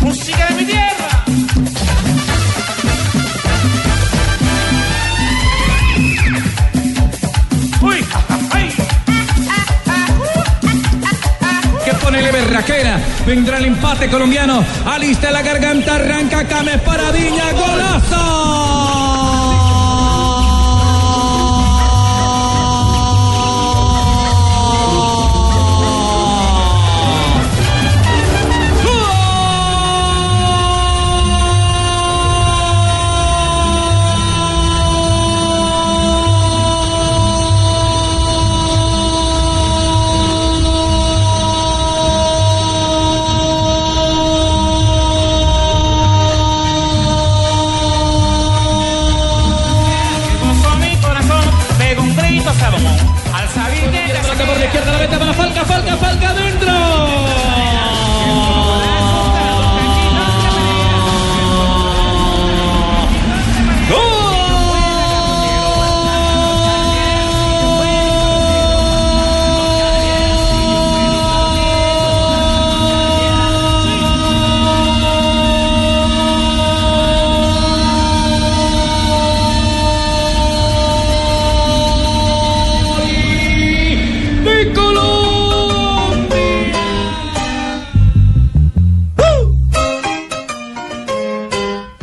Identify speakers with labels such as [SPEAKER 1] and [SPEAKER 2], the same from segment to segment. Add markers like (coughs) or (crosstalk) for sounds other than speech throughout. [SPEAKER 1] ¡Música de mi tierra! ¡Uy! ¡Ay!
[SPEAKER 2] que pone la berraquera. Vendrá el empate colombiano. Alista la garganta, arranca Cames para Viña. ¡Golazo!
[SPEAKER 1] Hermoso mi corazón, pega un grito a Salomón. Al salir de la
[SPEAKER 2] Saca por la izquierda, la meta para Falca, Falca, Falca adentro. ¡De Colombia!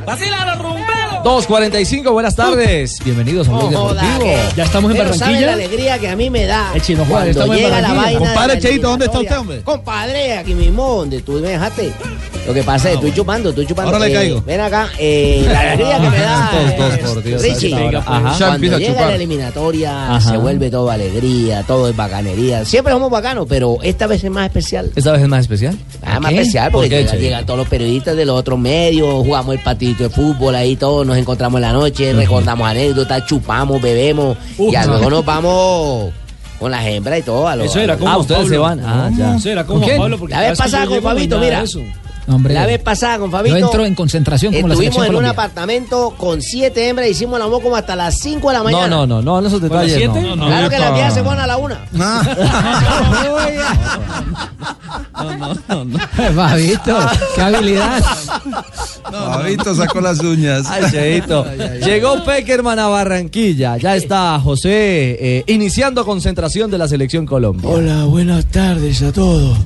[SPEAKER 1] vacilaron rumbero.
[SPEAKER 3] 2.45, buenas tardes. Bienvenidos a Blog Deportivo.
[SPEAKER 4] Ya estamos en Barranquilla.
[SPEAKER 5] la alegría que a mí me da.
[SPEAKER 4] El Chino Juárez,
[SPEAKER 5] cuando
[SPEAKER 4] estamos en
[SPEAKER 5] llega la
[SPEAKER 4] Barranquilla.
[SPEAKER 5] vaina. de
[SPEAKER 3] Compadre
[SPEAKER 5] la
[SPEAKER 3] Cheito, ¿dónde está usted,
[SPEAKER 5] eliminatoria.
[SPEAKER 3] hombre?
[SPEAKER 5] Compadre, aquí mismo, donde tú me dejaste. Lo que pasa es que estoy chupando, estoy chupando.
[SPEAKER 3] Ah, Ahora le
[SPEAKER 5] Eh,
[SPEAKER 3] caigo.
[SPEAKER 5] Ven acá, eh, la alegría que me
[SPEAKER 4] (laughs)
[SPEAKER 5] da.
[SPEAKER 3] Dos, dos,
[SPEAKER 5] eh,
[SPEAKER 3] por Dios,
[SPEAKER 5] Richie,
[SPEAKER 3] hasta
[SPEAKER 6] pues.
[SPEAKER 3] ahora. Ajá. Ya
[SPEAKER 5] cuando
[SPEAKER 3] empieza a
[SPEAKER 5] llega
[SPEAKER 3] chupar.
[SPEAKER 5] la eliminatoria,
[SPEAKER 3] Ajá.
[SPEAKER 5] se vuelve todo alegría, todo es bacanería. Siempre somos bacanos, pero esta vez es más especial.
[SPEAKER 3] ¿Esta vez es
[SPEAKER 5] (laughs)
[SPEAKER 3] más especial?
[SPEAKER 5] Ah,
[SPEAKER 3] ¿Por
[SPEAKER 5] más
[SPEAKER 3] qué?
[SPEAKER 5] especial
[SPEAKER 3] ¿Por
[SPEAKER 5] porque
[SPEAKER 3] qué,
[SPEAKER 5] llega-
[SPEAKER 3] Cheito?
[SPEAKER 5] llegan todos los periodistas de los otros medios, jugamos el patito de fútbol ahí todos, nos encontramos en la noche, recordamos anécdotas, chupamos, bebemos y a luego nos vamos con las hembras y todo. A los-
[SPEAKER 4] Eso era
[SPEAKER 5] a los-
[SPEAKER 4] como
[SPEAKER 3] Ah,
[SPEAKER 4] Juan
[SPEAKER 3] ustedes se
[SPEAKER 4] Pablo.
[SPEAKER 3] van. Ah, ya.
[SPEAKER 4] Eso era
[SPEAKER 3] ¿Con
[SPEAKER 4] como Juan
[SPEAKER 3] quién?
[SPEAKER 4] Pablo. Porque
[SPEAKER 5] La vez
[SPEAKER 4] sabes que
[SPEAKER 5] pasada
[SPEAKER 4] yo
[SPEAKER 5] con
[SPEAKER 4] llego
[SPEAKER 5] Fabito,
[SPEAKER 4] y nada
[SPEAKER 5] mira.
[SPEAKER 4] de eso.
[SPEAKER 7] Hombre,
[SPEAKER 5] La vez pasada con Fabito.
[SPEAKER 7] yo entro en concentración como la
[SPEAKER 5] Estuvimos en
[SPEAKER 7] selección
[SPEAKER 5] un
[SPEAKER 7] Colombia.
[SPEAKER 5] apartamento con siete hembras, hicimos el amor como hasta las 5 de la
[SPEAKER 3] No,
[SPEAKER 5] mañana.
[SPEAKER 3] no, no, no, en esos detalles
[SPEAKER 4] siete?
[SPEAKER 3] no.
[SPEAKER 4] No,
[SPEAKER 5] Claro que las viejas se van a la una.
[SPEAKER 7] Fabito, qué habilidad.
[SPEAKER 8] Fabito sacó las uñas.
[SPEAKER 3] Ay, Cheito. Llegó Peckerman a Barranquilla. Ya está José eh, iniciando concentración de la selección Colombia.
[SPEAKER 9] Hola, buenas tardes a todos.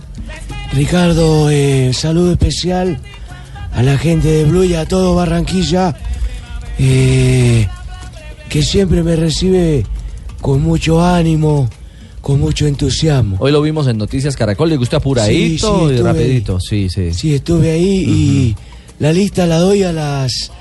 [SPEAKER 9] Ricardo, eh, saludo especial a la gente de Blue y a todo Barranquilla, eh, que siempre me recibe con mucho ánimo, con mucho entusiasmo.
[SPEAKER 3] Hoy lo vimos en Noticias Caracol. Le gusta apuradito
[SPEAKER 9] Sí, sí,
[SPEAKER 3] y
[SPEAKER 9] estuve
[SPEAKER 3] rapidito.
[SPEAKER 9] ahí.
[SPEAKER 3] Sí, sí.
[SPEAKER 9] Sí, estuve ahí y la lista la doy a las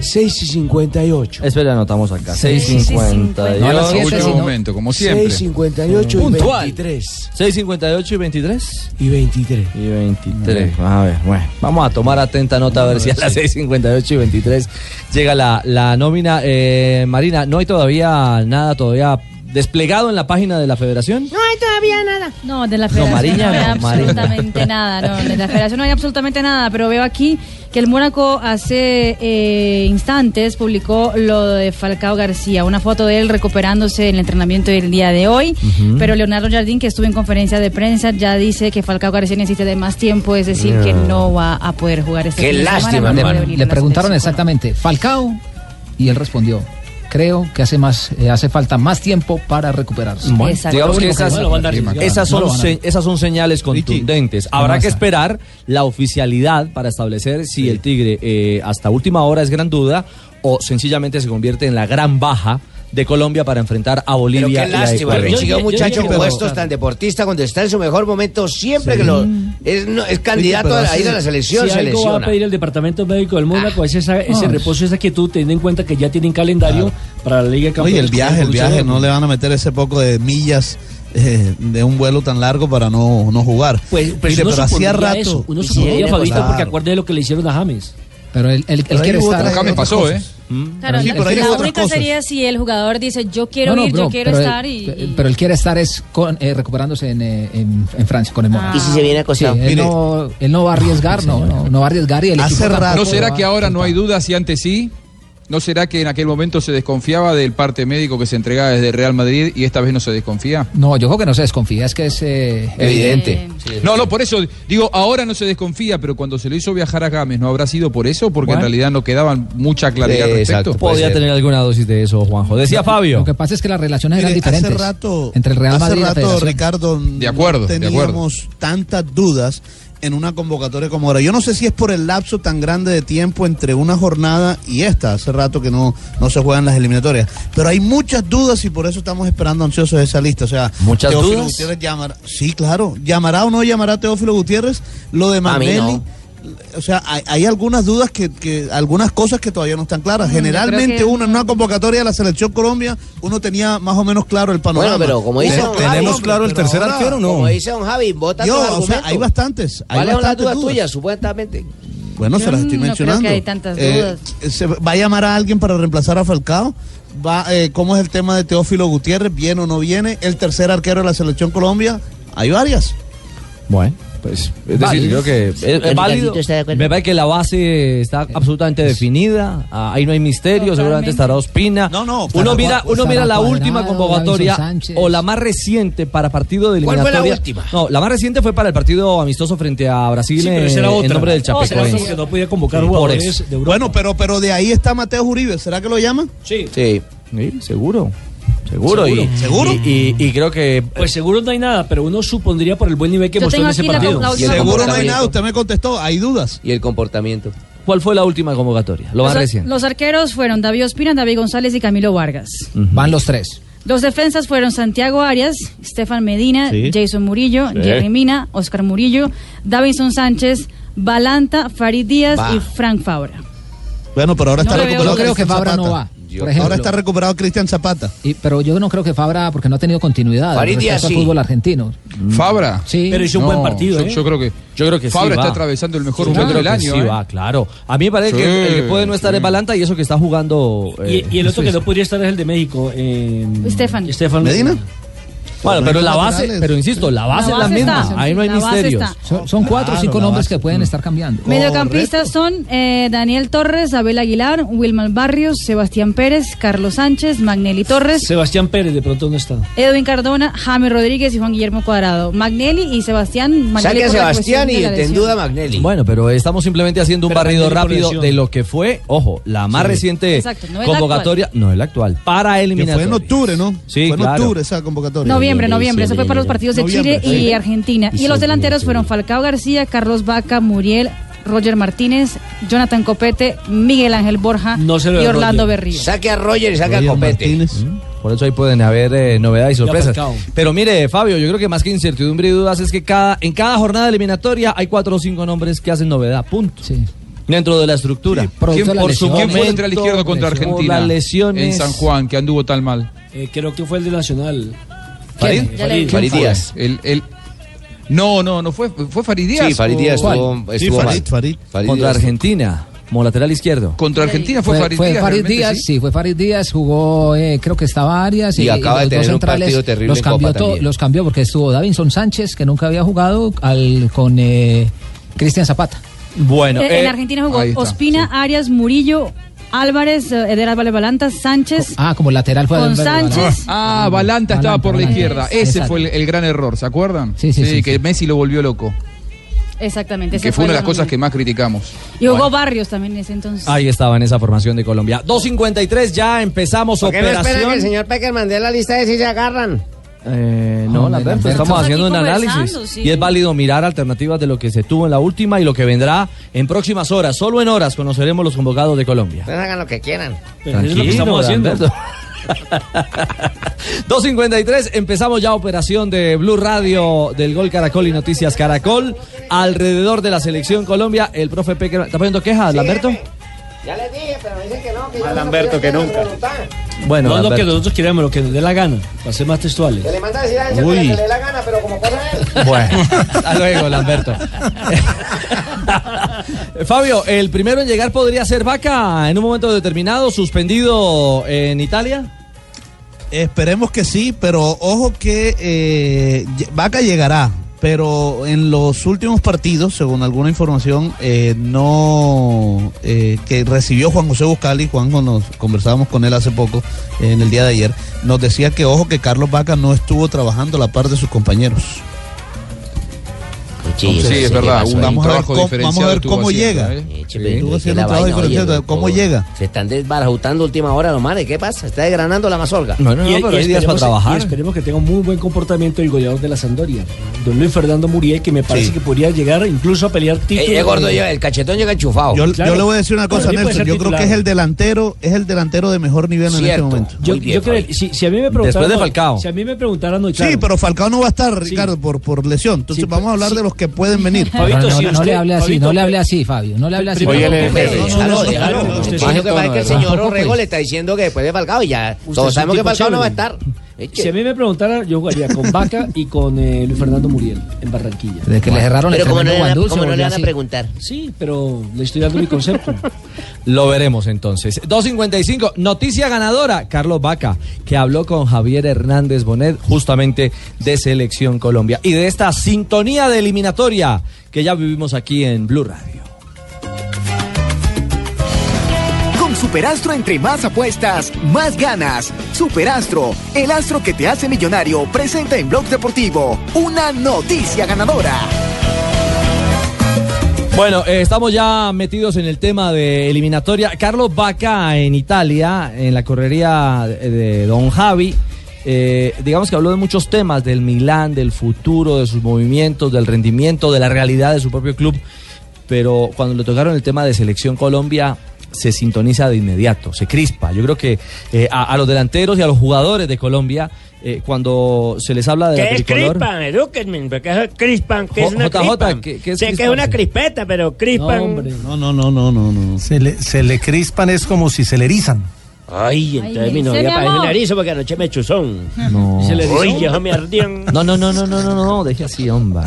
[SPEAKER 9] 6 y 58.
[SPEAKER 3] Espera, anotamos acá. 6.58.
[SPEAKER 7] No, a las siete,
[SPEAKER 8] Último
[SPEAKER 7] sino-
[SPEAKER 8] momento, como siempre.
[SPEAKER 9] 6 58 y
[SPEAKER 3] Puntual.
[SPEAKER 9] 23.
[SPEAKER 3] 6.58 y 23.
[SPEAKER 9] Y 23.
[SPEAKER 3] Y 23. A ver, bueno. Vamos a tomar atenta nota a ver si a las 6.58 y 23 llega la, la nómina. Eh, Marina, no hay todavía nada, todavía desplegado en la página de la federación.
[SPEAKER 10] No hay todavía nada. No, de la Federación no,
[SPEAKER 3] Mariña,
[SPEAKER 10] hay
[SPEAKER 3] no,
[SPEAKER 10] absolutamente nada. No, de la Federación no hay absolutamente nada. Pero veo aquí que el Mónaco hace eh, instantes publicó lo de Falcao García, una foto de él recuperándose en el entrenamiento del día de hoy. Pero Leonardo Jardín, que estuvo en conferencia de prensa, ya dice que Falcao García necesita de más tiempo, es decir, que no va a poder jugar este
[SPEAKER 5] Qué
[SPEAKER 10] fin de semana,
[SPEAKER 5] lástima,
[SPEAKER 10] no puede
[SPEAKER 5] hermano.
[SPEAKER 10] venir a
[SPEAKER 7] Le
[SPEAKER 10] la
[SPEAKER 7] preguntaron
[SPEAKER 10] selección.
[SPEAKER 7] exactamente, Falcao, y él respondió, creo que hace, más, eh, hace falta más tiempo para recuperarse.
[SPEAKER 10] Exacto.
[SPEAKER 3] Digamos que
[SPEAKER 4] Único que
[SPEAKER 3] esas,
[SPEAKER 4] no lo van a dar arriesgar.
[SPEAKER 3] esas,
[SPEAKER 7] No
[SPEAKER 3] son
[SPEAKER 7] lo van a
[SPEAKER 3] se-
[SPEAKER 7] dar.
[SPEAKER 3] esas son señales contundentes. Habrá
[SPEAKER 7] No
[SPEAKER 3] que
[SPEAKER 7] está.
[SPEAKER 3] esperar la oficialidad para establecer si el Tigre eh, hasta última hora es gran duda o sencillamente se convierte en la gran baja de Colombia para enfrentar a
[SPEAKER 5] Pero
[SPEAKER 3] Bolivia.
[SPEAKER 5] qué
[SPEAKER 3] y a
[SPEAKER 5] lástima,
[SPEAKER 3] Ecuador.
[SPEAKER 5] Richie, que un
[SPEAKER 4] Yo- yo- yo
[SPEAKER 5] muchacho
[SPEAKER 4] diría que
[SPEAKER 5] como
[SPEAKER 4] lo
[SPEAKER 5] estos
[SPEAKER 4] votaron.
[SPEAKER 5] tan deportista cuando está en su mejor momento, siempre que lo es, no, es candidato a, a ir a la selección,
[SPEAKER 4] si
[SPEAKER 5] se
[SPEAKER 4] algo va
[SPEAKER 5] lesiona.
[SPEAKER 4] a pedir el departamento médico del
[SPEAKER 8] Ah.
[SPEAKER 4] Mónaco es esa- ese reposo, esa quietud, teniendo en cuenta que ya tienen calendario para la Liga de Campeones.
[SPEAKER 8] Oye, el viaje, el viaje, no le van a meter ese poco de millas eh, de un vuelo tan largo para no, no jugar.
[SPEAKER 4] Pues, pues
[SPEAKER 8] Mire,
[SPEAKER 4] uno
[SPEAKER 8] pero hacía
[SPEAKER 4] supondría
[SPEAKER 8] rato.
[SPEAKER 4] eso, uno
[SPEAKER 8] Sí,
[SPEAKER 4] supondría, Fabito,
[SPEAKER 8] claro.
[SPEAKER 4] porque acuerde de lo que le hicieron a James.
[SPEAKER 11] Pero él, él, él
[SPEAKER 12] Pero
[SPEAKER 11] quiere
[SPEAKER 12] ahí hubo
[SPEAKER 11] estar.
[SPEAKER 12] otras- Acá me otras pasó, cosas.
[SPEAKER 10] Claro,
[SPEAKER 11] Mm. Sí,
[SPEAKER 10] la-
[SPEAKER 11] pero hay
[SPEAKER 10] la
[SPEAKER 11] otras
[SPEAKER 10] única
[SPEAKER 11] cosas.
[SPEAKER 10] sería si el jugador dice yo quiero
[SPEAKER 11] No, no,
[SPEAKER 10] ir,
[SPEAKER 11] no,
[SPEAKER 10] yo quiero
[SPEAKER 11] pero él-
[SPEAKER 10] estar y, y-
[SPEAKER 11] Pero él quiere estar es con, eh, recuperándose en, eh, en, en Francia con el Mónaco.
[SPEAKER 5] ¿Y si se viene acostado?
[SPEAKER 11] Sí, él,
[SPEAKER 5] Mire.
[SPEAKER 11] no, él
[SPEAKER 8] Ah,
[SPEAKER 11] no va a arriesgar, no, no, no va a arriesgar y el equipo tampoco
[SPEAKER 2] ¿No será
[SPEAKER 11] va-
[SPEAKER 2] que ahora no hay dudas si antes sí? ¿No será que en aquel momento se desconfiaba del parte médico que se entregaba desde Real Madrid y esta vez no se desconfía?
[SPEAKER 11] No, yo creo que no se desconfía, es que es eh, evidente.
[SPEAKER 2] No, no, por eso digo, ahora no se desconfía, pero cuando se lo hizo viajar a Gámez, ¿no habrá sido por eso? Porque en
[SPEAKER 3] Bueno.
[SPEAKER 2] realidad no quedaban mucha claridad al
[SPEAKER 3] Eh,
[SPEAKER 2] respecto.
[SPEAKER 3] exacto, Podría tener alguna dosis de eso, Juanjo. Decía Fabio.
[SPEAKER 11] Lo que pasa es que las relaciones
[SPEAKER 8] Mire,
[SPEAKER 11] eran
[SPEAKER 8] hace
[SPEAKER 11] diferentes.
[SPEAKER 8] rato-
[SPEAKER 11] entre el Real
[SPEAKER 8] hace
[SPEAKER 11] Madrid y la
[SPEAKER 8] rato,
[SPEAKER 11] Federación.
[SPEAKER 8] Ricardo,
[SPEAKER 2] De acuerdo,
[SPEAKER 8] no
[SPEAKER 2] de acuerdo.
[SPEAKER 8] teníamos tantas dudas en una convocatoria como ahora. Yo no sé si es por el lapso tan grande de tiempo entre una jornada y esta. Hace rato que no, no se juegan las eliminatorias. Pero hay muchas dudas y por eso estamos esperando ansiosos esa lista. O sea,
[SPEAKER 5] ¿Muchas
[SPEAKER 8] Teófilo
[SPEAKER 5] dudas?
[SPEAKER 8] Gutiérrez llamará. Sí, claro. ¿Llamará o no llamará Teófilo Gutiérrez? Lo de
[SPEAKER 5] Pa' mí
[SPEAKER 8] Magnelli.
[SPEAKER 5] no.
[SPEAKER 8] O sea, hay, hay algunas dudas que, que- algunas cosas que todavía no están claras.
[SPEAKER 5] Mm, yo creo
[SPEAKER 8] Generalmente
[SPEAKER 5] que-
[SPEAKER 8] uno en una convocatoria de la selección Colombia, uno tenía más o menos claro el panorama.
[SPEAKER 5] Bueno, pero
[SPEAKER 8] Uno-
[SPEAKER 5] como dice don Javi, pero ahora, Como dice don Javi, vota
[SPEAKER 8] Yo,
[SPEAKER 5] tus
[SPEAKER 8] o sea,
[SPEAKER 5] argumentos.
[SPEAKER 8] hay bastantes, hay
[SPEAKER 5] ¿Cuáles son las
[SPEAKER 8] bastantes
[SPEAKER 5] dudas
[SPEAKER 8] dudas.
[SPEAKER 5] tuyas, supuestamente?
[SPEAKER 8] Bueno, se las estoy
[SPEAKER 5] Yo Mm, no creo que
[SPEAKER 8] mencionando.
[SPEAKER 5] hay tantas
[SPEAKER 8] dudas. ¿se ¿Va a llamar a alguien para reemplazar a Falcao? Va, eh, ¿Cómo es el tema de Teófilo Gutiérrez? ¿Viene o no viene? ¿El tercer arquero de la selección Colombia? Hay varias.
[SPEAKER 3] Bueno, pues es decir,
[SPEAKER 8] Válido.
[SPEAKER 3] creo que es, es
[SPEAKER 8] Don
[SPEAKER 3] válido.
[SPEAKER 8] Ricardito está de acuerdo.
[SPEAKER 3] Me parece que la base está absolutamente definida. ah, ahí no hay misterio. Seguramente estará Ospina. No, no. Uno
[SPEAKER 5] estará
[SPEAKER 3] mira,
[SPEAKER 5] Cuadrado,
[SPEAKER 3] uno mira la
[SPEAKER 5] Cuadrado,
[SPEAKER 3] última
[SPEAKER 5] Davinson
[SPEAKER 3] convocatoria
[SPEAKER 5] Sánchez.
[SPEAKER 3] o la más reciente para partido de
[SPEAKER 5] ¿Cuál fue la
[SPEAKER 3] eliminatoria.
[SPEAKER 5] última?
[SPEAKER 3] No, la más reciente fue para el partido amistoso frente a Brasil
[SPEAKER 4] Sí,
[SPEAKER 3] en,
[SPEAKER 4] pero esa era
[SPEAKER 3] en
[SPEAKER 4] otra.
[SPEAKER 3] nombre del
[SPEAKER 4] No, esa era otra
[SPEAKER 3] Chapecoense.
[SPEAKER 4] porque no podía convocar
[SPEAKER 3] Sí, por
[SPEAKER 4] jugadores
[SPEAKER 3] eso.
[SPEAKER 4] de Europa.
[SPEAKER 8] Bueno, pero, pero de ahí está Mateo Uribe. ¿Será que lo llaman?
[SPEAKER 4] Sí.
[SPEAKER 3] Sí. seguro. Seguro. Y,
[SPEAKER 4] ¿Seguro?
[SPEAKER 3] Y, y- y creo que.
[SPEAKER 4] Pues seguro no hay nada, pero uno supondría por el buen nivel que
[SPEAKER 3] Yo
[SPEAKER 4] mostró en
[SPEAKER 3] tengo
[SPEAKER 4] ese
[SPEAKER 3] aquí la
[SPEAKER 4] partido.
[SPEAKER 3] con- la última
[SPEAKER 8] Seguro no hay
[SPEAKER 3] comportamiento.
[SPEAKER 8] nada. Usted me contestó. Hay dudas.
[SPEAKER 5] Y el comportamiento.
[SPEAKER 3] ¿Cuál fue la última convocatoria? Lo más
[SPEAKER 10] los, ar-
[SPEAKER 3] reciente.
[SPEAKER 10] los arqueros fueron David Ospina, David González y Camilo Vargas.
[SPEAKER 11] Van los tres.
[SPEAKER 10] Los defensas fueron Santiago Arias, Stefan Medina,
[SPEAKER 11] Sí.
[SPEAKER 10] Jason Murillo,
[SPEAKER 11] Sí.
[SPEAKER 10] Jerry Mina, Oscar Murillo, Davinson Sánchez, Balanta, Farid Díaz
[SPEAKER 8] Va.
[SPEAKER 10] y Frank Fabra.
[SPEAKER 8] Bueno, pero ahora
[SPEAKER 11] No
[SPEAKER 8] está
[SPEAKER 11] le veo-
[SPEAKER 8] recuperado.
[SPEAKER 11] yo creo que
[SPEAKER 8] Cristian
[SPEAKER 11] Fabra no
[SPEAKER 8] Zapata.
[SPEAKER 11] va, Yo- por
[SPEAKER 8] Ahora
[SPEAKER 11] ejemplo.
[SPEAKER 8] está recuperado Cristian Zapata.
[SPEAKER 11] Y- pero yo no creo que Fabra, porque no ha tenido continuidad
[SPEAKER 8] Farid
[SPEAKER 11] respecto
[SPEAKER 8] Díaz
[SPEAKER 11] al
[SPEAKER 8] sí.
[SPEAKER 11] fútbol argentino.
[SPEAKER 2] Fabra.
[SPEAKER 11] Sí. Pero hizo un buen partido,
[SPEAKER 2] Yo,
[SPEAKER 11] ¿eh?
[SPEAKER 2] yo creo que,
[SPEAKER 3] Yo creo que sí
[SPEAKER 2] Fabra
[SPEAKER 3] va.
[SPEAKER 2] está atravesando el mejor
[SPEAKER 3] Yo
[SPEAKER 2] momento
[SPEAKER 3] creo
[SPEAKER 2] del
[SPEAKER 3] que
[SPEAKER 2] año.
[SPEAKER 3] sí
[SPEAKER 2] ¿eh?
[SPEAKER 3] va, claro. A mí me parece que el que puede no estar es Balanta y eso que está jugando. eh,
[SPEAKER 4] Y, y el otro que
[SPEAKER 3] Suiza.
[SPEAKER 4] no podría estar es el de México. eh,
[SPEAKER 10] Estefan.
[SPEAKER 4] Estefan.
[SPEAKER 3] Bueno, pero la base, pero insisto, la base,
[SPEAKER 10] La base
[SPEAKER 3] es la misma.
[SPEAKER 10] está.
[SPEAKER 3] Ahí no hay
[SPEAKER 10] La base
[SPEAKER 3] misterios.
[SPEAKER 10] está.
[SPEAKER 11] Son, son cuatro o
[SPEAKER 3] Claro,
[SPEAKER 11] cinco
[SPEAKER 3] la
[SPEAKER 11] nombres
[SPEAKER 3] base.
[SPEAKER 11] que
[SPEAKER 8] Mm.
[SPEAKER 11] pueden estar cambiando.
[SPEAKER 10] Mediocampistas son eh, Daniel Torres, Abel Aguilar, Wilman Barrios, Sebastián Pérez, Carlos Sánchez, Magnelli Torres,
[SPEAKER 4] Sebastián Pérez de pronto no está.
[SPEAKER 10] Edwin Cardona, Jaime Rodríguez y Juan Guillermo Cuadrado. Magnelli y Sebastián. Magnelli por la cuestión de la lesión.
[SPEAKER 5] Magnelli.
[SPEAKER 3] Bueno, pero estamos simplemente haciendo un
[SPEAKER 4] Pero
[SPEAKER 3] barrido
[SPEAKER 4] Magnelli por
[SPEAKER 3] rápido
[SPEAKER 4] lesión.
[SPEAKER 3] de lo que fue, ojo, la más
[SPEAKER 4] Sí.
[SPEAKER 3] reciente
[SPEAKER 10] Exacto, no es la
[SPEAKER 3] convocatoria, no es la actual, para
[SPEAKER 8] Que
[SPEAKER 3] eliminar.
[SPEAKER 8] fue en octubre, ¿no?
[SPEAKER 3] Ah, Sí,
[SPEAKER 8] fue en
[SPEAKER 3] claro.
[SPEAKER 8] octubre esa convocatoria.
[SPEAKER 10] Noviembre, noviembre. Eso fue para los partidos de
[SPEAKER 8] Noviembre,
[SPEAKER 10] Chile y
[SPEAKER 8] sí.
[SPEAKER 10] Argentina. Y los delanteros fueron Falcao García, Carlos Vaca, Muriel, Roger Martínez, Jonathan Copete, Miguel Ángel Borja
[SPEAKER 3] se lo
[SPEAKER 10] y
[SPEAKER 3] de
[SPEAKER 10] Orlando
[SPEAKER 3] Roger.
[SPEAKER 10] Berrío.
[SPEAKER 5] Saque a Roger y saque a Copete. ¿Mm?
[SPEAKER 3] Por eso ahí pueden haber eh, novedades y
[SPEAKER 5] Ya
[SPEAKER 3] sorpresas.
[SPEAKER 5] Falcao.
[SPEAKER 3] Pero mire, Fabio, yo creo que más que incertidumbre y dudas es que cada, en cada jornada eliminatoria hay cuatro o cinco nombres que hacen novedad, punto. Dentro de la estructura.
[SPEAKER 2] ¿Quién,
[SPEAKER 3] Producto de
[SPEAKER 2] por
[SPEAKER 3] las
[SPEAKER 2] su ¿Quién fue
[SPEAKER 3] lesiones,
[SPEAKER 2] central izquierdo contra
[SPEAKER 3] por
[SPEAKER 2] Argentina?
[SPEAKER 3] las lesiones.
[SPEAKER 2] En San Juan, que anduvo tan mal.
[SPEAKER 4] Eh, creo que fue el de Nacional.
[SPEAKER 2] ¿Farid?
[SPEAKER 4] Ya le digo.
[SPEAKER 2] ¿Quién fue?
[SPEAKER 4] Díaz.
[SPEAKER 2] El, el- No, no, no fue, fue Farid Díaz. eh,
[SPEAKER 3] Sí, Farid Díaz
[SPEAKER 2] ¿Cuál?
[SPEAKER 3] estuvo- estuvo
[SPEAKER 2] Farid,
[SPEAKER 3] mal.
[SPEAKER 2] Farid.
[SPEAKER 3] Contra
[SPEAKER 2] Díaz.
[SPEAKER 3] Argentina, como lateral izquierdo.
[SPEAKER 2] Contra Argentina fue, Farid Díaz. realmente,
[SPEAKER 11] Díaz,
[SPEAKER 2] sí.
[SPEAKER 11] sí. fue Farid Díaz, jugó, eh, creo que estaba Arias.
[SPEAKER 2] Y acaba de
[SPEAKER 11] los dos
[SPEAKER 2] tener un
[SPEAKER 11] centrales
[SPEAKER 2] partido terrible
[SPEAKER 11] Los
[SPEAKER 2] en Copa
[SPEAKER 11] cambió, to-
[SPEAKER 2] también.
[SPEAKER 11] los cambió porque estuvo Davinson Sánchez, que nunca había jugado, al, con eh, Cristian Zapata.
[SPEAKER 3] Bueno,
[SPEAKER 10] Eh, en Argentina jugó Ospina, Arias, Murillo, Álvarez, eh, Eder Álvarez Balanta, Sánchez.
[SPEAKER 11] Ah, como lateral fue
[SPEAKER 10] Con
[SPEAKER 11] Balanta.
[SPEAKER 10] Sánchez.
[SPEAKER 2] Ah, Balanta estaba por la izquierda. Ese fue el, el gran error, ¿se acuerdan? Sí, sí, que Messi lo volvió loco.
[SPEAKER 10] Exactamente. ese
[SPEAKER 2] Que fue una de las
[SPEAKER 10] el
[SPEAKER 2] cosas
[SPEAKER 10] nombre.
[SPEAKER 2] que más criticamos.
[SPEAKER 10] Y jugó Barrios también en ese entonces.
[SPEAKER 3] Ahí estaba en esa formación de Colombia. 2.53, ya empezamos
[SPEAKER 5] ¿Por qué no espera que el
[SPEAKER 3] operación.
[SPEAKER 5] señor Pecker mande la lista de si se agarran?
[SPEAKER 3] Eh, no,
[SPEAKER 5] Hombre,
[SPEAKER 3] Lamberto,
[SPEAKER 5] Lamberto.
[SPEAKER 3] estamos
[SPEAKER 5] Estamos
[SPEAKER 3] haciendo un
[SPEAKER 5] aquí
[SPEAKER 3] análisis.
[SPEAKER 5] conversando, sí.
[SPEAKER 3] Y es válido mirar alternativas de lo que se tuvo en la última y lo que vendrá en próximas horas. Solo en horas conoceremos los convocados de Colombia.
[SPEAKER 5] Ustedes hagan Pues lo que quieran.
[SPEAKER 3] Tranquilo, (laughs) Lamberto. 2.53, empezamos ya operación de Blue Radio del Gol Caracol y Noticias Caracol. Alrededor de la selección Colombia, el profe Peque. ¿Está poniendo quejas, Lamberto?
[SPEAKER 5] Ya les dije, pero me dicen que no. Que
[SPEAKER 4] A Lamberto que nunca.
[SPEAKER 3] Bueno,
[SPEAKER 4] no es lo que
[SPEAKER 3] Lamberto.
[SPEAKER 4] nosotros queremos, lo que nos dé la gana, para ser más textuales.
[SPEAKER 5] Que le manda a decir a
[SPEAKER 4] Ancho que Uy. le- que le dé
[SPEAKER 3] (laughs)
[SPEAKER 5] la gana, pero como pasa él.
[SPEAKER 3] Bueno, hasta luego, Lamberto. Eh, (laughs) Fabio, el primero en llegar podría ser Vaca en un momento determinado, suspendido en Italia.
[SPEAKER 8] Esperemos que sí, pero ojo que eh, ll- Vaca llegará. Pero en los últimos partidos, según alguna información, eh, no eh, que recibió Juan José Buscali, Juanjo nos conversábamos con él hace poco, eh, en el día de ayer, nos decía que ojo que Carlos Vaca no estuvo trabajando a la par de sus compañeros.
[SPEAKER 2] Sí,
[SPEAKER 8] Entonces,
[SPEAKER 2] es verdad, un,
[SPEAKER 8] vamos a ver
[SPEAKER 2] trabajo
[SPEAKER 8] cómo,
[SPEAKER 2] diferenciado.
[SPEAKER 8] vamos a ver
[SPEAKER 2] estuvo
[SPEAKER 8] cómo
[SPEAKER 2] haciendo,
[SPEAKER 8] llega.
[SPEAKER 2] ¿eh?
[SPEAKER 5] Che, pero
[SPEAKER 8] Estuvo
[SPEAKER 5] es que
[SPEAKER 8] haciendo un
[SPEAKER 5] la
[SPEAKER 8] trabajo
[SPEAKER 5] vaina, oye,
[SPEAKER 8] diferenciado.
[SPEAKER 5] por
[SPEAKER 8] ¿Cómo
[SPEAKER 5] favor.
[SPEAKER 8] llega?
[SPEAKER 5] Se están desbarajutando última hora los mares. ¿Qué pasa? Se está desgranando la mazorca.
[SPEAKER 4] Y- y esperemos- y esperemos que tenga un muy buen comportamiento el goleador de la Sandoria, don Luis Fernando Muriel, que me parece
[SPEAKER 5] Sí.
[SPEAKER 4] que podría llegar incluso a pelear título.
[SPEAKER 5] Ey, ey, gordo, yo- el cachetón llega enchufado.
[SPEAKER 8] Yo,
[SPEAKER 4] Claro.
[SPEAKER 8] yo le voy a decir una cosa,
[SPEAKER 4] Para mí puede
[SPEAKER 8] Nelson.
[SPEAKER 4] ser
[SPEAKER 8] Yo creo que es
[SPEAKER 4] titular.
[SPEAKER 8] el delantero, es el delantero de mejor nivel en este
[SPEAKER 4] Cierto.
[SPEAKER 8] momento.
[SPEAKER 4] Yo, yo creo, si, si a mí me preguntaran, si a mí me preguntaran, no, claro.
[SPEAKER 8] Sí, pero Falcao no va a estar, Ricardo, por, por lesión. Entonces vamos a hablar de los que pueden
[SPEAKER 4] (laughs)
[SPEAKER 8] venir.
[SPEAKER 11] No, no, no, no le hable así, no le hable así, Fabio. No le hable así.
[SPEAKER 8] Oye,
[SPEAKER 11] tampoco,
[SPEAKER 8] le-
[SPEAKER 11] pero-
[SPEAKER 8] le-
[SPEAKER 11] no, no,
[SPEAKER 5] Claro,
[SPEAKER 11] no,
[SPEAKER 5] claro.
[SPEAKER 11] no, no,
[SPEAKER 5] Lo
[SPEAKER 11] no,
[SPEAKER 5] que
[SPEAKER 11] no,
[SPEAKER 5] pasa
[SPEAKER 11] no,
[SPEAKER 5] es que el
[SPEAKER 11] no,
[SPEAKER 5] señor
[SPEAKER 11] tampoco,
[SPEAKER 5] Orrego
[SPEAKER 11] pues.
[SPEAKER 5] le está diciendo que después de Falcao y ya
[SPEAKER 4] Usted
[SPEAKER 5] todos
[SPEAKER 4] es un
[SPEAKER 5] sabemos que
[SPEAKER 4] tipo
[SPEAKER 5] Falcao no va a
[SPEAKER 4] chévere.
[SPEAKER 5] estar.
[SPEAKER 4] Si a mí me preguntaran, yo jugaría con Vaca y con eh, Luis Fernando Muriel en Barranquilla.
[SPEAKER 11] Desde que le cerraron el Pero como no tremendo le van a- guandul, se como no le volvió van a así.
[SPEAKER 5] preguntar?
[SPEAKER 4] Sí, pero le estoy dando
[SPEAKER 5] (laughs)
[SPEAKER 4] mi concepto.
[SPEAKER 3] Lo veremos entonces. 2.55, noticia ganadora, Carlos Vaca, que habló con Javier Hernández Bonet justamente de Selección Colombia y de esta sintonía de eliminatoria que ya vivimos aquí en Blue Radio.
[SPEAKER 9] Con Superastro entre más apuestas, más ganas. Superastro, el astro que te hace millonario, presenta en Blog Deportivo una noticia ganadora.
[SPEAKER 3] Bueno, eh, estamos ya metidos en el tema de eliminatoria. Carlos Vaca en Italia, en la correría de, de Don Javi, eh, digamos que habló de muchos temas, del Milán, del futuro, de sus movimientos, del rendimiento, de la realidad de su propio club. Pero cuando le tocaron el tema de Selección Colombia, se sintoniza de inmediato, se crispa. Yo creo que eh, a, a los delanteros y a los jugadores de Colombia, eh, cuando se les habla de la
[SPEAKER 13] ¿Qué es
[SPEAKER 3] tricolor-
[SPEAKER 13] crispan? Edúquenme, ¿qué es crispan? ¿Qué es
[SPEAKER 3] Jo-
[SPEAKER 13] una
[SPEAKER 3] JJ,
[SPEAKER 13] crispan?
[SPEAKER 3] ¿qué- qué es
[SPEAKER 13] sé que es
[SPEAKER 3] crispan?
[SPEAKER 13] una crispeta, pero crispan...
[SPEAKER 8] No, no, no, no, no, no.
[SPEAKER 14] Se le, se le crispan es como si se le erizan.
[SPEAKER 13] Ay, entonces
[SPEAKER 14] Ay,
[SPEAKER 13] mi
[SPEAKER 14] ¿en
[SPEAKER 13] novia
[SPEAKER 14] serio,
[SPEAKER 13] parece
[SPEAKER 14] amor?
[SPEAKER 13] un erizo porque anoche me chuzón.
[SPEAKER 3] No.
[SPEAKER 13] Se le Uy, yo me ardían.
[SPEAKER 3] No, no, no, no, no, no, no, deje así, hombre.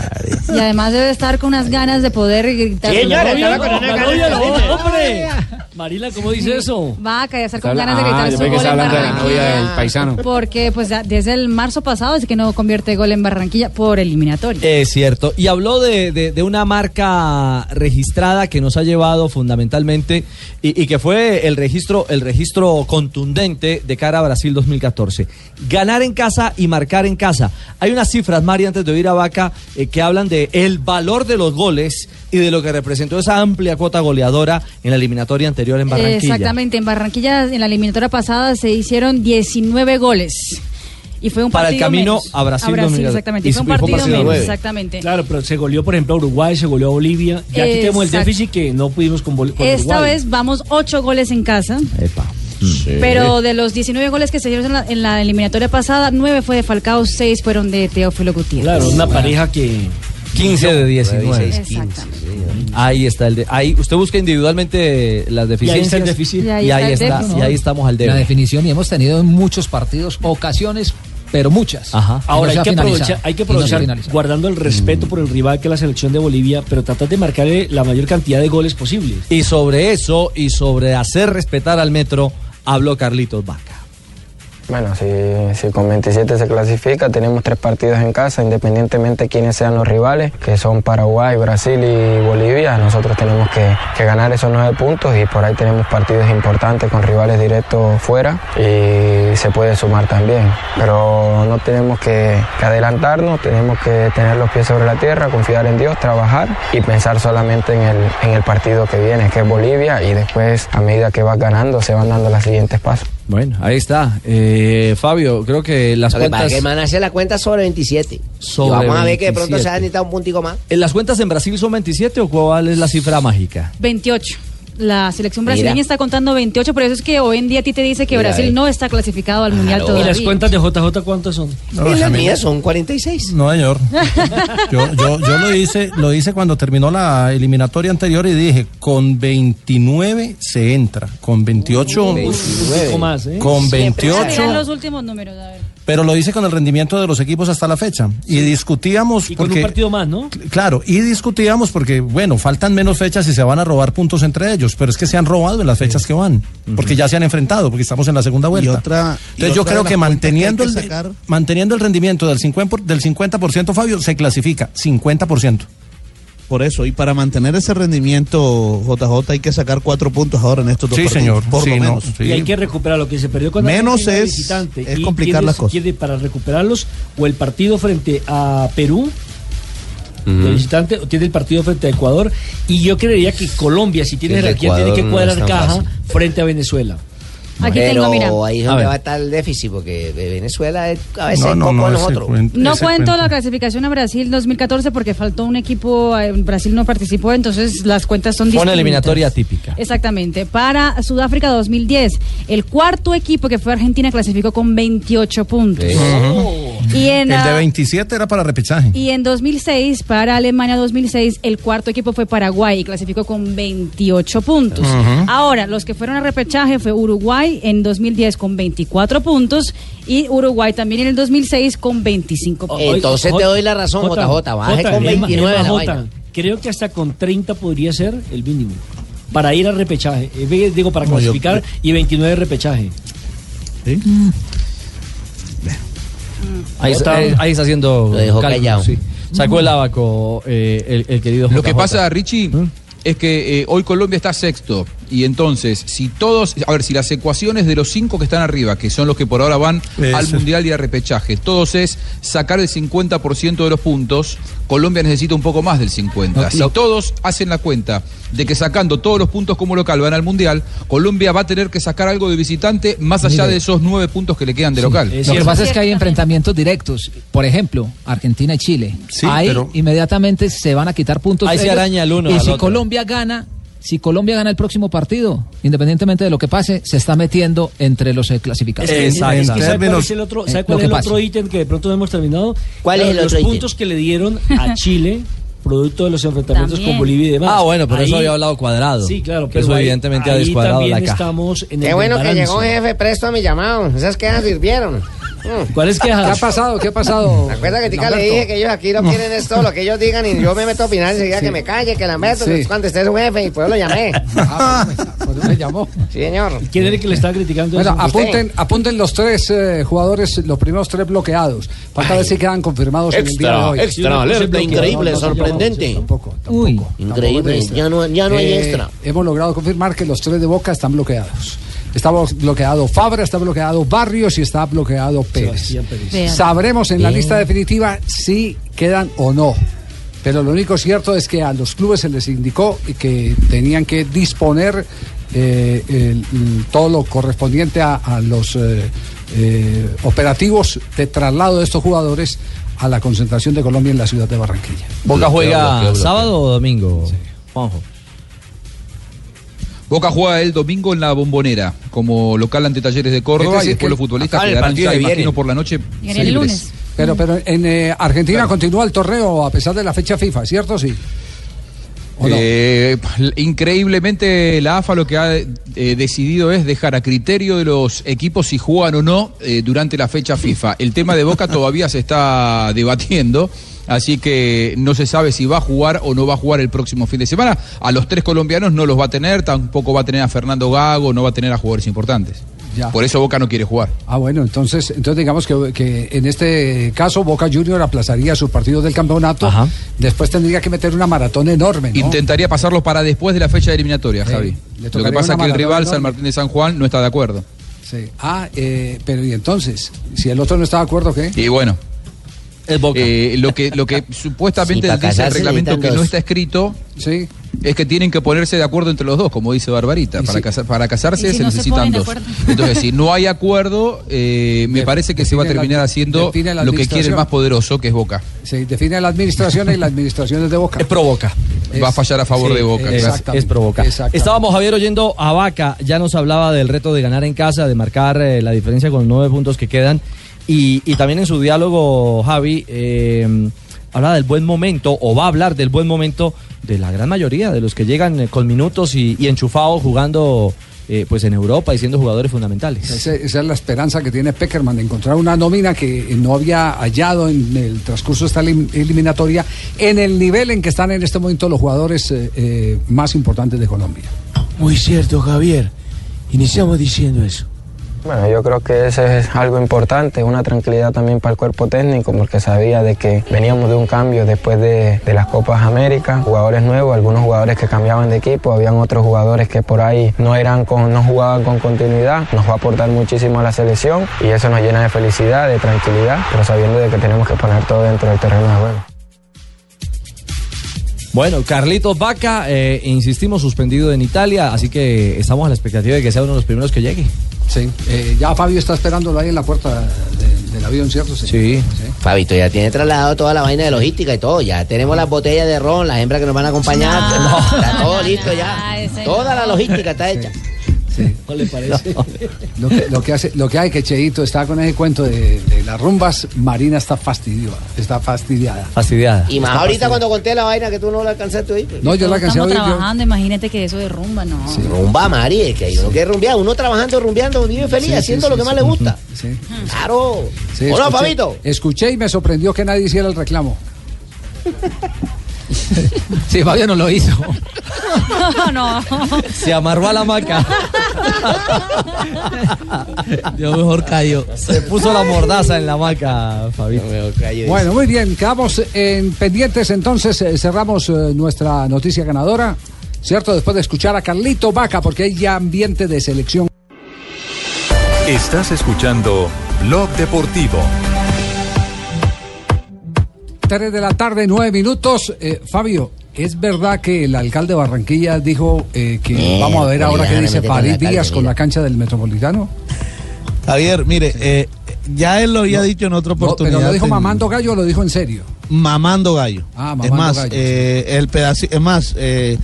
[SPEAKER 10] Y además debe estar con unas ganas de poder gritar.
[SPEAKER 4] Señora,
[SPEAKER 13] estaba
[SPEAKER 4] con una ¡Hombre! Marila, ¿cómo dice eso?
[SPEAKER 10] Vaca y estar con
[SPEAKER 4] Habla-
[SPEAKER 10] ganas de
[SPEAKER 4] Ah,
[SPEAKER 10] gritar
[SPEAKER 4] yo
[SPEAKER 10] su
[SPEAKER 4] pensé que
[SPEAKER 10] gol en
[SPEAKER 4] estaba hablando de la
[SPEAKER 10] Barranquilla.
[SPEAKER 4] novia del paisano.
[SPEAKER 10] Porque pues ya desde el marzo pasado es que no convierte gol en Barranquilla por eliminatoria.
[SPEAKER 3] Es cierto. Y habló de, de- de una marca registrada que nos ha llevado fundamentalmente y, y que fue el registro, el registro contundente de cara a Brasil 2014. Ganar en casa y marcar en casa. Hay unas cifras, Mari, antes de oír a Vaca, eh, que hablan de el valor de los goles y de lo que representó esa amplia cuota goleadora en la eliminatoria anterior en Barranquilla.
[SPEAKER 10] Exactamente, en Barranquilla en la eliminatoria pasada se hicieron 19 goles. Y fue un
[SPEAKER 3] Para el
[SPEAKER 10] partido
[SPEAKER 3] camino
[SPEAKER 10] menos.
[SPEAKER 3] a Brasil 2000.
[SPEAKER 10] exactamente.
[SPEAKER 3] Y
[SPEAKER 10] fue un
[SPEAKER 3] fue un
[SPEAKER 10] partido
[SPEAKER 3] partido
[SPEAKER 10] menos,
[SPEAKER 3] nueve.
[SPEAKER 10] exactamente.
[SPEAKER 4] Claro, pero se goleó, por ejemplo, a Uruguay, se goleó a Bolivia. Ya aquí tenemos el
[SPEAKER 10] Exacto.
[SPEAKER 4] déficit que no pudimos con, Bol- con
[SPEAKER 10] Esta
[SPEAKER 4] Uruguay.
[SPEAKER 10] vez vamos 8 goles en casa.
[SPEAKER 3] Eh.
[SPEAKER 4] Sí.
[SPEAKER 10] Pero de los 19 goles que se dieron en la, en la eliminatoria pasada, 9 fue de Falcao, 6 fueron de Teófilo Gutiérrez.
[SPEAKER 4] Claro, una pareja que...
[SPEAKER 3] 15 de 19.
[SPEAKER 10] Exactamente.
[SPEAKER 3] Ahí está el de, ahí usted busca individualmente las deficiencias
[SPEAKER 11] deficit.
[SPEAKER 3] y ahí, está, y ahí estamos al
[SPEAKER 11] La
[SPEAKER 3] debe.
[SPEAKER 11] definición, y hemos tenido en muchos partidos ocasiones, pero muchas. que no
[SPEAKER 4] Ahora
[SPEAKER 11] se
[SPEAKER 4] hay
[SPEAKER 11] ha
[SPEAKER 4] que,
[SPEAKER 11] finalizado,
[SPEAKER 4] aprovechar, hay que
[SPEAKER 11] y no se ha
[SPEAKER 4] aprovechar,
[SPEAKER 11] finalizado.
[SPEAKER 4] guardando el respeto por el rival que es la selección de Bolivia, pero tratar de marcarle la mayor cantidad de goles posible.
[SPEAKER 3] Y sobre eso y sobre hacer respetar al metro habló Carlitos Vaca.
[SPEAKER 15] Bueno, si, si con 27 se clasifica, tenemos tres partidos en casa, independientemente de quiénes sean los rivales, que son Paraguay, Brasil y Bolivia. Nosotros tenemos que, que ganar esos nueve puntos y por ahí tenemos partidos importantes con rivales directos fuera y se puede sumar también. Pero no tenemos que, que adelantarnos, tenemos que tener los pies sobre la tierra, confiar en Dios, trabajar y pensar solamente en el, en el partido que viene, que es Bolivia, y después a medida que vas ganando se van dando los siguientes pasos.
[SPEAKER 3] Bueno, ahí está. Eh, Fabio, creo que las
[SPEAKER 5] Lo que pasa es
[SPEAKER 3] cuentas,
[SPEAKER 5] que el man hace la cuenta sobre 27.
[SPEAKER 3] Sobre
[SPEAKER 5] y vamos a ver que de pronto se
[SPEAKER 3] 27.
[SPEAKER 5] va a necesitar un puntico más.
[SPEAKER 3] ¿En las cuentas en Brasil son 27 o cuál es la cifra mágica?
[SPEAKER 10] 28. La selección
[SPEAKER 3] Mira.
[SPEAKER 10] brasileña está contando 28, por eso es que hoy en día a ti te dice que
[SPEAKER 4] Mira,
[SPEAKER 10] Brasil
[SPEAKER 4] eh.
[SPEAKER 10] no está clasificado al Mundial
[SPEAKER 4] ¿Y
[SPEAKER 10] todavía.
[SPEAKER 4] las cuentas de JJ cuántas son?
[SPEAKER 14] No, Y las déjame. mías son
[SPEAKER 5] 46.
[SPEAKER 14] No, señor. Yo, yo, yo lo hice, lo hice cuando terminó la eliminatoria anterior y dije, con 29 se entra, con 28,
[SPEAKER 4] Un poco más, ¿eh?
[SPEAKER 14] con
[SPEAKER 10] Pero
[SPEAKER 14] 28
[SPEAKER 10] serán los últimos números, a ver.
[SPEAKER 14] Pero lo hice con el rendimiento de los equipos hasta la fecha. Y discutíamos
[SPEAKER 4] Y con
[SPEAKER 14] porque
[SPEAKER 4] un partido más, ¿no?
[SPEAKER 14] Cl- Claro, y discutíamos porque, bueno, faltan menos fechas y se van a robar puntos entre ellos, pero es que se han robado en las fechas que van, porque ya se han enfrentado, porque estamos en la segunda vuelta.
[SPEAKER 8] otra- y
[SPEAKER 14] Entonces yo
[SPEAKER 8] otra de
[SPEAKER 14] creo
[SPEAKER 8] las
[SPEAKER 14] que
[SPEAKER 8] cuentas
[SPEAKER 14] manteniendo,
[SPEAKER 8] que hay que
[SPEAKER 14] el,
[SPEAKER 8] sacar-
[SPEAKER 14] manteniendo el rendimiento del 50%, por- del 50% Fabio, se clasifica, 50%.
[SPEAKER 8] Por eso, y para mantener ese rendimiento, JJ, hay que sacar cuatro puntos ahora en estos dos
[SPEAKER 14] Sí,
[SPEAKER 8] partidos,
[SPEAKER 14] señor.
[SPEAKER 8] por lo
[SPEAKER 14] Sí, no,
[SPEAKER 8] menos.
[SPEAKER 14] sí.
[SPEAKER 4] Y hay que recuperar lo que se perdió con
[SPEAKER 8] Menos
[SPEAKER 4] Argentina de
[SPEAKER 8] es-
[SPEAKER 4] visitante.
[SPEAKER 8] es
[SPEAKER 4] Y
[SPEAKER 8] complicar
[SPEAKER 4] quiere-
[SPEAKER 8] las cosas.
[SPEAKER 4] quiere para recuperarlos o el partido frente a Perú de visitante o tiene el partido frente a Ecuador y yo creería que Colombia si tiene
[SPEAKER 5] El de
[SPEAKER 4] jerarquía tiene
[SPEAKER 5] Ecuador
[SPEAKER 4] que
[SPEAKER 5] no
[SPEAKER 4] cuadrar
[SPEAKER 5] es tan
[SPEAKER 4] caja
[SPEAKER 5] fácil.
[SPEAKER 4] frente a Venezuela.
[SPEAKER 10] Aquí
[SPEAKER 5] Pero
[SPEAKER 10] tengo, mira.
[SPEAKER 5] ahí es
[SPEAKER 4] A
[SPEAKER 5] donde
[SPEAKER 4] ver.
[SPEAKER 5] va a estar el déficit, porque de Venezuela es a veces
[SPEAKER 14] No, no,
[SPEAKER 5] poco
[SPEAKER 14] no,
[SPEAKER 5] a
[SPEAKER 14] ese
[SPEAKER 5] nosotros.
[SPEAKER 14] cuento-
[SPEAKER 10] No
[SPEAKER 14] ese
[SPEAKER 10] cuento
[SPEAKER 14] cuento.
[SPEAKER 10] la clasificación a Brasil 2014 porque faltó un equipo, eh, Brasil no participó, entonces las cuentas son
[SPEAKER 3] Fue
[SPEAKER 10] distintas.
[SPEAKER 3] una eliminatoria típica.
[SPEAKER 10] Exactamente. Para Sudáfrica 2010, el cuarto equipo que fue Argentina clasificó con 28 puntos.
[SPEAKER 14] Ujú.
[SPEAKER 10] Y en,
[SPEAKER 14] el de
[SPEAKER 10] ah,
[SPEAKER 14] 27 era para repechaje.
[SPEAKER 10] Y en 2006, para Alemania 2006, el cuarto equipo fue Paraguay y clasificó con 28 puntos.
[SPEAKER 14] Ujú.
[SPEAKER 10] Ahora, los que fueron a repechaje fue Uruguay en 2010 con 24 puntos y Uruguay también en el 2006 con 25 puntos.
[SPEAKER 5] Entonces te doy la razón,
[SPEAKER 4] Jota,
[SPEAKER 5] JJ, baje
[SPEAKER 4] Jota,
[SPEAKER 5] con
[SPEAKER 4] es más-
[SPEAKER 5] 29
[SPEAKER 4] es más,
[SPEAKER 5] la
[SPEAKER 4] Jota,
[SPEAKER 5] vaina.
[SPEAKER 4] Creo que hasta con 30 podría ser el mínimo para ir al repechaje. Eh, ve- Digo, para
[SPEAKER 8] No, yo-
[SPEAKER 4] clasificar y 29 repechaje.
[SPEAKER 3] Ahí,
[SPEAKER 4] Jota.
[SPEAKER 3] está- eh, ahí está haciendo.
[SPEAKER 2] Lo dejó
[SPEAKER 3] cálculos,
[SPEAKER 2] callado.
[SPEAKER 3] sí. Sacó el abaco eh, el, el querido
[SPEAKER 2] Lo que
[SPEAKER 3] JJ.
[SPEAKER 2] pasa, Richie,
[SPEAKER 11] ¿Mm?
[SPEAKER 2] es que eh, hoy Colombia está sexto. Y entonces, si todos, a ver, si las ecuaciones de los cinco que están arriba, que son los que por ahora van
[SPEAKER 14] Eso.
[SPEAKER 2] al Mundial y al repechaje, todos es sacar el 50% de los puntos, Colombia necesita un poco más del 50%.
[SPEAKER 14] No,
[SPEAKER 2] si
[SPEAKER 14] lo-
[SPEAKER 2] todos hacen la cuenta de que sacando todos los puntos como local van al Mundial, Colombia va a tener que sacar algo de visitante más allá
[SPEAKER 11] Mire.
[SPEAKER 2] de esos nueve puntos que le quedan de local.
[SPEAKER 11] Lo que pasa Eh, es que hay enfrentamientos directos. Por ejemplo, Argentina y Chile.
[SPEAKER 2] Sí,
[SPEAKER 11] Ahí
[SPEAKER 2] pero-
[SPEAKER 11] inmediatamente se van a quitar puntos.
[SPEAKER 3] Ahí se
[SPEAKER 11] ellos.
[SPEAKER 3] araña el uno
[SPEAKER 11] Y
[SPEAKER 3] al
[SPEAKER 11] si
[SPEAKER 3] otro.
[SPEAKER 11] Colombia gana, si Colombia gana el próximo partido, independientemente de lo que pase, se está metiendo entre los eh, clasificados. Eh,
[SPEAKER 4] Es que ¿Sabe cuál es el
[SPEAKER 3] eh,
[SPEAKER 4] otro, sabe cuál
[SPEAKER 11] Lo
[SPEAKER 4] es el
[SPEAKER 11] que
[SPEAKER 4] otro
[SPEAKER 11] pase.
[SPEAKER 4] ítem que de pronto no hemos terminado?
[SPEAKER 11] ¿Cuál
[SPEAKER 4] Claro,
[SPEAKER 11] es el
[SPEAKER 4] Los
[SPEAKER 11] otro ítem?
[SPEAKER 4] puntos que le dieron
[SPEAKER 5] (laughs)
[SPEAKER 4] a Chile producto de los enfrentamientos
[SPEAKER 3] También.
[SPEAKER 4] con Bolivia y demás.
[SPEAKER 3] Ah, bueno, pero eso
[SPEAKER 4] Ahí-
[SPEAKER 3] había hablado Cuadrado.
[SPEAKER 4] Sí, claro.
[SPEAKER 3] Que eso evidentemente ha
[SPEAKER 4] ahí
[SPEAKER 3] descuadrado
[SPEAKER 4] también
[SPEAKER 3] la caja.
[SPEAKER 4] estamos en el
[SPEAKER 5] Qué bueno que
[SPEAKER 4] desbalance.
[SPEAKER 5] llegó jefe presto a mi llamado. Esas quejas sirvieron. Mm.
[SPEAKER 4] ¿Cuáles quejas? ¿Qué ha pasado?
[SPEAKER 5] ¿Qué
[SPEAKER 14] (laughs)
[SPEAKER 5] ha pasado? Acuérdate que tica le dije que ellos aquí no quieren es todo lo que ellos digan y yo me meto a opinar enseguida que me calle, que la meto,
[SPEAKER 4] Sí.
[SPEAKER 5] que cuando esté su jefe y pues
[SPEAKER 14] (laughs)
[SPEAKER 5] lo llamé.
[SPEAKER 16] me llamó.
[SPEAKER 5] Sí, señor.
[SPEAKER 4] ¿Quién es el que le está criticando?
[SPEAKER 16] Bueno,
[SPEAKER 4] eso?
[SPEAKER 16] apunten, apunten los tres eh, jugadores, los primeros tres bloqueados, para ver si quedan confirmados en el día de hoy.
[SPEAKER 5] Tampoco,
[SPEAKER 16] Tampoco
[SPEAKER 5] Increíble,
[SPEAKER 16] es extra.
[SPEAKER 5] ya no, ya no hay
[SPEAKER 16] Eh,
[SPEAKER 5] extra.
[SPEAKER 16] Hemos logrado confirmar que los tres de Boca están bloqueados. Está bo- bloqueado Fabra, está bloqueado Barrios y está bloqueado Pérez.
[SPEAKER 4] Pérez.
[SPEAKER 16] Sabremos en la
[SPEAKER 4] Bien.
[SPEAKER 16] lista definitiva si quedan o no. Pero lo único cierto es que a los clubes se les indicó que tenían que disponer eh, el- mm, todo lo correspondiente a, a los eh, eh, operativos de traslado de estos jugadores a la concentración de Colombia en la ciudad de Barranquilla.
[SPEAKER 3] Boca juega sábado
[SPEAKER 2] o domingo, Boca juega el domingo en la Bombonera, como local ante Talleres de Córdoba,
[SPEAKER 16] Este Es
[SPEAKER 2] y
[SPEAKER 16] decir,
[SPEAKER 2] después
[SPEAKER 16] que
[SPEAKER 2] los futbolistas
[SPEAKER 16] acaban el
[SPEAKER 2] quedarán ya,
[SPEAKER 16] partido y vienen.
[SPEAKER 2] imagino, por la noche libres.
[SPEAKER 16] Pero, pero en eh, Argentina continúa el torneo a pesar de la fecha FIFA, ¿cierto? Sí.
[SPEAKER 2] Eh, increíblemente la AFA lo que ha eh, decidido es dejar a criterio de los equipos si juegan o no eh, durante la fecha FIFA. El tema de Boca todavía se está debatiendo. Así que no se sabe si va a jugar o no va a jugar el próximo fin de semana. A los tres colombianos no los va a tener, tampoco va a tener a Fernando Gago, no va a tener a jugadores importantes.
[SPEAKER 16] Ya.
[SPEAKER 2] Por eso Boca no quiere jugar.
[SPEAKER 16] Ah, bueno, entonces, entonces digamos que, que en este caso Boca Junior aplazaría sus partidos del campeonato. Después tendría que meter una maratón enorme. ¿no?
[SPEAKER 2] Intentaría pasarlos para después de la fecha de eliminatoria, Javi. Lo que
[SPEAKER 16] tocaría
[SPEAKER 2] pasa es
[SPEAKER 16] una
[SPEAKER 2] que el
[SPEAKER 16] maratón
[SPEAKER 2] rival San
[SPEAKER 16] enorme.
[SPEAKER 2] Martín de San Juan no está de acuerdo.
[SPEAKER 16] Sí. Ah, eh, pero y entonces, si el otro no está de acuerdo, ¿qué?
[SPEAKER 2] Y bueno. Eh, lo que lo
[SPEAKER 16] (laughs)
[SPEAKER 2] que supuestamente
[SPEAKER 16] Sí, para
[SPEAKER 2] dice el
[SPEAKER 16] casarse
[SPEAKER 2] reglamento
[SPEAKER 16] necesitan
[SPEAKER 2] que no
[SPEAKER 16] dos.
[SPEAKER 2] está escrito
[SPEAKER 16] Sí.
[SPEAKER 2] es que tienen que ponerse de acuerdo entre los dos, como dice Barbarita. Para, casa- para
[SPEAKER 7] ¿Y
[SPEAKER 2] casarse
[SPEAKER 7] si
[SPEAKER 2] se
[SPEAKER 7] no se
[SPEAKER 2] necesitan
[SPEAKER 7] ponen de
[SPEAKER 2] dos.
[SPEAKER 7] acuerdo?
[SPEAKER 2] Entonces, si no
[SPEAKER 7] (laughs)
[SPEAKER 2] hay acuerdo, eh, me parece que se va a
[SPEAKER 16] define la-
[SPEAKER 2] terminar haciendo
[SPEAKER 16] define la
[SPEAKER 2] lo que quiere el
[SPEAKER 16] administración.
[SPEAKER 2] más poderoso, que es Boca.
[SPEAKER 16] Se define la administración y la administración es de Boca. Es
[SPEAKER 3] provoca.
[SPEAKER 2] Va a fallar a favor
[SPEAKER 3] Sí,
[SPEAKER 2] de Boca.
[SPEAKER 3] Es,
[SPEAKER 2] claro.
[SPEAKER 3] es provocar. Estábamos, Javier, oyendo a Vaca. Ya nos hablaba del reto de ganar en casa, de marcar eh, la diferencia con los nueve puntos que quedan. Y, y también en su diálogo, Javi, eh, habla del buen momento, o va a hablar del buen momento de la gran mayoría de los que llegan eh, con minutos y, y enchufados jugando. eh, eh, pues en Europa y siendo jugadores fundamentales.
[SPEAKER 16] Ese- esa es la esperanza que tiene Peckerman de encontrar una nómina que no había hallado en el transcurso de esta elim- eliminatoria en el nivel en que están en este momento los jugadores eh, eh, más importantes de Colombia.
[SPEAKER 1] Muy cierto, Javier. Iniciamos diciendo eso.
[SPEAKER 15] Bueno, yo creo que eso es algo importante, una tranquilidad también para el cuerpo técnico, porque sabía de que veníamos de un cambio después de, de las Copas América, jugadores nuevos, algunos jugadores que cambiaban de equipo, habían otros jugadores que por ahí no eran con, no jugaban con continuidad, nos va a aportar muchísimo a la selección y eso nos llena de felicidad, de tranquilidad, pero sabiendo de que tenemos que poner todo dentro del terreno de juego.
[SPEAKER 3] Bueno, Carlitos Vaca, eh, insistimos, suspendido en Italia, así que estamos a la expectativa de que sea uno de los primeros que llegue.
[SPEAKER 16] Sí, eh, ya Fabio está esperándolo ahí en la puerta de- del avión, ¿cierto? Sí.
[SPEAKER 5] Fabito ya tiene trasladado toda la vaina de logística y todo. Ya tenemos las botellas de ron, las hembras que nos van a acompañar.
[SPEAKER 13] Ah.
[SPEAKER 5] está todo listo ya. Toda la logística está hecha.
[SPEAKER 16] ¿No le parece? Lo, que, lo, que hace, lo que hay que Cheito está con ese cuento de, de las rumbas, Marina está fastidiada. Está fastidiada.
[SPEAKER 3] Fastidiada.
[SPEAKER 5] Y más ahorita cuando conté la vaina que tú no la alcanzaste a oír. pues.
[SPEAKER 16] No, yo la alcancé a
[SPEAKER 10] Estamos
[SPEAKER 16] oír, yo-
[SPEAKER 10] trabajando, imagínate que eso derrumba, ¿no?
[SPEAKER 5] Rumba, Mari, es que hay uno que rumbear, uno trabajando, rumbeando, vive feliz,
[SPEAKER 16] Sí, sí,
[SPEAKER 5] haciendo
[SPEAKER 16] sí,
[SPEAKER 5] lo que
[SPEAKER 16] sí.
[SPEAKER 5] más le gusta.
[SPEAKER 16] Sí.
[SPEAKER 5] Claro.
[SPEAKER 16] Sí,
[SPEAKER 5] Hola,
[SPEAKER 16] escuché-
[SPEAKER 5] Fabito.
[SPEAKER 16] Escuché y me sorprendió que nadie hiciera el reclamo.
[SPEAKER 3] Sí, Fabio no lo hizo.
[SPEAKER 10] (laughs) No, no.
[SPEAKER 3] Se amarró a la maca. Yo mejor cayó. Se puso la mordaza en la maca, Fabito.
[SPEAKER 16] (laughs) Bueno, muy bien, quedamos en pendientes entonces, eh, cerramos eh, nuestra noticia ganadora, ¿cierto? Después de escuchar a Carlito Vaca, porque hay ya ambiente de selección.
[SPEAKER 17] Estás escuchando Blog Deportivo.
[SPEAKER 16] 3 de la tarde, 9 minutos. Eh, Fabio, ¿es verdad que el alcalde de Barranquilla dijo eh, que
[SPEAKER 8] Eh,
[SPEAKER 16] vamos a ver ahora qué dice
[SPEAKER 8] cuidadosamente con el
[SPEAKER 16] París
[SPEAKER 8] alcalde,
[SPEAKER 16] Díaz con
[SPEAKER 8] mira.
[SPEAKER 16] la cancha del Metropolitano?
[SPEAKER 8] Javier, mire, eh, ya él lo había dicho en otra
[SPEAKER 16] No,
[SPEAKER 8] oportunidad.
[SPEAKER 16] pero lo dijo
[SPEAKER 8] en-
[SPEAKER 16] mamando gallo o lo dijo en serio.
[SPEAKER 8] Mamando gallo.
[SPEAKER 16] Ah, mamando
[SPEAKER 8] es más,
[SPEAKER 16] gallo,
[SPEAKER 8] eh, el pedaci- es más, eh,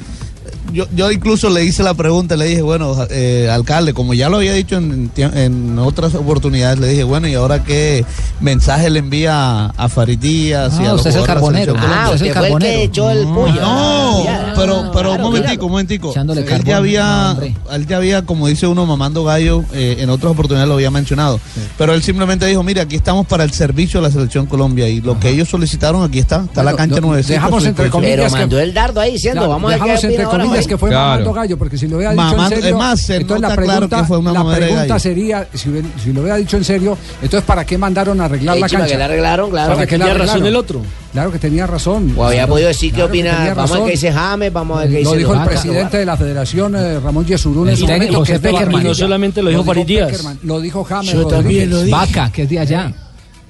[SPEAKER 8] yo, yo incluso le hice la pregunta, le dije, bueno, ja- eh, alcalde, como ya lo había dicho en, tie- en otras oportunidades, le dije, bueno, ¿y ahora qué mensaje le envía a, a Farid Díaz y
[SPEAKER 5] Ah,
[SPEAKER 8] a los
[SPEAKER 5] usted es el
[SPEAKER 8] jugadores de la
[SPEAKER 5] carbonero.
[SPEAKER 8] selección
[SPEAKER 5] Ah,
[SPEAKER 8] Colombia?
[SPEAKER 5] usted fue el que echó el puño.
[SPEAKER 8] No,
[SPEAKER 5] Ah,
[SPEAKER 8] pero, pero un
[SPEAKER 5] claro,
[SPEAKER 8] momentico,
[SPEAKER 5] claro.
[SPEAKER 8] un momentico.
[SPEAKER 5] Echándole
[SPEAKER 8] él
[SPEAKER 5] carbón,
[SPEAKER 8] ya había,
[SPEAKER 5] hombre.
[SPEAKER 8] él ya había, como dice uno, mamando gallo, eh, en otras oportunidades lo había mencionado. Pero él simplemente dijo, mira, aquí estamos para el servicio de la selección Colombia y lo que ellos solicitaron aquí está, está la
[SPEAKER 16] Bueno,
[SPEAKER 8] cancha
[SPEAKER 16] lo-
[SPEAKER 8] nueve.
[SPEAKER 16] dejamos entre comillas
[SPEAKER 5] Pero
[SPEAKER 16] que-
[SPEAKER 5] mandó el dardo ahí diciendo,
[SPEAKER 16] Claro,
[SPEAKER 5] vamos a ver qué
[SPEAKER 16] dejamos entre
[SPEAKER 5] opina ahora
[SPEAKER 16] comillas
[SPEAKER 5] Farid.
[SPEAKER 16] que fue
[SPEAKER 8] Claro.
[SPEAKER 16] mamando gallo, porque si lo hubiera dicho
[SPEAKER 8] Mamando-
[SPEAKER 16] en serio,
[SPEAKER 8] es más, se
[SPEAKER 16] entonces
[SPEAKER 8] nota
[SPEAKER 16] la
[SPEAKER 8] claro
[SPEAKER 16] pregunta,
[SPEAKER 8] que fue una
[SPEAKER 16] la
[SPEAKER 8] mamadera de
[SPEAKER 16] pregunta
[SPEAKER 8] gallo.
[SPEAKER 16] sería, si, hubiera- si lo hubiera dicho en serio, entonces ¿para qué mandaron a arreglar
[SPEAKER 5] Eh,
[SPEAKER 16] la
[SPEAKER 5] chima,
[SPEAKER 16] cancha?
[SPEAKER 5] que la arreglaron, claro.
[SPEAKER 16] ¿Para qué la
[SPEAKER 5] Tenía razón
[SPEAKER 16] arreglaron?
[SPEAKER 5] el otro.
[SPEAKER 16] Claro que tenía razón.
[SPEAKER 5] O Pues había
[SPEAKER 16] Claro,
[SPEAKER 5] podido decir qué
[SPEAKER 16] claro que
[SPEAKER 5] opina.
[SPEAKER 16] tenía
[SPEAKER 5] Vamos a ver qué
[SPEAKER 16] razón.
[SPEAKER 5] dice James, vamos a ver qué dice Ah,
[SPEAKER 16] Lo dijo el
[SPEAKER 5] Lobato.
[SPEAKER 16] presidente de la Federación, eh, Ramón Yesurún, en
[SPEAKER 4] El
[SPEAKER 16] su
[SPEAKER 4] técnico
[SPEAKER 16] momento, que
[SPEAKER 4] José
[SPEAKER 16] es de
[SPEAKER 4] Peckerman.
[SPEAKER 16] Barranquilla.
[SPEAKER 4] Y no solamente lo dijo Farid Díaz.
[SPEAKER 16] Peckerman, Lo dijo James
[SPEAKER 4] Yo también
[SPEAKER 16] Rodríguez.
[SPEAKER 4] lo dije.
[SPEAKER 16] Vaca, que es de allá.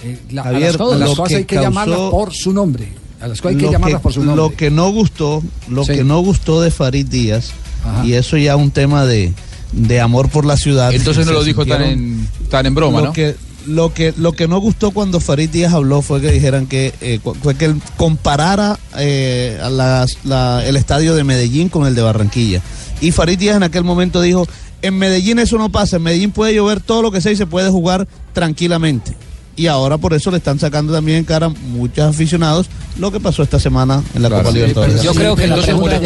[SPEAKER 16] Eh, la- a
[SPEAKER 8] Javier,
[SPEAKER 16] las cosas, las
[SPEAKER 8] lo
[SPEAKER 16] cosas
[SPEAKER 8] que
[SPEAKER 16] hay que
[SPEAKER 8] causó-
[SPEAKER 16] llamarlas por su nombre. A las cosas hay que
[SPEAKER 8] Lo
[SPEAKER 16] llamarlas
[SPEAKER 8] que-
[SPEAKER 16] por su nombre.
[SPEAKER 8] Lo que no gustó, lo
[SPEAKER 16] Sí.
[SPEAKER 8] que no gustó de Farid Díaz, y eso ya un tema de, de amor por la ciudad.
[SPEAKER 2] Entonces no
[SPEAKER 8] Se
[SPEAKER 2] lo dijo tan
[SPEAKER 8] sintieron-
[SPEAKER 2] en, tan en broma,
[SPEAKER 8] lo
[SPEAKER 2] ¿no?
[SPEAKER 8] Que, lo, que, lo que no gustó cuando Farid Díaz habló fue que dijeran que eh, cu- fue que él comparara eh, a las- la- el estadio de Medellín con el de Barranquilla. Y Farid Díaz en aquel momento dijo, en Medellín eso no pasa, en Medellín puede llover todo lo que sea y se puede jugar tranquilamente. Y ahora por eso le están sacando también en cara muchos aficionados lo que pasó esta semana en la Copa Libertadores.
[SPEAKER 16] La pregunta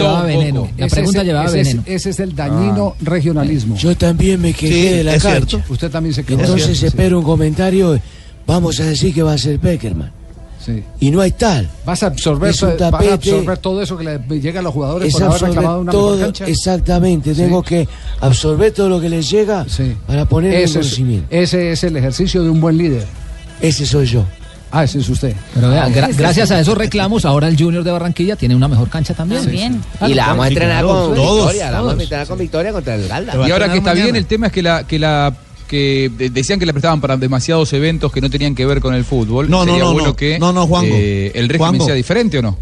[SPEAKER 16] llevaba veneno. Ese es, el dañino regionalismo.
[SPEAKER 1] Yo también me quejé
[SPEAKER 16] Ah. Sí,
[SPEAKER 1] de la
[SPEAKER 16] es
[SPEAKER 1] cancha.
[SPEAKER 16] cierto. Usted también se quejó. Es
[SPEAKER 1] Entonces
[SPEAKER 16] cierto,
[SPEAKER 1] espero un comentario. Vamos a decir que va a ser Peckerman.
[SPEAKER 16] Sí.
[SPEAKER 1] Y no hay tal.
[SPEAKER 16] Vas a absorber,
[SPEAKER 1] Es un
[SPEAKER 16] vas a
[SPEAKER 1] tapete.
[SPEAKER 16] absorber todo eso que le llega a los jugadores
[SPEAKER 1] Es
[SPEAKER 16] por haber
[SPEAKER 1] absorber
[SPEAKER 16] reclamado una mejor
[SPEAKER 1] todo,
[SPEAKER 16] cancha.
[SPEAKER 1] exactamente,
[SPEAKER 16] Sí.
[SPEAKER 1] tengo que absorber todo lo que les llega para poner en
[SPEAKER 16] Ese es,
[SPEAKER 1] conocimiento.
[SPEAKER 16] ese es el ejercicio de un buen líder.
[SPEAKER 1] Ese soy yo.
[SPEAKER 16] Ah, ese es usted.
[SPEAKER 7] Pero vea, gra- gracias a esos reclamos, ahora el Junior de Barranquilla tiene una mejor cancha también.
[SPEAKER 5] Y la vamos a entrenar con
[SPEAKER 2] todos,
[SPEAKER 5] Victoria, la vamos a
[SPEAKER 2] todos.
[SPEAKER 5] entrenar con Victoria contra el Galda.
[SPEAKER 2] Y ahora que está bien, el tema es que la, que la que de- decían que la prestaban para demasiados eventos que no tenían que ver con el fútbol.
[SPEAKER 8] No, no,
[SPEAKER 2] Sería
[SPEAKER 8] no,
[SPEAKER 2] bueno
[SPEAKER 8] no.
[SPEAKER 2] que
[SPEAKER 8] No, no, Juanjo.
[SPEAKER 2] eh, el régimen
[SPEAKER 8] Juanjo.
[SPEAKER 2] sea diferente o no.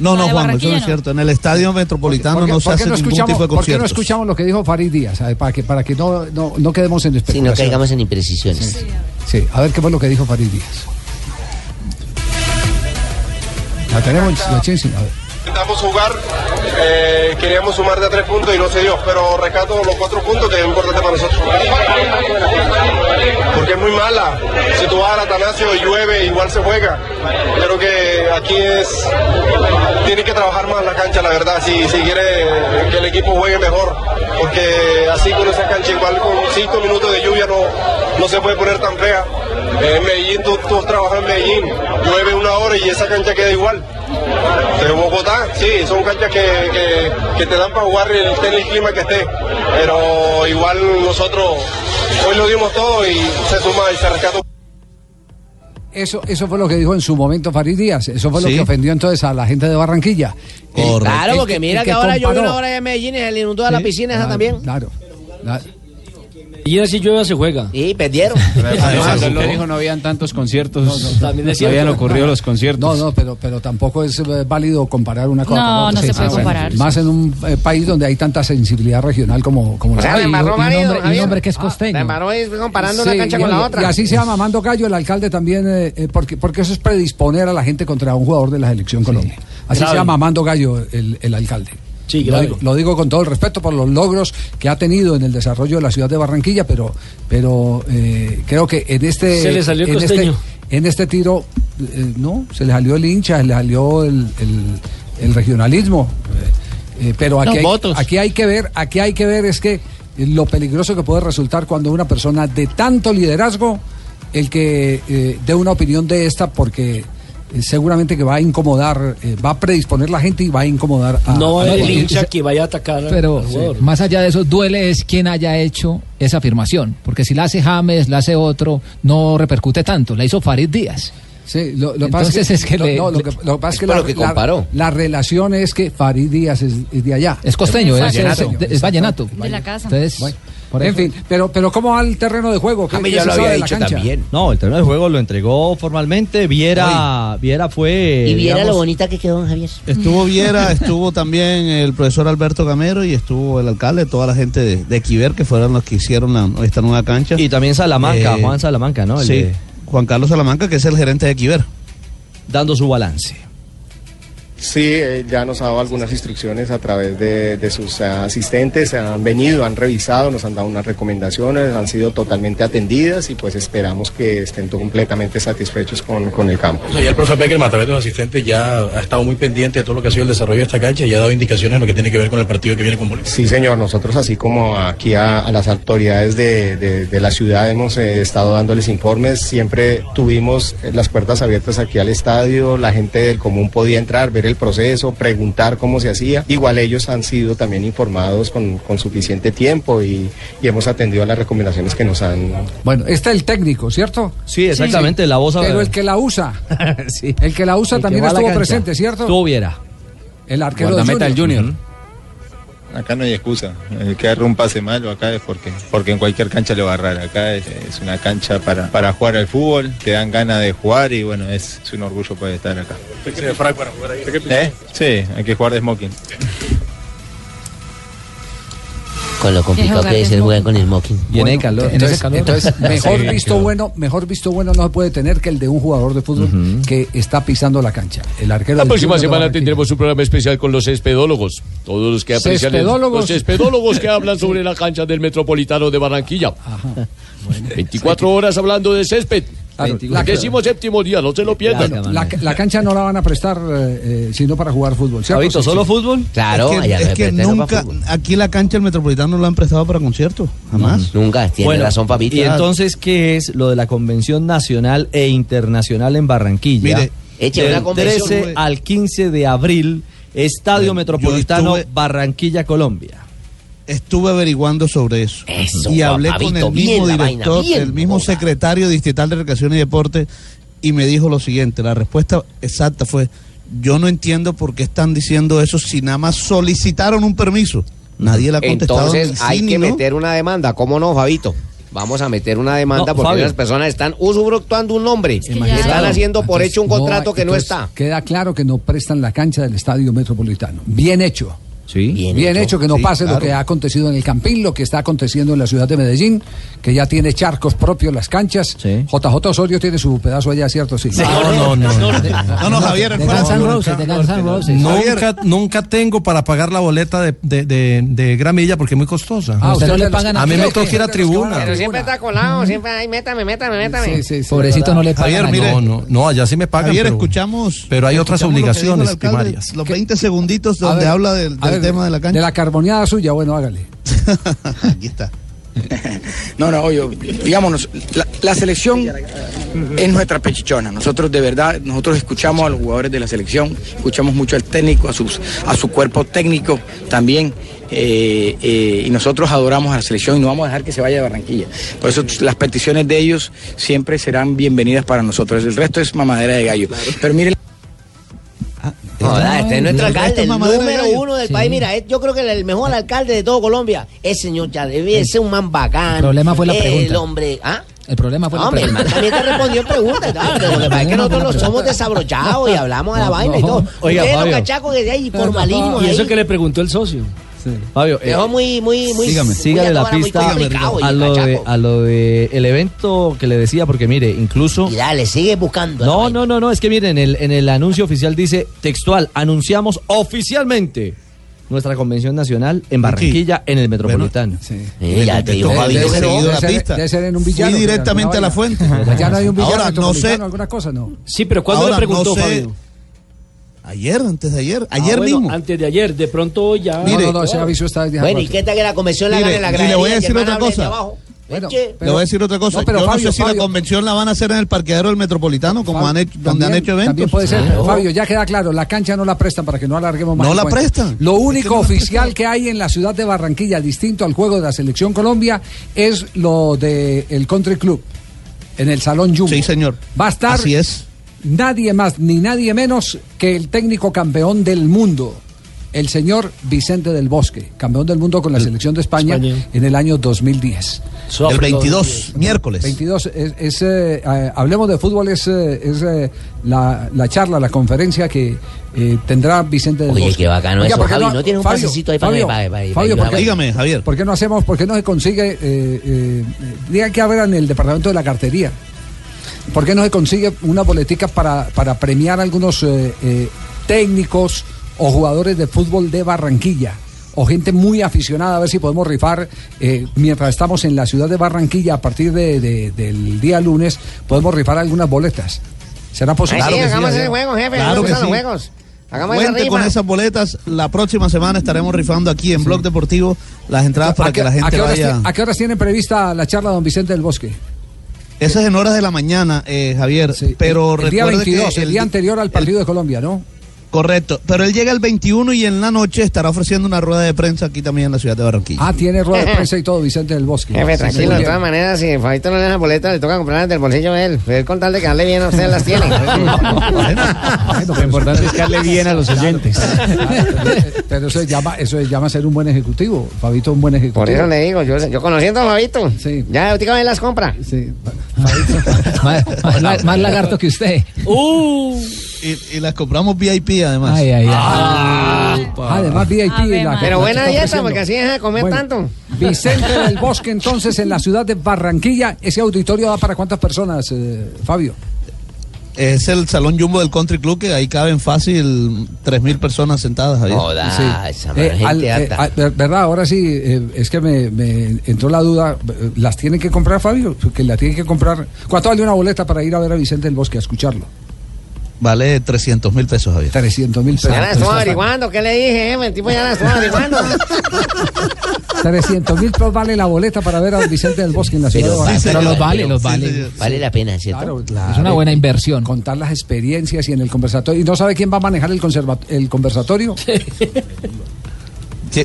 [SPEAKER 8] No, no,
[SPEAKER 16] de
[SPEAKER 8] Juan, eso no
[SPEAKER 16] Barranquilla
[SPEAKER 8] es
[SPEAKER 16] no.
[SPEAKER 8] cierto. En el estadio metropolitano
[SPEAKER 16] ¿Por qué-
[SPEAKER 8] no se
[SPEAKER 16] por qué
[SPEAKER 8] hace ningún tipo
[SPEAKER 16] escuchamos-
[SPEAKER 8] de
[SPEAKER 16] ¿Por qué no
[SPEAKER 8] conciertos.
[SPEAKER 16] escuchamos lo que dijo Farid Díaz? A ver, Para que, para que no, no, no quedemos en
[SPEAKER 5] Si no
[SPEAKER 16] especulación.
[SPEAKER 5] caigamos en imprecisiones.
[SPEAKER 16] Sí, a ver qué fue lo que dijo Farid Díaz. La tenemos, la Chelsea, a ver.
[SPEAKER 18] Intentamos jugar, eh, queríamos sumar de a tres puntos y no se dio, pero rescato los cuatro puntos que es importante para nosotros. Porque es muy mala. Si tú vas al Atanasio y llueve, igual se juega. Creo que aquí es. Tiene que trabajar más la cancha, la verdad, si, si quiere que el equipo juegue mejor. Porque así con esa cancha, igual con cinco minutos de lluvia, no, no se puede poner tan fea. En Medellín, tú, tú trabajas en Medellín, llueve una hora y esa cancha queda igual. De Bogotá, sí, son canchas que, que- que te dan para jugar el, esté en el clima que esté. Pero igual nosotros hoy lo dimos todo y se suma y se rescata.
[SPEAKER 16] Eso, eso fue lo que dijo en su momento Farid Díaz. Eso fue
[SPEAKER 5] Sí.
[SPEAKER 16] lo que ofendió entonces a la gente de Barranquilla. El-
[SPEAKER 5] Claro,
[SPEAKER 16] el
[SPEAKER 5] porque
[SPEAKER 16] que-
[SPEAKER 5] mira
[SPEAKER 16] el
[SPEAKER 5] que ahora llueve
[SPEAKER 16] comparó.
[SPEAKER 5] una hora allá en Medellín y se le inundó a la
[SPEAKER 4] Sí,
[SPEAKER 5] piscina esa
[SPEAKER 4] claro,
[SPEAKER 5] también.
[SPEAKER 16] Claro.
[SPEAKER 4] Y así llueve se juega.
[SPEAKER 5] Sí,
[SPEAKER 6] (laughs)
[SPEAKER 5] perdieron.
[SPEAKER 6] Además, lo dijo, no habían tantos conciertos, no,
[SPEAKER 16] También es
[SPEAKER 6] habían
[SPEAKER 16] cierto.
[SPEAKER 6] ocurrido los conciertos.
[SPEAKER 16] No, no, pero, pero tampoco es eh, válido comparar una cosa
[SPEAKER 10] No,
[SPEAKER 16] con otra.
[SPEAKER 10] no se puede comparar.
[SPEAKER 16] Más en un eh, país donde hay tanta sensibilidad regional como, como
[SPEAKER 7] Pues
[SPEAKER 5] O
[SPEAKER 16] la
[SPEAKER 5] sea, me embarró
[SPEAKER 16] Y- y un
[SPEAKER 5] marido,
[SPEAKER 16] hombre- y un
[SPEAKER 5] Javier. Ah,
[SPEAKER 16] hombre que es costeño.
[SPEAKER 5] Me embarró ahí comparando
[SPEAKER 16] Sí,
[SPEAKER 5] una cancha con
[SPEAKER 16] y-
[SPEAKER 5] la otra.
[SPEAKER 16] Y así sea mamando gallo el alcalde también, eh, eh, porque, porque eso es predisponer a la gente contra un jugador de la selección Colombia. Así
[SPEAKER 4] Grave.
[SPEAKER 16] sea mamando gallo el, el alcalde. lo,
[SPEAKER 4] grave.
[SPEAKER 16] digo, lo digo con todo el respeto por los logros que ha tenido en el desarrollo de la ciudad de Barranquilla, pero, pero eh, creo que en este.
[SPEAKER 4] Se le salió el
[SPEAKER 16] en este-
[SPEAKER 4] costeño.
[SPEAKER 16] en este tiro, eh, no, se le salió el hincha, se le salió el, el- el regionalismo. eh, eh, pero
[SPEAKER 4] Los
[SPEAKER 16] aquí hay,
[SPEAKER 4] votos.
[SPEAKER 16] aquí hay que ver, aquí hay que ver es que lo peligroso que puede resultar cuando una persona de tanto liderazgo, el que eh, dé una opinión de esta, porque eh, seguramente que va a incomodar, eh, va a predisponer la gente y va a incomodar a
[SPEAKER 4] Ah,
[SPEAKER 6] Ah,
[SPEAKER 4] No va a
[SPEAKER 16] a-
[SPEAKER 4] haber el
[SPEAKER 16] y-
[SPEAKER 4] hincha que vaya a atacar al-
[SPEAKER 16] Pero,
[SPEAKER 4] al
[SPEAKER 16] sí.
[SPEAKER 4] jugador.
[SPEAKER 7] Más allá de eso, duele es quien haya hecho esa afirmación, porque si la hace James, la hace otro, no repercute tanto, la hizo Farid Díaz.
[SPEAKER 16] Sí, lo, lo que pasa
[SPEAKER 7] Entonces es que
[SPEAKER 16] no,
[SPEAKER 7] le-
[SPEAKER 16] no, lo que lo que pasa es que,
[SPEAKER 7] Es por
[SPEAKER 16] la,
[SPEAKER 7] lo que
[SPEAKER 16] la-
[SPEAKER 7] comparó.
[SPEAKER 16] La, relación es que Farid Díaz es, es de allá.
[SPEAKER 7] Es costeño, es-
[SPEAKER 16] Vallenato.
[SPEAKER 7] es- es- es vallenato.
[SPEAKER 10] De la casa.
[SPEAKER 7] Entonces,
[SPEAKER 16] Bueno, en fin, pero, pero ¿cómo va el terreno de juego? ¿Qué-
[SPEAKER 3] A mí
[SPEAKER 16] qué
[SPEAKER 3] ya
[SPEAKER 16] se
[SPEAKER 3] lo
[SPEAKER 16] sabe
[SPEAKER 3] había
[SPEAKER 16] de la
[SPEAKER 3] dicho
[SPEAKER 16] cancha?
[SPEAKER 3] también. No, el terreno de juego lo entregó formalmente. Viera, Viera fue.
[SPEAKER 5] y viera
[SPEAKER 3] digamos,
[SPEAKER 5] lo bonita que quedó, don Javier.
[SPEAKER 8] Estuvo
[SPEAKER 6] (laughs)
[SPEAKER 8] Viera, estuvo también el profesor Alberto Camero y estuvo el alcalde, toda la gente de, de Quiver que fueron los que hicieron la- esta nueva cancha.
[SPEAKER 3] Y también Salamanca,
[SPEAKER 8] Eh,
[SPEAKER 3] Juan Salamanca, ¿no? El
[SPEAKER 8] sí,
[SPEAKER 3] de-
[SPEAKER 8] Juan Carlos Salamanca, que es el gerente de Quiver.
[SPEAKER 3] dando su balance.
[SPEAKER 19] Sí, eh, ya nos ha dado algunas instrucciones a través de, de sus eh, asistentes, han venido, han revisado, nos han dado unas recomendaciones, han sido totalmente atendidas y pues esperamos que estén completamente satisfechos con, con el campo.
[SPEAKER 20] Ya el profe Beckerman, a través de los asistentes, ya ha estado muy pendiente de todo lo que ha sido el desarrollo de esta cancha y ya ha dado indicaciones en lo que tiene que ver con el partido que viene con Bolivia.
[SPEAKER 19] Sí, señor, nosotros así como aquí a, a las autoridades de, de- de la ciudad hemos eh, estado dándoles informes, siempre tuvimos eh, las puertas abiertas aquí al estadio, la gente del común podía entrar, ver el proceso, preguntar cómo se hacía, igual ellos han sido también informados con, con suficiente tiempo y, y hemos atendido a las recomendaciones que nos han...
[SPEAKER 16] Bueno, está el técnico, ¿cierto?
[SPEAKER 19] Sí, exactamente, la voz-
[SPEAKER 16] Pero el que la usa, el que la usa
[SPEAKER 3] El que
[SPEAKER 16] también
[SPEAKER 3] va a la
[SPEAKER 16] estuvo
[SPEAKER 3] cancha.
[SPEAKER 16] presente, ¿cierto?
[SPEAKER 3] Estuvo Viera.
[SPEAKER 16] El arquero
[SPEAKER 21] Guardameta
[SPEAKER 16] del
[SPEAKER 21] del
[SPEAKER 16] Junior.
[SPEAKER 21] Junior. Acá no hay excusa. El que agarre un pase malo acá es porque, porque en cualquier cancha lo va a agarrar. Acá es, es una cancha para, para jugar al fútbol, te dan ganas de jugar y bueno, es, es un orgullo poder estar acá.
[SPEAKER 20] ¿Qué cree Frank para jugar ahí?
[SPEAKER 21] ¿Eh? Sí, hay que jugar de smoking.
[SPEAKER 5] Con lo complicado
[SPEAKER 16] jugar
[SPEAKER 5] que es
[SPEAKER 16] de
[SPEAKER 5] el jugar con el smoking.
[SPEAKER 16] Bueno, Entonces,
[SPEAKER 5] (laughs)
[SPEAKER 16] entonces, mejor visto bueno, mejor visto bueno no se puede tener que el de un jugador de fútbol que está pisando la cancha. El arquero
[SPEAKER 22] La
[SPEAKER 16] del
[SPEAKER 22] próxima
[SPEAKER 16] Junior de
[SPEAKER 22] semana
[SPEAKER 16] Barranquilla.
[SPEAKER 22] tendremos un programa especial con los espedólogos. Todos los que aprecian. el-
[SPEAKER 16] Cespedólogos.
[SPEAKER 22] los espedólogos que hablan
[SPEAKER 16] (laughs)
[SPEAKER 22] sobre la cancha del Metropolitano de Barranquilla.
[SPEAKER 16] pues
[SPEAKER 22] 24 horas hablando de césped.
[SPEAKER 16] la-
[SPEAKER 22] Décimo séptimo día, no se lo pierdan.
[SPEAKER 16] La, la- la cancha no la van a prestar eh, eh, sino para jugar fútbol. ¿cierto? Sí, sí.
[SPEAKER 8] es que, es que nunca, aquí la cancha del Metropolitano no la han prestado para conciertos, jamás.
[SPEAKER 3] Mm.
[SPEAKER 8] Ah,
[SPEAKER 5] Nunca, tiene
[SPEAKER 3] Bueno,
[SPEAKER 5] razón, papito.
[SPEAKER 3] Y entonces, ¿qué es lo de la Convención Nacional e Internacional en Barranquilla?
[SPEAKER 5] Mire, Eche
[SPEAKER 3] del
[SPEAKER 5] una convención,
[SPEAKER 3] 13
[SPEAKER 5] güey.
[SPEAKER 3] al 15 de abril, Estadio Metropolitano
[SPEAKER 8] Eh, estuve-
[SPEAKER 3] Barranquilla, Colombia.
[SPEAKER 8] Estuve averiguando sobre eso.
[SPEAKER 3] Eso,
[SPEAKER 8] y hablé
[SPEAKER 3] papito,
[SPEAKER 8] con el
[SPEAKER 3] bien
[SPEAKER 8] mismo
[SPEAKER 3] la
[SPEAKER 8] director,
[SPEAKER 3] vaina, bien,
[SPEAKER 8] el mismo secretario distrital de Recreación y Deporte, y me dijo lo siguiente, la respuesta exacta fue, yo no entiendo por qué están diciendo eso si nada más solicitaron un permiso. Nadie la ha contestado.
[SPEAKER 5] Entonces
[SPEAKER 8] ni sí,
[SPEAKER 5] hay
[SPEAKER 8] ni
[SPEAKER 5] que
[SPEAKER 8] no.
[SPEAKER 5] meter una demanda, ¿cómo no, Fabito? Vamos a meter una demanda
[SPEAKER 16] No,
[SPEAKER 5] porque
[SPEAKER 16] Fabio.
[SPEAKER 5] las personas están usufructuando un nombre.
[SPEAKER 16] ya-
[SPEAKER 5] están haciendo por
[SPEAKER 16] Entonces,
[SPEAKER 5] hecho un contrato que no
[SPEAKER 16] entonces,
[SPEAKER 5] está.
[SPEAKER 16] Queda claro que no prestan la cancha del Estadio Metropolitano. Bien hecho. Bien, hecho. que no
[SPEAKER 8] Sí,
[SPEAKER 16] pase lo
[SPEAKER 8] claro.
[SPEAKER 16] que ha acontecido en el Campín, lo que está aconteciendo en la ciudad de Medellín, que ya tiene charcos propios las canchas. JJ Osorio tiene su pedazo allá, ¿cierto? Sí.
[SPEAKER 14] No, no, no. No,
[SPEAKER 8] No, no, Javier,
[SPEAKER 16] De Guns N' Roses, de Guns N' Roses.
[SPEAKER 14] Nunca, nunca tengo para pagar la boleta de, de, de, de gramilla porque es muy costosa.
[SPEAKER 7] Ah, ¿usted no le pagan a
[SPEAKER 14] a mí
[SPEAKER 7] ti
[SPEAKER 14] me
[SPEAKER 7] o
[SPEAKER 14] toca
[SPEAKER 7] qué?
[SPEAKER 14] ir a tribuna.
[SPEAKER 5] Pero siempre está colado, siempre, ay, métame, métame, métame.
[SPEAKER 7] Pobrecito no le pagan
[SPEAKER 14] Javier,
[SPEAKER 7] a
[SPEAKER 14] mire, no,
[SPEAKER 7] nadie.
[SPEAKER 14] no, no, allá sí me pagan.
[SPEAKER 8] Javier,
[SPEAKER 14] pero,
[SPEAKER 8] escuchamos.
[SPEAKER 14] Pero hay otras
[SPEAKER 8] escuchamos lo que dijo el
[SPEAKER 14] obligaciones
[SPEAKER 8] alcalde,
[SPEAKER 14] primarias.
[SPEAKER 8] Los 20 segunditos
[SPEAKER 16] A
[SPEAKER 8] donde
[SPEAKER 16] ver,
[SPEAKER 8] habla del,
[SPEAKER 16] a ver,
[SPEAKER 8] del tema de la cancha.
[SPEAKER 16] De la carboneada suya, bueno, hágale.
[SPEAKER 23] No, no, yo, digamos, la, la selección es nuestra pechichona. Nosotros de verdad, nosotros escuchamos a los jugadores de la selección, escuchamos mucho al técnico, a, sus, a su cuerpo técnico también, eh, eh, y nosotros adoramos a la selección y no vamos a dejar que se vaya de Barranquilla. Por eso t- las peticiones de ellos siempre serán bienvenidas para nosotros. El resto es mamadera de gallo. Pero mire,
[SPEAKER 5] Joda, este es nuestro
[SPEAKER 23] El resto
[SPEAKER 5] alcalde,
[SPEAKER 23] es
[SPEAKER 5] el
[SPEAKER 23] mamadera de
[SPEAKER 5] número
[SPEAKER 23] gallo.
[SPEAKER 5] uno del
[SPEAKER 23] Sí.
[SPEAKER 5] país. Mira, es- yo creo que el mejor alcalde de todo Colombia es señor Chávez. Es un man bacán.
[SPEAKER 7] El problema fue la
[SPEAKER 5] Eh, El
[SPEAKER 7] pregunta.
[SPEAKER 5] hombre. ¿Ah?
[SPEAKER 7] El problema fue la
[SPEAKER 5] Hombre, el man
[SPEAKER 7] pregunta.
[SPEAKER 5] también te respondió preguntas. ¿no? Pero lo que pasa es que nosotros nos somos desabrochados y hablamos a la
[SPEAKER 4] No,
[SPEAKER 5] vaina y
[SPEAKER 4] no.
[SPEAKER 5] todo.
[SPEAKER 4] Oiga,
[SPEAKER 5] Ustedes los
[SPEAKER 4] Fabio.
[SPEAKER 5] cachacos que de ahí, formalismos
[SPEAKER 4] Y eso
[SPEAKER 5] ahí.
[SPEAKER 4] que le preguntó el socio.
[SPEAKER 3] Fabio, eh,
[SPEAKER 5] Dejó muy, muy, muy.
[SPEAKER 3] sígame,
[SPEAKER 5] muy
[SPEAKER 3] sígale la
[SPEAKER 5] atómala, muy
[SPEAKER 3] pista
[SPEAKER 5] complicado,
[SPEAKER 3] a
[SPEAKER 5] oye,
[SPEAKER 3] lo, de,
[SPEAKER 5] cachaco.
[SPEAKER 3] a lo de el evento que le decía, porque mire, incluso.
[SPEAKER 5] Y dale, sigue buscando.
[SPEAKER 3] No, no, no, no, es que miren, en el, en el anuncio oficial dice textual, anunciamos oficialmente nuestra convención nacional en Barranquilla, en el Metropolitano.
[SPEAKER 5] Eh, ya te digo, Fabio,
[SPEAKER 16] Debe ser-
[SPEAKER 5] pero-
[SPEAKER 16] debe ser- debe ser en un villano,
[SPEAKER 8] Fui directamente
[SPEAKER 16] alguna
[SPEAKER 8] a la
[SPEAKER 16] vaina.
[SPEAKER 8] fuente.
[SPEAKER 16] Allá no hay un villano.
[SPEAKER 8] Ahora, no sé-
[SPEAKER 16] metropolitano, ¿Alguna cosa? No.
[SPEAKER 4] Sí, pero ¿cuándo
[SPEAKER 8] Ahora,
[SPEAKER 4] le preguntó,
[SPEAKER 8] no sé-
[SPEAKER 4] Fabio?
[SPEAKER 8] Ayer, antes de ayer.
[SPEAKER 4] Ah,
[SPEAKER 8] Ayer
[SPEAKER 4] bueno,
[SPEAKER 8] mismo.
[SPEAKER 4] Antes de ayer, de pronto ya.
[SPEAKER 8] Mire, No, no, no,
[SPEAKER 16] ese aviso está desde
[SPEAKER 5] Bueno, ¿y qué tal que la convención la
[SPEAKER 8] Mire,
[SPEAKER 5] gana en la
[SPEAKER 8] y le
[SPEAKER 5] gradería?
[SPEAKER 8] voy a
[SPEAKER 5] y el
[SPEAKER 8] decir
[SPEAKER 5] man
[SPEAKER 8] otra
[SPEAKER 5] hable de
[SPEAKER 8] cosa.
[SPEAKER 5] abajo? Eche.
[SPEAKER 8] Le voy a decir otra cosa.
[SPEAKER 5] No, pero
[SPEAKER 8] Yo
[SPEAKER 5] Fabio,
[SPEAKER 8] no sé si
[SPEAKER 5] Fabio.
[SPEAKER 8] la convención la van a hacer en el parqueadero del Metropolitano, como han hecho, donde han hecho eventos.
[SPEAKER 16] También puede ser, pero, Fabio, ya queda claro, la cancha no la prestan para que no alarguemos más.
[SPEAKER 8] No
[SPEAKER 16] el
[SPEAKER 8] la
[SPEAKER 16] cuento.
[SPEAKER 8] prestan.
[SPEAKER 16] Lo único
[SPEAKER 8] no la
[SPEAKER 16] oficial que hay en la ciudad de Barranquilla, distinto al juego de la selección Colombia, es lo del el Country Club, en el Salón Jumbo. Sí,
[SPEAKER 8] señor.
[SPEAKER 16] Va a estar
[SPEAKER 8] Así es.
[SPEAKER 16] nadie más ni nadie menos que el técnico campeón del mundo. El señor Vicente del Bosque, campeón del mundo con la selección de España, en el año 2010.
[SPEAKER 8] El 22, miércoles.
[SPEAKER 16] 22, es, es, eh, eh, hablemos de fútbol, es, eh, es, eh, la, la charla, la conferencia que eh, tendrá Vicente del
[SPEAKER 5] Oye,
[SPEAKER 16] Bosque.
[SPEAKER 5] qué bacano eso,
[SPEAKER 16] ¿por qué
[SPEAKER 5] Javi, ¿no tiene un pasecito ahí para que- para- para- para
[SPEAKER 16] Fabio,
[SPEAKER 5] ayudar
[SPEAKER 16] ¿por qué-
[SPEAKER 5] a- Dígame,
[SPEAKER 8] Javier.
[SPEAKER 16] ¿Por qué no hacemos, por qué no se consigue, eh, eh, diga que habrá en el departamento de la cartería? ¿Por qué no se consigue una boletica para, para premiar a algunos eh, eh, técnicos o jugadores de fútbol de Barranquilla? O gente muy aficionada, a ver si podemos rifar, eh, mientras estamos en la ciudad de Barranquilla, a partir de- de- del día lunes, podemos rifar algunas boletas. ¿Será posible?
[SPEAKER 5] Ay, Pues, sí, hagamos ese juego, jefe.
[SPEAKER 8] Claro
[SPEAKER 5] Claro
[SPEAKER 8] que
[SPEAKER 5] que los
[SPEAKER 8] sí.
[SPEAKER 5] juegos. Hagamos esa
[SPEAKER 8] Cuente con
[SPEAKER 5] rifa.
[SPEAKER 8] esas boletas. La próxima semana estaremos rifando aquí en Blog Deportivo las entradas para
[SPEAKER 16] ¿A qué,
[SPEAKER 8] que la
[SPEAKER 16] a
[SPEAKER 8] gente
[SPEAKER 16] qué horas
[SPEAKER 8] vaya.
[SPEAKER 16] ti- a qué horas tiene prevista la charla don Vicente del Bosque?
[SPEAKER 8] Esas en horas de la mañana, eh, Javier. pero
[SPEAKER 16] el día
[SPEAKER 8] recuerde que
[SPEAKER 16] 22, el,
[SPEAKER 8] el-
[SPEAKER 16] día anterior al partido de Colombia, ¿no?
[SPEAKER 8] Correcto. Pero él llega el 21 y en la noche estará ofreciendo una rueda de prensa aquí también en la ciudad de Barranquilla.
[SPEAKER 16] Ah, tiene rueda
[SPEAKER 5] (laughs)
[SPEAKER 16] de prensa y todo, Vicente del Bosque.
[SPEAKER 5] Jefe,
[SPEAKER 16] Sí,
[SPEAKER 5] tranquilo,
[SPEAKER 16] muy
[SPEAKER 5] de
[SPEAKER 16] bien.
[SPEAKER 5] todas maneras, si Fabito no le da las boletas, le toca comprarlas del bolsillo de él. Él con tal de que darle bien a usted
[SPEAKER 8] (laughs)
[SPEAKER 5] las tiene. ¿eh?
[SPEAKER 6] Lo importante es que darle bien a los oyentes.
[SPEAKER 16] Ah, Pero eso se llama, eso se llama ser un buen ejecutivo. Fabito, un buen ejecutivo.
[SPEAKER 5] Por eso le digo, yo, yo conociendo a Fabito, ya ahorita me las compra.
[SPEAKER 7] Más,
[SPEAKER 5] (laughs)
[SPEAKER 7] más la- más lagarto que usted.
[SPEAKER 5] Uh.
[SPEAKER 8] Y, y las compramos VIP además. Ah.
[SPEAKER 7] Ay, ay, ay.
[SPEAKER 16] Además, VIP. la-
[SPEAKER 8] Ave María.
[SPEAKER 5] Pero
[SPEAKER 16] la
[SPEAKER 5] buena
[SPEAKER 16] que está
[SPEAKER 5] dieta, porque así
[SPEAKER 16] ofreciendo.
[SPEAKER 5] deja de comer
[SPEAKER 16] Bueno,
[SPEAKER 5] tanto.
[SPEAKER 16] Vicente del Bosque, entonces, en la ciudad de Barranquilla, ¿ese auditorio da para cuántas personas, eh, Fabio?
[SPEAKER 8] Es el salón jumbo del Country Club que ahí caben fácil 3.000 personas sentadas. Javier.
[SPEAKER 16] Eh, al- eh,
[SPEAKER 8] ah.
[SPEAKER 16] al- ver- ¿Verdad? Ahora sí, eh, es que me, me entró la duda. eh, ¿Las tienen que comprar, Fabio? Que la tienen que comprar. ¿Cuánto vale una boleta para ir a ver a Vicente del Bosque a escucharlo?
[SPEAKER 8] Vale 300 mil pesos, Javier.
[SPEAKER 16] 300 mil
[SPEAKER 5] (laughs) Ya la estuvo averiguando, ¿qué le dije, jefe? El tipo ya la estuvo averiguando.
[SPEAKER 16] 300 mil pesos vale la boleta para ver a Vicente del Bosque en la ciudad de Barranquilla.
[SPEAKER 5] Vale la pena, ¿cierto?
[SPEAKER 16] Es una buena inversión. Contar las experiencias y en el conversatorio. ¿Y no sabe quién va a manejar el, conserva- el conversatorio?
[SPEAKER 8] ¿Qui-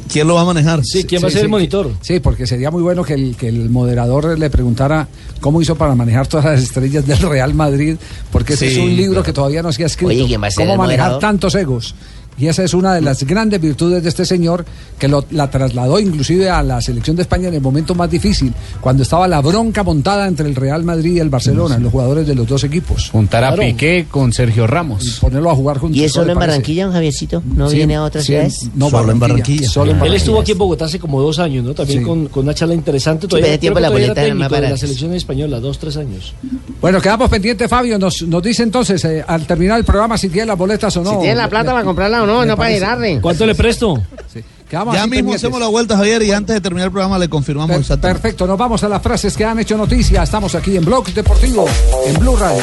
[SPEAKER 8] ¿Quién lo va a manejar? Sí,
[SPEAKER 16] monitor? Sí, porque sería muy bueno que el, que el moderador le preguntara cómo hizo para manejar todas las estrellas del Real Madrid, porque ese
[SPEAKER 5] Sí,
[SPEAKER 7] (laughs)
[SPEAKER 16] es un libro que todavía no se ha escrito.
[SPEAKER 5] Oye, ¿quién va a ser
[SPEAKER 16] ¿Cómo
[SPEAKER 5] el
[SPEAKER 16] manejar
[SPEAKER 5] moderador?
[SPEAKER 16] tantos egos? Y esa es una de las grandes virtudes de este señor que lo- la trasladó inclusive a la selección de España en el momento más difícil, cuando estaba la bronca montada entre el Real Madrid y el Barcelona, los jugadores de los dos equipos.
[SPEAKER 6] Juntar a
[SPEAKER 16] Claro.
[SPEAKER 6] Piqué con Sergio Ramos.
[SPEAKER 16] Ponerlo a jugar juntos.
[SPEAKER 5] ¿Y
[SPEAKER 16] ¿no
[SPEAKER 5] eso solo
[SPEAKER 16] le
[SPEAKER 5] en
[SPEAKER 16] parece?
[SPEAKER 5] Barranquilla, don Javiercito? ¿No
[SPEAKER 16] Sí,
[SPEAKER 5] viene a otras
[SPEAKER 16] sí,
[SPEAKER 5] ciudades?
[SPEAKER 16] no, Solo en Barranquilla. Solo en
[SPEAKER 4] Él
[SPEAKER 16] Barranquilla.
[SPEAKER 4] estuvo aquí en Bogotá hace como dos años, ¿no? También
[SPEAKER 16] Sí.
[SPEAKER 4] con, con una charla interesante.
[SPEAKER 16] pero
[SPEAKER 4] Todavía,
[SPEAKER 16] de tiempo la
[SPEAKER 4] creo que todavía era
[SPEAKER 16] boleta eran más
[SPEAKER 4] técnico de la
[SPEAKER 16] baratas.
[SPEAKER 4] selección española, dos, tres años.
[SPEAKER 16] Bueno, quedamos pendientes, Fabio. Nos, nos dice entonces, eh, al terminar el programa, si tiene las boletas o no.
[SPEAKER 5] Si tiene la plata para comprarla o no, no para girarle.
[SPEAKER 4] ¿Cuánto le presto?
[SPEAKER 8] Ya mismo hacemos la vuelta, Javier, y antes de terminar el programa le confirmamos el exactamente.
[SPEAKER 16] Perfecto, nos vamos a las frases que han hecho noticia. Estamos aquí en Blog Deportivo, en Blue Radio.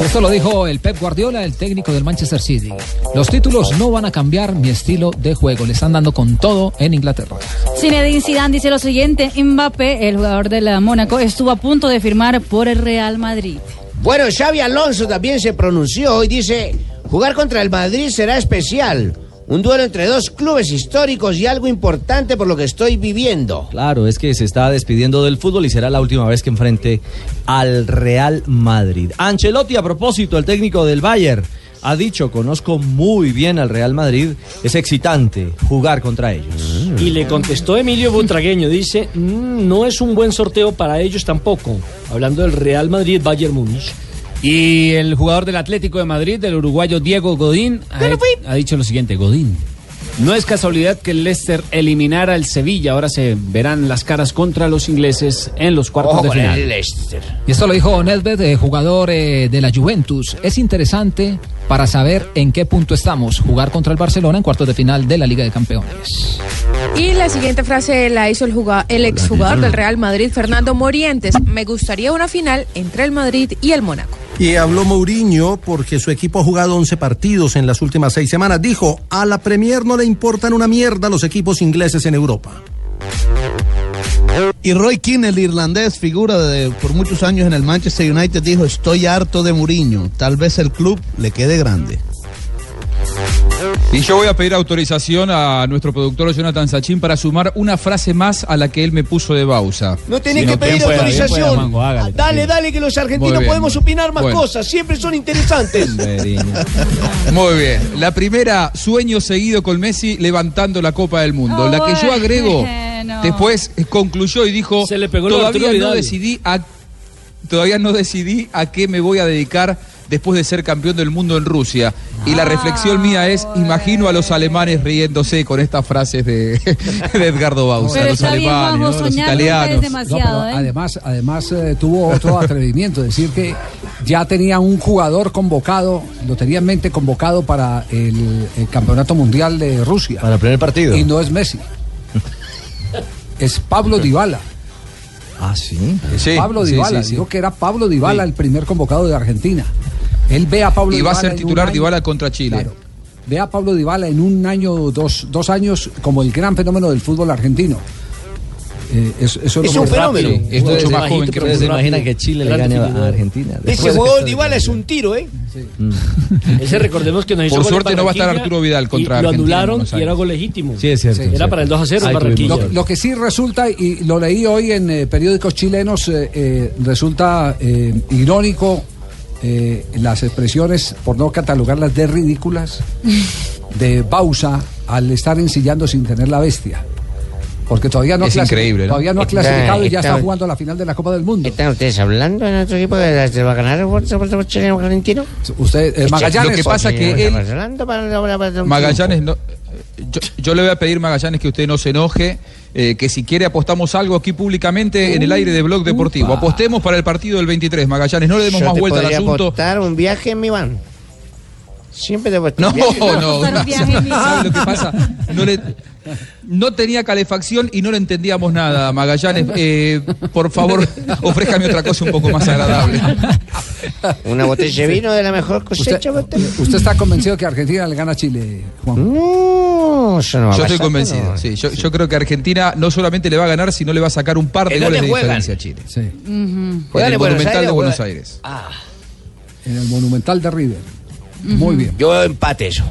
[SPEAKER 7] Esto lo dijo el Pep Guardiola, el técnico del Manchester City. Los títulos no van a cambiar mi estilo de juego. Le están dando con todo en Inglaterra.
[SPEAKER 10] Zinedine Zidane dice lo siguiente, Mbappé, el jugador de la Mónaco, estuvo a punto de firmar por el Real Madrid.
[SPEAKER 5] Bueno, Xavi Alonso también se pronunció y dice, jugar contra el Madrid será especial. Un duelo entre dos clubes históricos y algo importante por lo que estoy viviendo.
[SPEAKER 3] Claro, es que se está despidiendo del fútbol y será la última vez que enfrente al Real Madrid. Ancelotti, a propósito, el técnico del Bayern, ha dicho, conozco muy bien al Real Madrid, es excitante jugar contra ellos.
[SPEAKER 4] Y le contestó Emilio Butragueño, dice, "Mm, no es un buen sorteo para ellos tampoco. Hablando del Real Madrid, Bayern Múnich.
[SPEAKER 6] Y el jugador del Atlético de Madrid, del uruguayo Diego Godín, ha, ha dicho lo siguiente, Godín. No es casualidad que el Leicester eliminara al Sevilla. Ahora se verán las caras contra los ingleses en los cuartos de final.
[SPEAKER 7] Y esto lo dijo Nedved, eh, jugador eh, de la Juventus. Es interesante para saber en qué punto estamos jugar contra el Barcelona en cuartos de final de la Liga de Campeones.
[SPEAKER 12] Y la siguiente frase la hizo el, juga- el exjugador del Real Madrid, Fernando Morientes. Me gustaría una final entre el Madrid y el Mónaco.
[SPEAKER 14] Y habló Mourinho porque su equipo ha jugado 11 partidos en las últimas seis semanas. Dijo, a la Premier no le importan una mierda los equipos ingleses en Europa.
[SPEAKER 8] Y Roy Keane, el irlandés, figura de, por muchos años en el Manchester United, dijo, estoy harto de Mourinho, tal vez el club le quede grande.
[SPEAKER 2] Y yo voy a pedir autorización a nuestro productor Jonathan Sachin para sumar una frase más a la que él me puso de Bausa.
[SPEAKER 5] No tenés
[SPEAKER 2] Si
[SPEAKER 5] que pedir
[SPEAKER 2] bien pueda, bien pueda,
[SPEAKER 5] autorización.
[SPEAKER 2] Mango, hágale,
[SPEAKER 5] Dale,
[SPEAKER 2] sí.
[SPEAKER 5] dale, que los
[SPEAKER 2] Muy
[SPEAKER 5] argentinos
[SPEAKER 2] bien.
[SPEAKER 5] podemos opinar más
[SPEAKER 2] Bueno.
[SPEAKER 5] cosas. Siempre
[SPEAKER 2] (laughs)
[SPEAKER 5] son interesantes.
[SPEAKER 2] Muy bien. La primera, sueño seguido con Messi levantando la Copa del Mundo. la que yo agrego, después eh, concluyó y dijo,
[SPEAKER 4] Se le pegó lo de
[SPEAKER 2] todavía
[SPEAKER 4] Arturo
[SPEAKER 2] no
[SPEAKER 4] Vidal".
[SPEAKER 2] decidí a todavía no decidí a qué me voy a dedicar después de ser campeón del mundo en Rusia. Y la reflexión
[SPEAKER 10] Ah,
[SPEAKER 2] mía es, imagino a los alemanes riéndose con estas frases de, (laughs) de Edgardo Bausa,
[SPEAKER 10] Pero
[SPEAKER 2] los
[SPEAKER 10] está bien,
[SPEAKER 2] alemanes,
[SPEAKER 10] Juanjo,
[SPEAKER 2] ¿no? los
[SPEAKER 10] soñar nunca es
[SPEAKER 2] italianos.
[SPEAKER 10] demasiado,
[SPEAKER 16] No, pero
[SPEAKER 10] ¿eh?
[SPEAKER 16] Además, además eh, tuvo otro atrevimiento, decir que ya tenía un jugador convocado, lo tenía en mente convocado para el, el campeonato mundial de Rusia. Para
[SPEAKER 3] el primer partido.
[SPEAKER 16] Y no es Messi. Es Pablo Dybala.
[SPEAKER 3] Ah, sí.
[SPEAKER 2] Sí,
[SPEAKER 16] Pablo
[SPEAKER 2] sí,
[SPEAKER 16] Dybala.
[SPEAKER 2] sí, sí.
[SPEAKER 16] Dijo que era Pablo Dybala el primer convocado de Argentina. Él ve a Pablo
[SPEAKER 2] Y va a ser
[SPEAKER 16] Dybala en un
[SPEAKER 2] titular
[SPEAKER 16] año-
[SPEAKER 2] Dybala contra Chile.
[SPEAKER 16] ve a Pablo Dybala en un año o dos, dos años como el gran fenómeno del fútbol argentino. Eh, es, eso lo
[SPEAKER 5] Es un
[SPEAKER 16] muestra-
[SPEAKER 5] fenómeno.
[SPEAKER 16] Sí,
[SPEAKER 5] Es mucho más joven que
[SPEAKER 3] Ustedes se imaginan que Chile le gane a Argentina.
[SPEAKER 5] Ese
[SPEAKER 3] Después-
[SPEAKER 5] jugador de Dybala es un tiro, ¿eh?
[SPEAKER 4] Mm. (laughs) Ese recordemos que nos hizo
[SPEAKER 2] Por
[SPEAKER 4] gol en
[SPEAKER 2] suerte no va a estar
[SPEAKER 4] Barranquilla
[SPEAKER 2] Arturo Vidal
[SPEAKER 4] y
[SPEAKER 2] contra
[SPEAKER 4] Lo
[SPEAKER 2] Argentina en
[SPEAKER 4] anularon
[SPEAKER 2] Buenos
[SPEAKER 4] y era
[SPEAKER 2] Aires.
[SPEAKER 4] gol legítimo.
[SPEAKER 3] Sí, es cierto.
[SPEAKER 4] Era para el 2 a 0 en Barranquilla.
[SPEAKER 16] Lo, lo que sí resulta, y lo leí hoy en eh, periódicos chilenos, eh, eh, resulta eh, irónico eh, las expresiones, por no catalogarlas de ridículas, de Bausa al estar ensillando sin tener la bestia. Porque todavía no,
[SPEAKER 5] Es
[SPEAKER 16] clasi-
[SPEAKER 5] increíble, ¿no?
[SPEAKER 16] todavía no ha
[SPEAKER 5] Está-
[SPEAKER 16] clasificado y ya está
[SPEAKER 5] está-
[SPEAKER 16] jugando la final de la Copa del Mundo.
[SPEAKER 5] ¿Están ustedes hablando en otro equipo de se va a ganar el Argentino?
[SPEAKER 16] Usted, eh, Magallanes.
[SPEAKER 2] Lo que pasa que él-
[SPEAKER 5] él.
[SPEAKER 2] Magallanes, no, yo, yo le voy a pedir, Magallanes, que usted no se enoje, eh, que si quiere apostamos algo aquí públicamente en el aire de Blog Deportivo. Apostemos para el partido del 23, Magallanes, no le demos
[SPEAKER 5] Yo
[SPEAKER 2] más
[SPEAKER 5] te
[SPEAKER 2] vuelta al
[SPEAKER 5] podría
[SPEAKER 2] asunto.
[SPEAKER 5] apostar un viaje en mi van. Siempre te apuesto
[SPEAKER 2] No,
[SPEAKER 5] un viaje.
[SPEAKER 2] (laughs) no, gracias. ¿Sabe lo que pasa? No, le- no tenía calefacción y no le entendíamos nada, Magallanes. Eh, por favor, ofrézcame otra cosa un poco más agradable.
[SPEAKER 5] Una botella de vino de la mejor cosecha. pues,
[SPEAKER 16] Usted, usted está convencido que Argentina le gana a Chile, Juan?
[SPEAKER 5] No, eso no va a
[SPEAKER 2] Yo estoy
[SPEAKER 5] pasar,
[SPEAKER 2] convencido.
[SPEAKER 5] no.
[SPEAKER 2] sí, yo, yo creo que Argentina no solamente le va a ganar, sino le va a sacar un par de
[SPEAKER 5] ¿En
[SPEAKER 2] goles de
[SPEAKER 5] dónde juegan?
[SPEAKER 2] diferencia a Chile.
[SPEAKER 5] Juegan
[SPEAKER 2] En el
[SPEAKER 5] en Buenos
[SPEAKER 2] Monumental
[SPEAKER 5] Aires
[SPEAKER 2] de
[SPEAKER 5] o
[SPEAKER 2] Buenos
[SPEAKER 5] juegan-
[SPEAKER 2] Aires.
[SPEAKER 4] Ah.
[SPEAKER 16] En el Monumental de River. Muy bien.
[SPEAKER 5] Yo veo empate eso.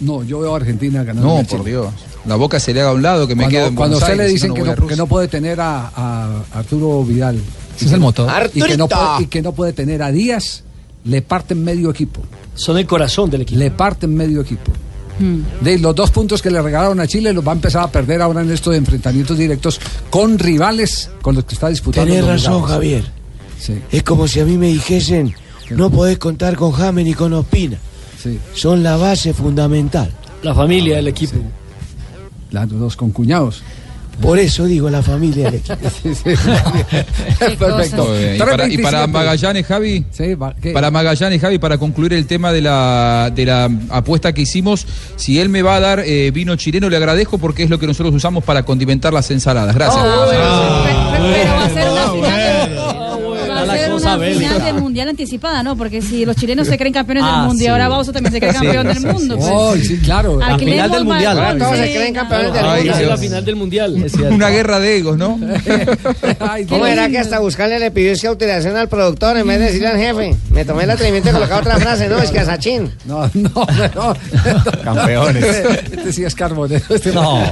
[SPEAKER 16] No, yo veo a Argentina ganando.
[SPEAKER 2] No,
[SPEAKER 16] a Chile.
[SPEAKER 2] por Dios. La boca se le haga a un lado que me
[SPEAKER 16] cuando,
[SPEAKER 2] quedo en
[SPEAKER 16] cuando
[SPEAKER 2] Buenos
[SPEAKER 16] usted
[SPEAKER 2] Aires,
[SPEAKER 16] le
[SPEAKER 2] si
[SPEAKER 16] dicen
[SPEAKER 2] no, no
[SPEAKER 16] que,
[SPEAKER 2] voy a
[SPEAKER 16] no,
[SPEAKER 2] Rusia.
[SPEAKER 16] que no puede tener a, a Arturo Vidal.
[SPEAKER 7] Ese es el motor.
[SPEAKER 16] Y que, no
[SPEAKER 7] ¡Arturito!
[SPEAKER 16] puede, y que no puede tener a Díaz, le parten medio equipo.
[SPEAKER 4] Son el corazón del equipo.
[SPEAKER 16] Le parten medio equipo. De los dos puntos que le regalaron a Chile los va a empezar a perder ahora en estos enfrentamientos directos con rivales con los que está disputando.
[SPEAKER 1] Tenés
[SPEAKER 16] los
[SPEAKER 1] razón,
[SPEAKER 16] lugares.
[SPEAKER 1] Javier.
[SPEAKER 16] Sí.
[SPEAKER 1] Es como si a mí me dijesen, no podés contar con James ni con Ospina. Son la base fundamental.
[SPEAKER 4] La familia del equipo.
[SPEAKER 16] Las dos con cuñados.
[SPEAKER 1] Por eso digo la familia
[SPEAKER 9] (laughs)
[SPEAKER 1] del equipo.
[SPEAKER 5] (laughs)
[SPEAKER 16] Perfecto.
[SPEAKER 2] Muy bien. Y para, y para
[SPEAKER 16] 3.27.
[SPEAKER 2] Magallanes, Javi,
[SPEAKER 16] Sí, va- ¿qué?
[SPEAKER 2] para Magallanes, Javi, para concluir el tema de la, de la apuesta que hicimos, si él me va a dar eh, vino chileno, le agradezco porque es lo que nosotros usamos para condimentar las ensaladas. Gracias.
[SPEAKER 5] Oh,
[SPEAKER 2] Ah.
[SPEAKER 10] Va a ser una final del mundial anticipada, ¿no? Porque si los chilenos se creen campeones
[SPEAKER 5] Ah,
[SPEAKER 10] del mundo
[SPEAKER 5] sí.
[SPEAKER 10] y ahora Bausa también se cree
[SPEAKER 5] Sí,
[SPEAKER 10] campeón
[SPEAKER 5] sí,
[SPEAKER 10] del mundo.
[SPEAKER 5] sí,
[SPEAKER 10] pues.
[SPEAKER 5] sí.
[SPEAKER 16] Sí, claro.
[SPEAKER 10] Al que le demos el
[SPEAKER 11] Ah,
[SPEAKER 10] balcón,
[SPEAKER 5] Todos
[SPEAKER 10] sí,
[SPEAKER 5] se creen
[SPEAKER 10] no.
[SPEAKER 5] campeones
[SPEAKER 2] Ay,
[SPEAKER 5] del mundo.
[SPEAKER 2] Dios.
[SPEAKER 5] Es la
[SPEAKER 4] final del mundial.
[SPEAKER 2] Una guerra de egos, ¿no?
[SPEAKER 5] ¿Cómo era que hasta buscarle le pidió esa autorización al productor en vez de decirle al jefe? Me tomé el atrevimiento de colocar otra frase, ¿no? Es que a Sachin.
[SPEAKER 16] No, no, no.
[SPEAKER 5] Campeones.
[SPEAKER 16] Este, este sí es carbonero. Este
[SPEAKER 3] No,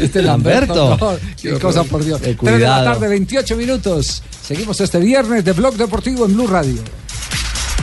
[SPEAKER 16] este Lamberto.
[SPEAKER 3] Lamberto.
[SPEAKER 16] no, qué cosa, por Dios.
[SPEAKER 3] Eh,
[SPEAKER 16] Tres de la
[SPEAKER 3] cuidado.
[SPEAKER 16] tarde, 28 minutos. Seguimos este viernes de Blog Deportivo en Blue Radio.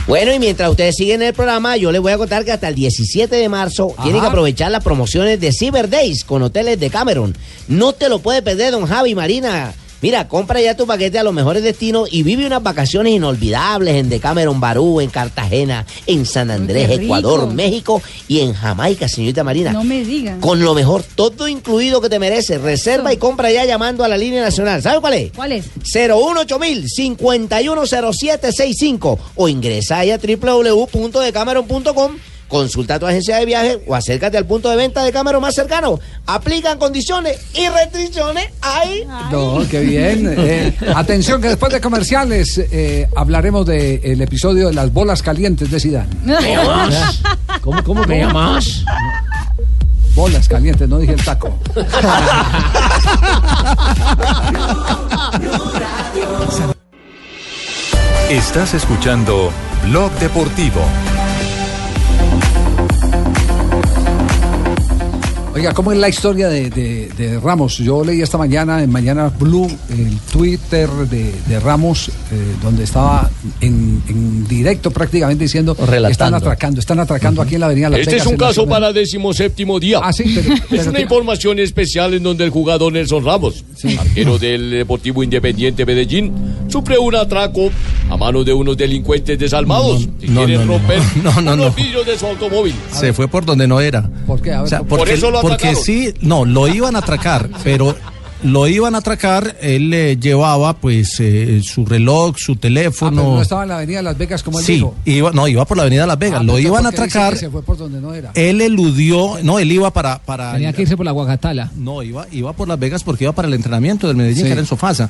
[SPEAKER 5] Bueno, y mientras ustedes siguen el programa, yo les voy a contar que hasta el 17 de marzo tienen que aprovechar las promociones de Cyber Days con hoteles de Cameron. No te lo puedes perder, don Javi Marina. Mira, compra ya tu paquete a los mejores destinos y vive unas vacaciones inolvidables en Decameron Barú, en Cartagena, en San Andrés,
[SPEAKER 10] rico.
[SPEAKER 5] Ecuador, México y en Jamaica, señorita Marina.
[SPEAKER 10] No me digan.
[SPEAKER 5] Con lo mejor, todo incluido que te mereces. Reserva y compra ya llamando a la línea nacional. ¿Sabe cuál es?
[SPEAKER 10] ¿Cuál es?
[SPEAKER 5] 018000-510765 o ingresa ahí a www.decameron.com, consulta a tu agencia de viaje o acércate al punto de venta de Cameron más cercano. Aplican condiciones y restricciones ahí.
[SPEAKER 16] No, qué bien. Eh, atención que después de comerciales eh, hablaremos del episodio de las bolas calientes de Zidane. ¿Cómo, cómo,
[SPEAKER 4] ¿Me llamas?
[SPEAKER 16] Bolas calientes, no dije el taco.
[SPEAKER 17] Estás escuchando Blog Deportivo.
[SPEAKER 16] Oiga, ¿cómo es la historia de, de- de Ramos? Yo leí esta mañana en Mañana Blue el Twitter de, de Ramos, eh, donde estaba en, en directo prácticamente diciendo
[SPEAKER 3] Relatando.
[SPEAKER 16] están atracando, están atracando aquí en la avenida Las
[SPEAKER 22] Este es
[SPEAKER 16] Vegas,
[SPEAKER 22] un
[SPEAKER 16] en la
[SPEAKER 22] caso
[SPEAKER 16] zona-
[SPEAKER 22] para decimoséptimo día.
[SPEAKER 16] Ah, sí, pero-
[SPEAKER 22] es una información especial en donde el jugador Nelson Ramos, arquero del Deportivo Independiente Medellín, sufre un atraco a mano de unos delincuentes desalmados que
[SPEAKER 14] no,
[SPEAKER 22] quieren
[SPEAKER 14] no, no.
[SPEAKER 22] romper
[SPEAKER 14] (laughs) No, no,
[SPEAKER 22] unos
[SPEAKER 14] no.
[SPEAKER 22] vidrios de su automóvil.
[SPEAKER 14] Se fue por donde no era.
[SPEAKER 16] ¿Por qué? A ver,
[SPEAKER 14] O sea,
[SPEAKER 16] ¿por
[SPEAKER 14] porque,
[SPEAKER 22] Por eso lo
[SPEAKER 14] porque
[SPEAKER 22] atracaron.
[SPEAKER 14] sí, no, lo iban a
[SPEAKER 16] (laughs)
[SPEAKER 14] atracar, pero lo iban a atracar, él eh, llevaba pues eh, su reloj, su
[SPEAKER 16] Ah, pero
[SPEAKER 14] teléfono.
[SPEAKER 16] no estaba en la avenida Las Vegas como él
[SPEAKER 14] sí,
[SPEAKER 16] dijo.
[SPEAKER 14] iba, no, iba por la avenida Las Vegas,
[SPEAKER 16] Ah,
[SPEAKER 14] lo
[SPEAKER 16] perdón,
[SPEAKER 14] iban a
[SPEAKER 16] porque dice
[SPEAKER 14] atracar,
[SPEAKER 16] que Se fue por donde no era.
[SPEAKER 14] él eludió, no, él iba para... para
[SPEAKER 7] Tenía que irse por la Guagatala.
[SPEAKER 14] No, iba, iba por Las Vegas porque iba para el entrenamiento del Medellín,
[SPEAKER 7] Sí.
[SPEAKER 14] que era en Sofasa.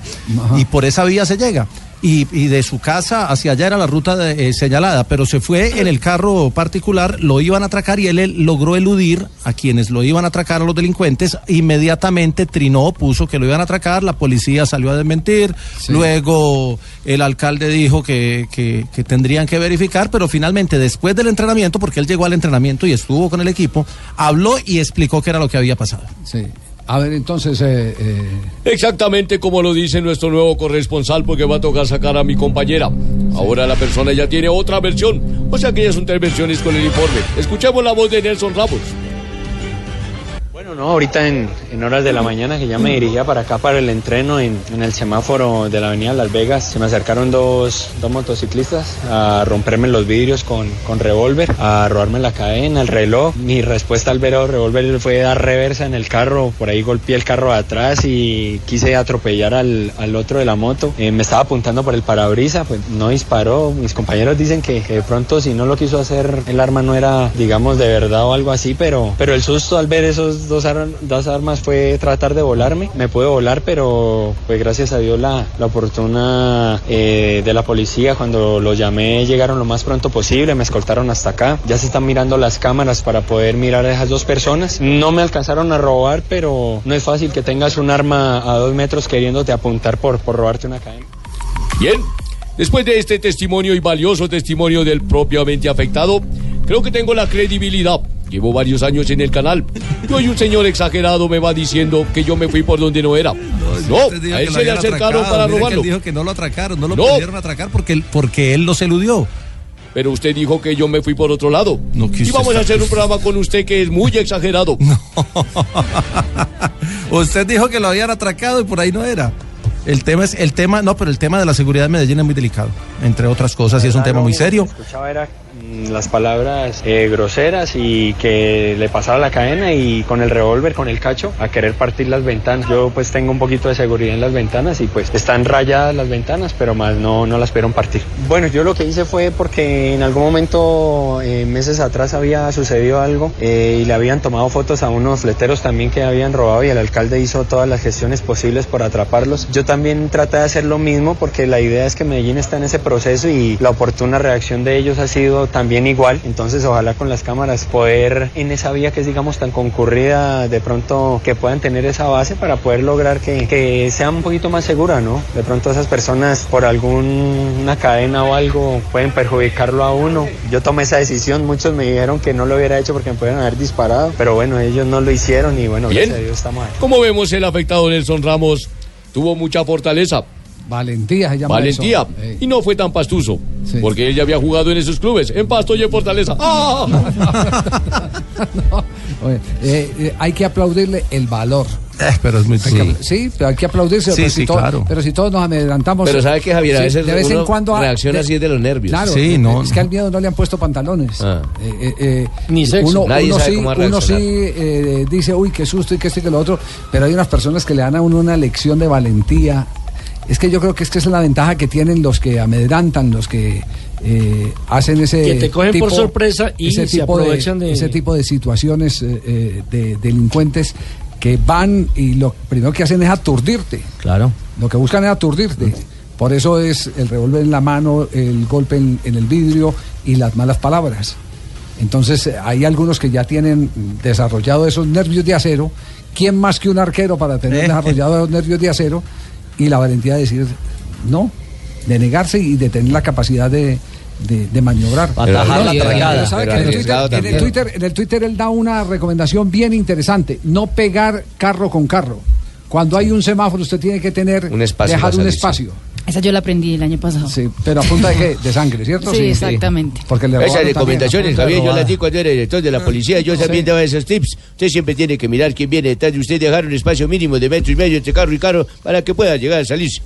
[SPEAKER 14] Y por esa vía se llega. Y, y de su casa hacia allá era la ruta de- eh, señalada, pero se fue en el carro particular, lo iban a atracar y él, eh, logró eludir a quienes lo iban a atracar a los delincuentes. Inmediatamente trinó, puso que lo iban a atracar, la policía salió a desmentir, luego el alcalde dijo que, que- que tendrían que verificar, pero finalmente después del entrenamiento, porque él llegó al entrenamiento y estuvo con el equipo, habló y explicó qué era lo que había pasado.
[SPEAKER 16] Sí. A ver, entonces, eh, eh,
[SPEAKER 22] Exactamente como lo dice nuestro nuevo corresponsal, porque va a tocar sacar a mi compañera. Ahora la persona ya tiene otra versión, o sea que ya son tres versiones con el informe. Escuchemos la voz de Nelson Ramos.
[SPEAKER 11] Bueno, no, ahorita en, en horas de la mañana que ya me dirigía para acá para el entreno en, en el semáforo de la avenida Las Vegas, se me acercaron dos, dos motociclistas a romperme los vidrios con, con revólver, a robarme la cadena, el reloj. Mi respuesta al ver el revólver fue dar reversa en el carro, por ahí golpeé el carro de atrás y quise atropellar al, al otro de la moto. Eh, me estaba apuntando por el parabrisa, pues no disparó. Mis compañeros dicen que, que de pronto si no lo quiso hacer, el arma no era, digamos, de verdad o algo así, pero, pero el susto al ver esos dos, ar- dos armas fue tratar de volarme. Me pude volar, pero pues gracias a Dios la, la oportuna eh, de la policía, cuando lo llamé, llegaron lo más pronto posible, me escoltaron hasta acá. Ya se están mirando las cámaras para poder mirar a esas dos personas. No me alcanzaron a robar, pero no es fácil que tengas un arma a dos metros queriéndote apuntar por, por robarte una cadena.
[SPEAKER 22] Bien, después de este testimonio y valioso testimonio del propiamente afectado, creo que tengo la credibilidad. Llevo varios años en el canal y hoy un señor exagerado me va diciendo que yo me fui por donde no era. No,
[SPEAKER 14] Usted dijo
[SPEAKER 22] a
[SPEAKER 14] que
[SPEAKER 22] él se
[SPEAKER 14] lo
[SPEAKER 22] le
[SPEAKER 14] habían
[SPEAKER 22] acercaron
[SPEAKER 14] atracado,
[SPEAKER 22] para
[SPEAKER 14] mire que él
[SPEAKER 22] robarlo.
[SPEAKER 14] dijo que no lo atracaron, no lo
[SPEAKER 22] No.
[SPEAKER 14] pudieron atracar porque él, porque él los eludió.
[SPEAKER 22] Pero usted dijo que yo me fui por otro lado.
[SPEAKER 14] que
[SPEAKER 22] y
[SPEAKER 14] usted
[SPEAKER 22] vamos a
[SPEAKER 14] está-
[SPEAKER 22] hacer un programa con usted que es muy exagerado.
[SPEAKER 14] Usted dijo que lo habían atracado y por ahí no era. El tema es el tema, no, pero el tema de la seguridad de Medellín es muy delicado, entre otras cosas, y es un tema muy serio.
[SPEAKER 11] escuchaba era mm, las palabras eh, groseras y que le pasaba la cadena y con el revólver, con el cacho, a querer partir las ventanas. Yo pues tengo un poquito de seguridad en las ventanas y pues están rayadas las ventanas, pero más no, no las pudieron partir. Bueno, yo lo que hice fue porque en algún momento, eh, meses atrás, había sucedido algo eh, y le habían tomado fotos a unos fleteros también que habían robado y el alcalde hizo todas las gestiones posibles por atraparlos. Yo también traté de hacer lo mismo porque la idea es que Medellín está en ese proceso y la oportuna reacción de ellos ha sido también igual. Entonces, ojalá con las cámaras poder en esa vía que es, digamos, tan concurrida, de pronto que puedan tener esa base para poder lograr que, que sea un poquito más segura, ¿no? De pronto esas personas por alguna cadena o algo pueden perjudicarlo a uno. Yo tomé esa decisión, muchos me dijeron que no lo hubiera hecho porque me pueden haber disparado, pero bueno, ellos no lo hicieron y bueno,
[SPEAKER 22] Bien.
[SPEAKER 11] gracias a Dios estamos aquí.
[SPEAKER 22] Como vemos, el afectado Nelson Ramos tuvo mucha fortaleza.
[SPEAKER 16] Valentía se llama
[SPEAKER 22] Valentía.
[SPEAKER 16] eso. Ey.
[SPEAKER 22] Y no fue tan pastuso. Porque él ya había jugado en esos clubes. En Pasto y en Fortaleza. ¡Ah!
[SPEAKER 16] Oye, eh, eh, hay que aplaudirle el valor.
[SPEAKER 14] pero es muy
[SPEAKER 16] Hay que apl- sí, pero hay que aplaudirse.
[SPEAKER 14] Sí,
[SPEAKER 16] pero,
[SPEAKER 14] sí,
[SPEAKER 16] si todo-
[SPEAKER 14] claro.
[SPEAKER 16] pero si todos nos adelantamos.
[SPEAKER 9] Pero sabe que Javier, a
[SPEAKER 16] Sí,
[SPEAKER 9] veces
[SPEAKER 16] de vez en
[SPEAKER 9] uno
[SPEAKER 16] cuando. ah,
[SPEAKER 9] reacciona así es de los nervios.
[SPEAKER 16] Claro,
[SPEAKER 9] Sí,
[SPEAKER 16] eh,
[SPEAKER 9] no,
[SPEAKER 16] es que al miedo no le han puesto pantalones.
[SPEAKER 9] Ah.
[SPEAKER 16] Ni
[SPEAKER 9] sexo.
[SPEAKER 16] eh, Uno,
[SPEAKER 9] Nadie
[SPEAKER 16] uno
[SPEAKER 9] sabe
[SPEAKER 16] sí,
[SPEAKER 9] cómo va a
[SPEAKER 16] uno sí
[SPEAKER 9] reaccionar.
[SPEAKER 16] eh, dice, uy, qué susto y que esto y que lo otro. Pero hay unas personas que le dan a uno una lección de valentía. Es que yo creo que es que esa es la ventaja que tienen los que amedrantan, los que eh, hacen ese
[SPEAKER 4] Que te cogen por sorpresa y
[SPEAKER 16] ese
[SPEAKER 4] se
[SPEAKER 16] tipo
[SPEAKER 4] aprovechan de-
[SPEAKER 16] ese tipo de situaciones eh, eh, de delincuentes que van y lo primero que hacen es aturdirte.
[SPEAKER 3] Claro.
[SPEAKER 16] Lo que buscan es aturdirte. Por eso es el revólver en la mano, el golpe en, en el vidrio y las malas palabras. Entonces eh, hay algunos que ya tienen desarrollado esos nervios de acero. ¿Quién más que un arquero para tener desarrollado esos nervios de acero y la valentía de decir no, de negarse y de tener la capacidad de, de- de maniobrar?
[SPEAKER 3] Pero Atajar la arriesgado, atracada.
[SPEAKER 16] Pero ¿sabe
[SPEAKER 3] pero
[SPEAKER 16] que en el
[SPEAKER 3] arriesgado
[SPEAKER 16] Twitter- en el
[SPEAKER 3] también.
[SPEAKER 16] Twitter- en el Twitter él da una recomendación bien interesante, no pegar carro con carro. Cuando hay un semáforo usted tiene que tener
[SPEAKER 9] Un espacio,
[SPEAKER 16] dejar
[SPEAKER 9] las
[SPEAKER 16] un
[SPEAKER 9] han dicho.
[SPEAKER 16] espacio.
[SPEAKER 10] Esa yo la aprendí el año pasado.
[SPEAKER 16] Sí, pero a punta de qué? De sangre, ¿cierto?
[SPEAKER 10] Sí, exactamente.
[SPEAKER 16] Porque le
[SPEAKER 9] Esas
[SPEAKER 16] robaron
[SPEAKER 9] recomendaciones,
[SPEAKER 16] también.
[SPEAKER 9] Javier, yo
[SPEAKER 16] Robaron.
[SPEAKER 9] las di cuando era director de la policía, yo también daba esos tips. Usted siempre tiene que mirar quién viene detrás de usted, dejar un espacio mínimo de metro y medio entre carro y carro para que pueda llegar a salirse.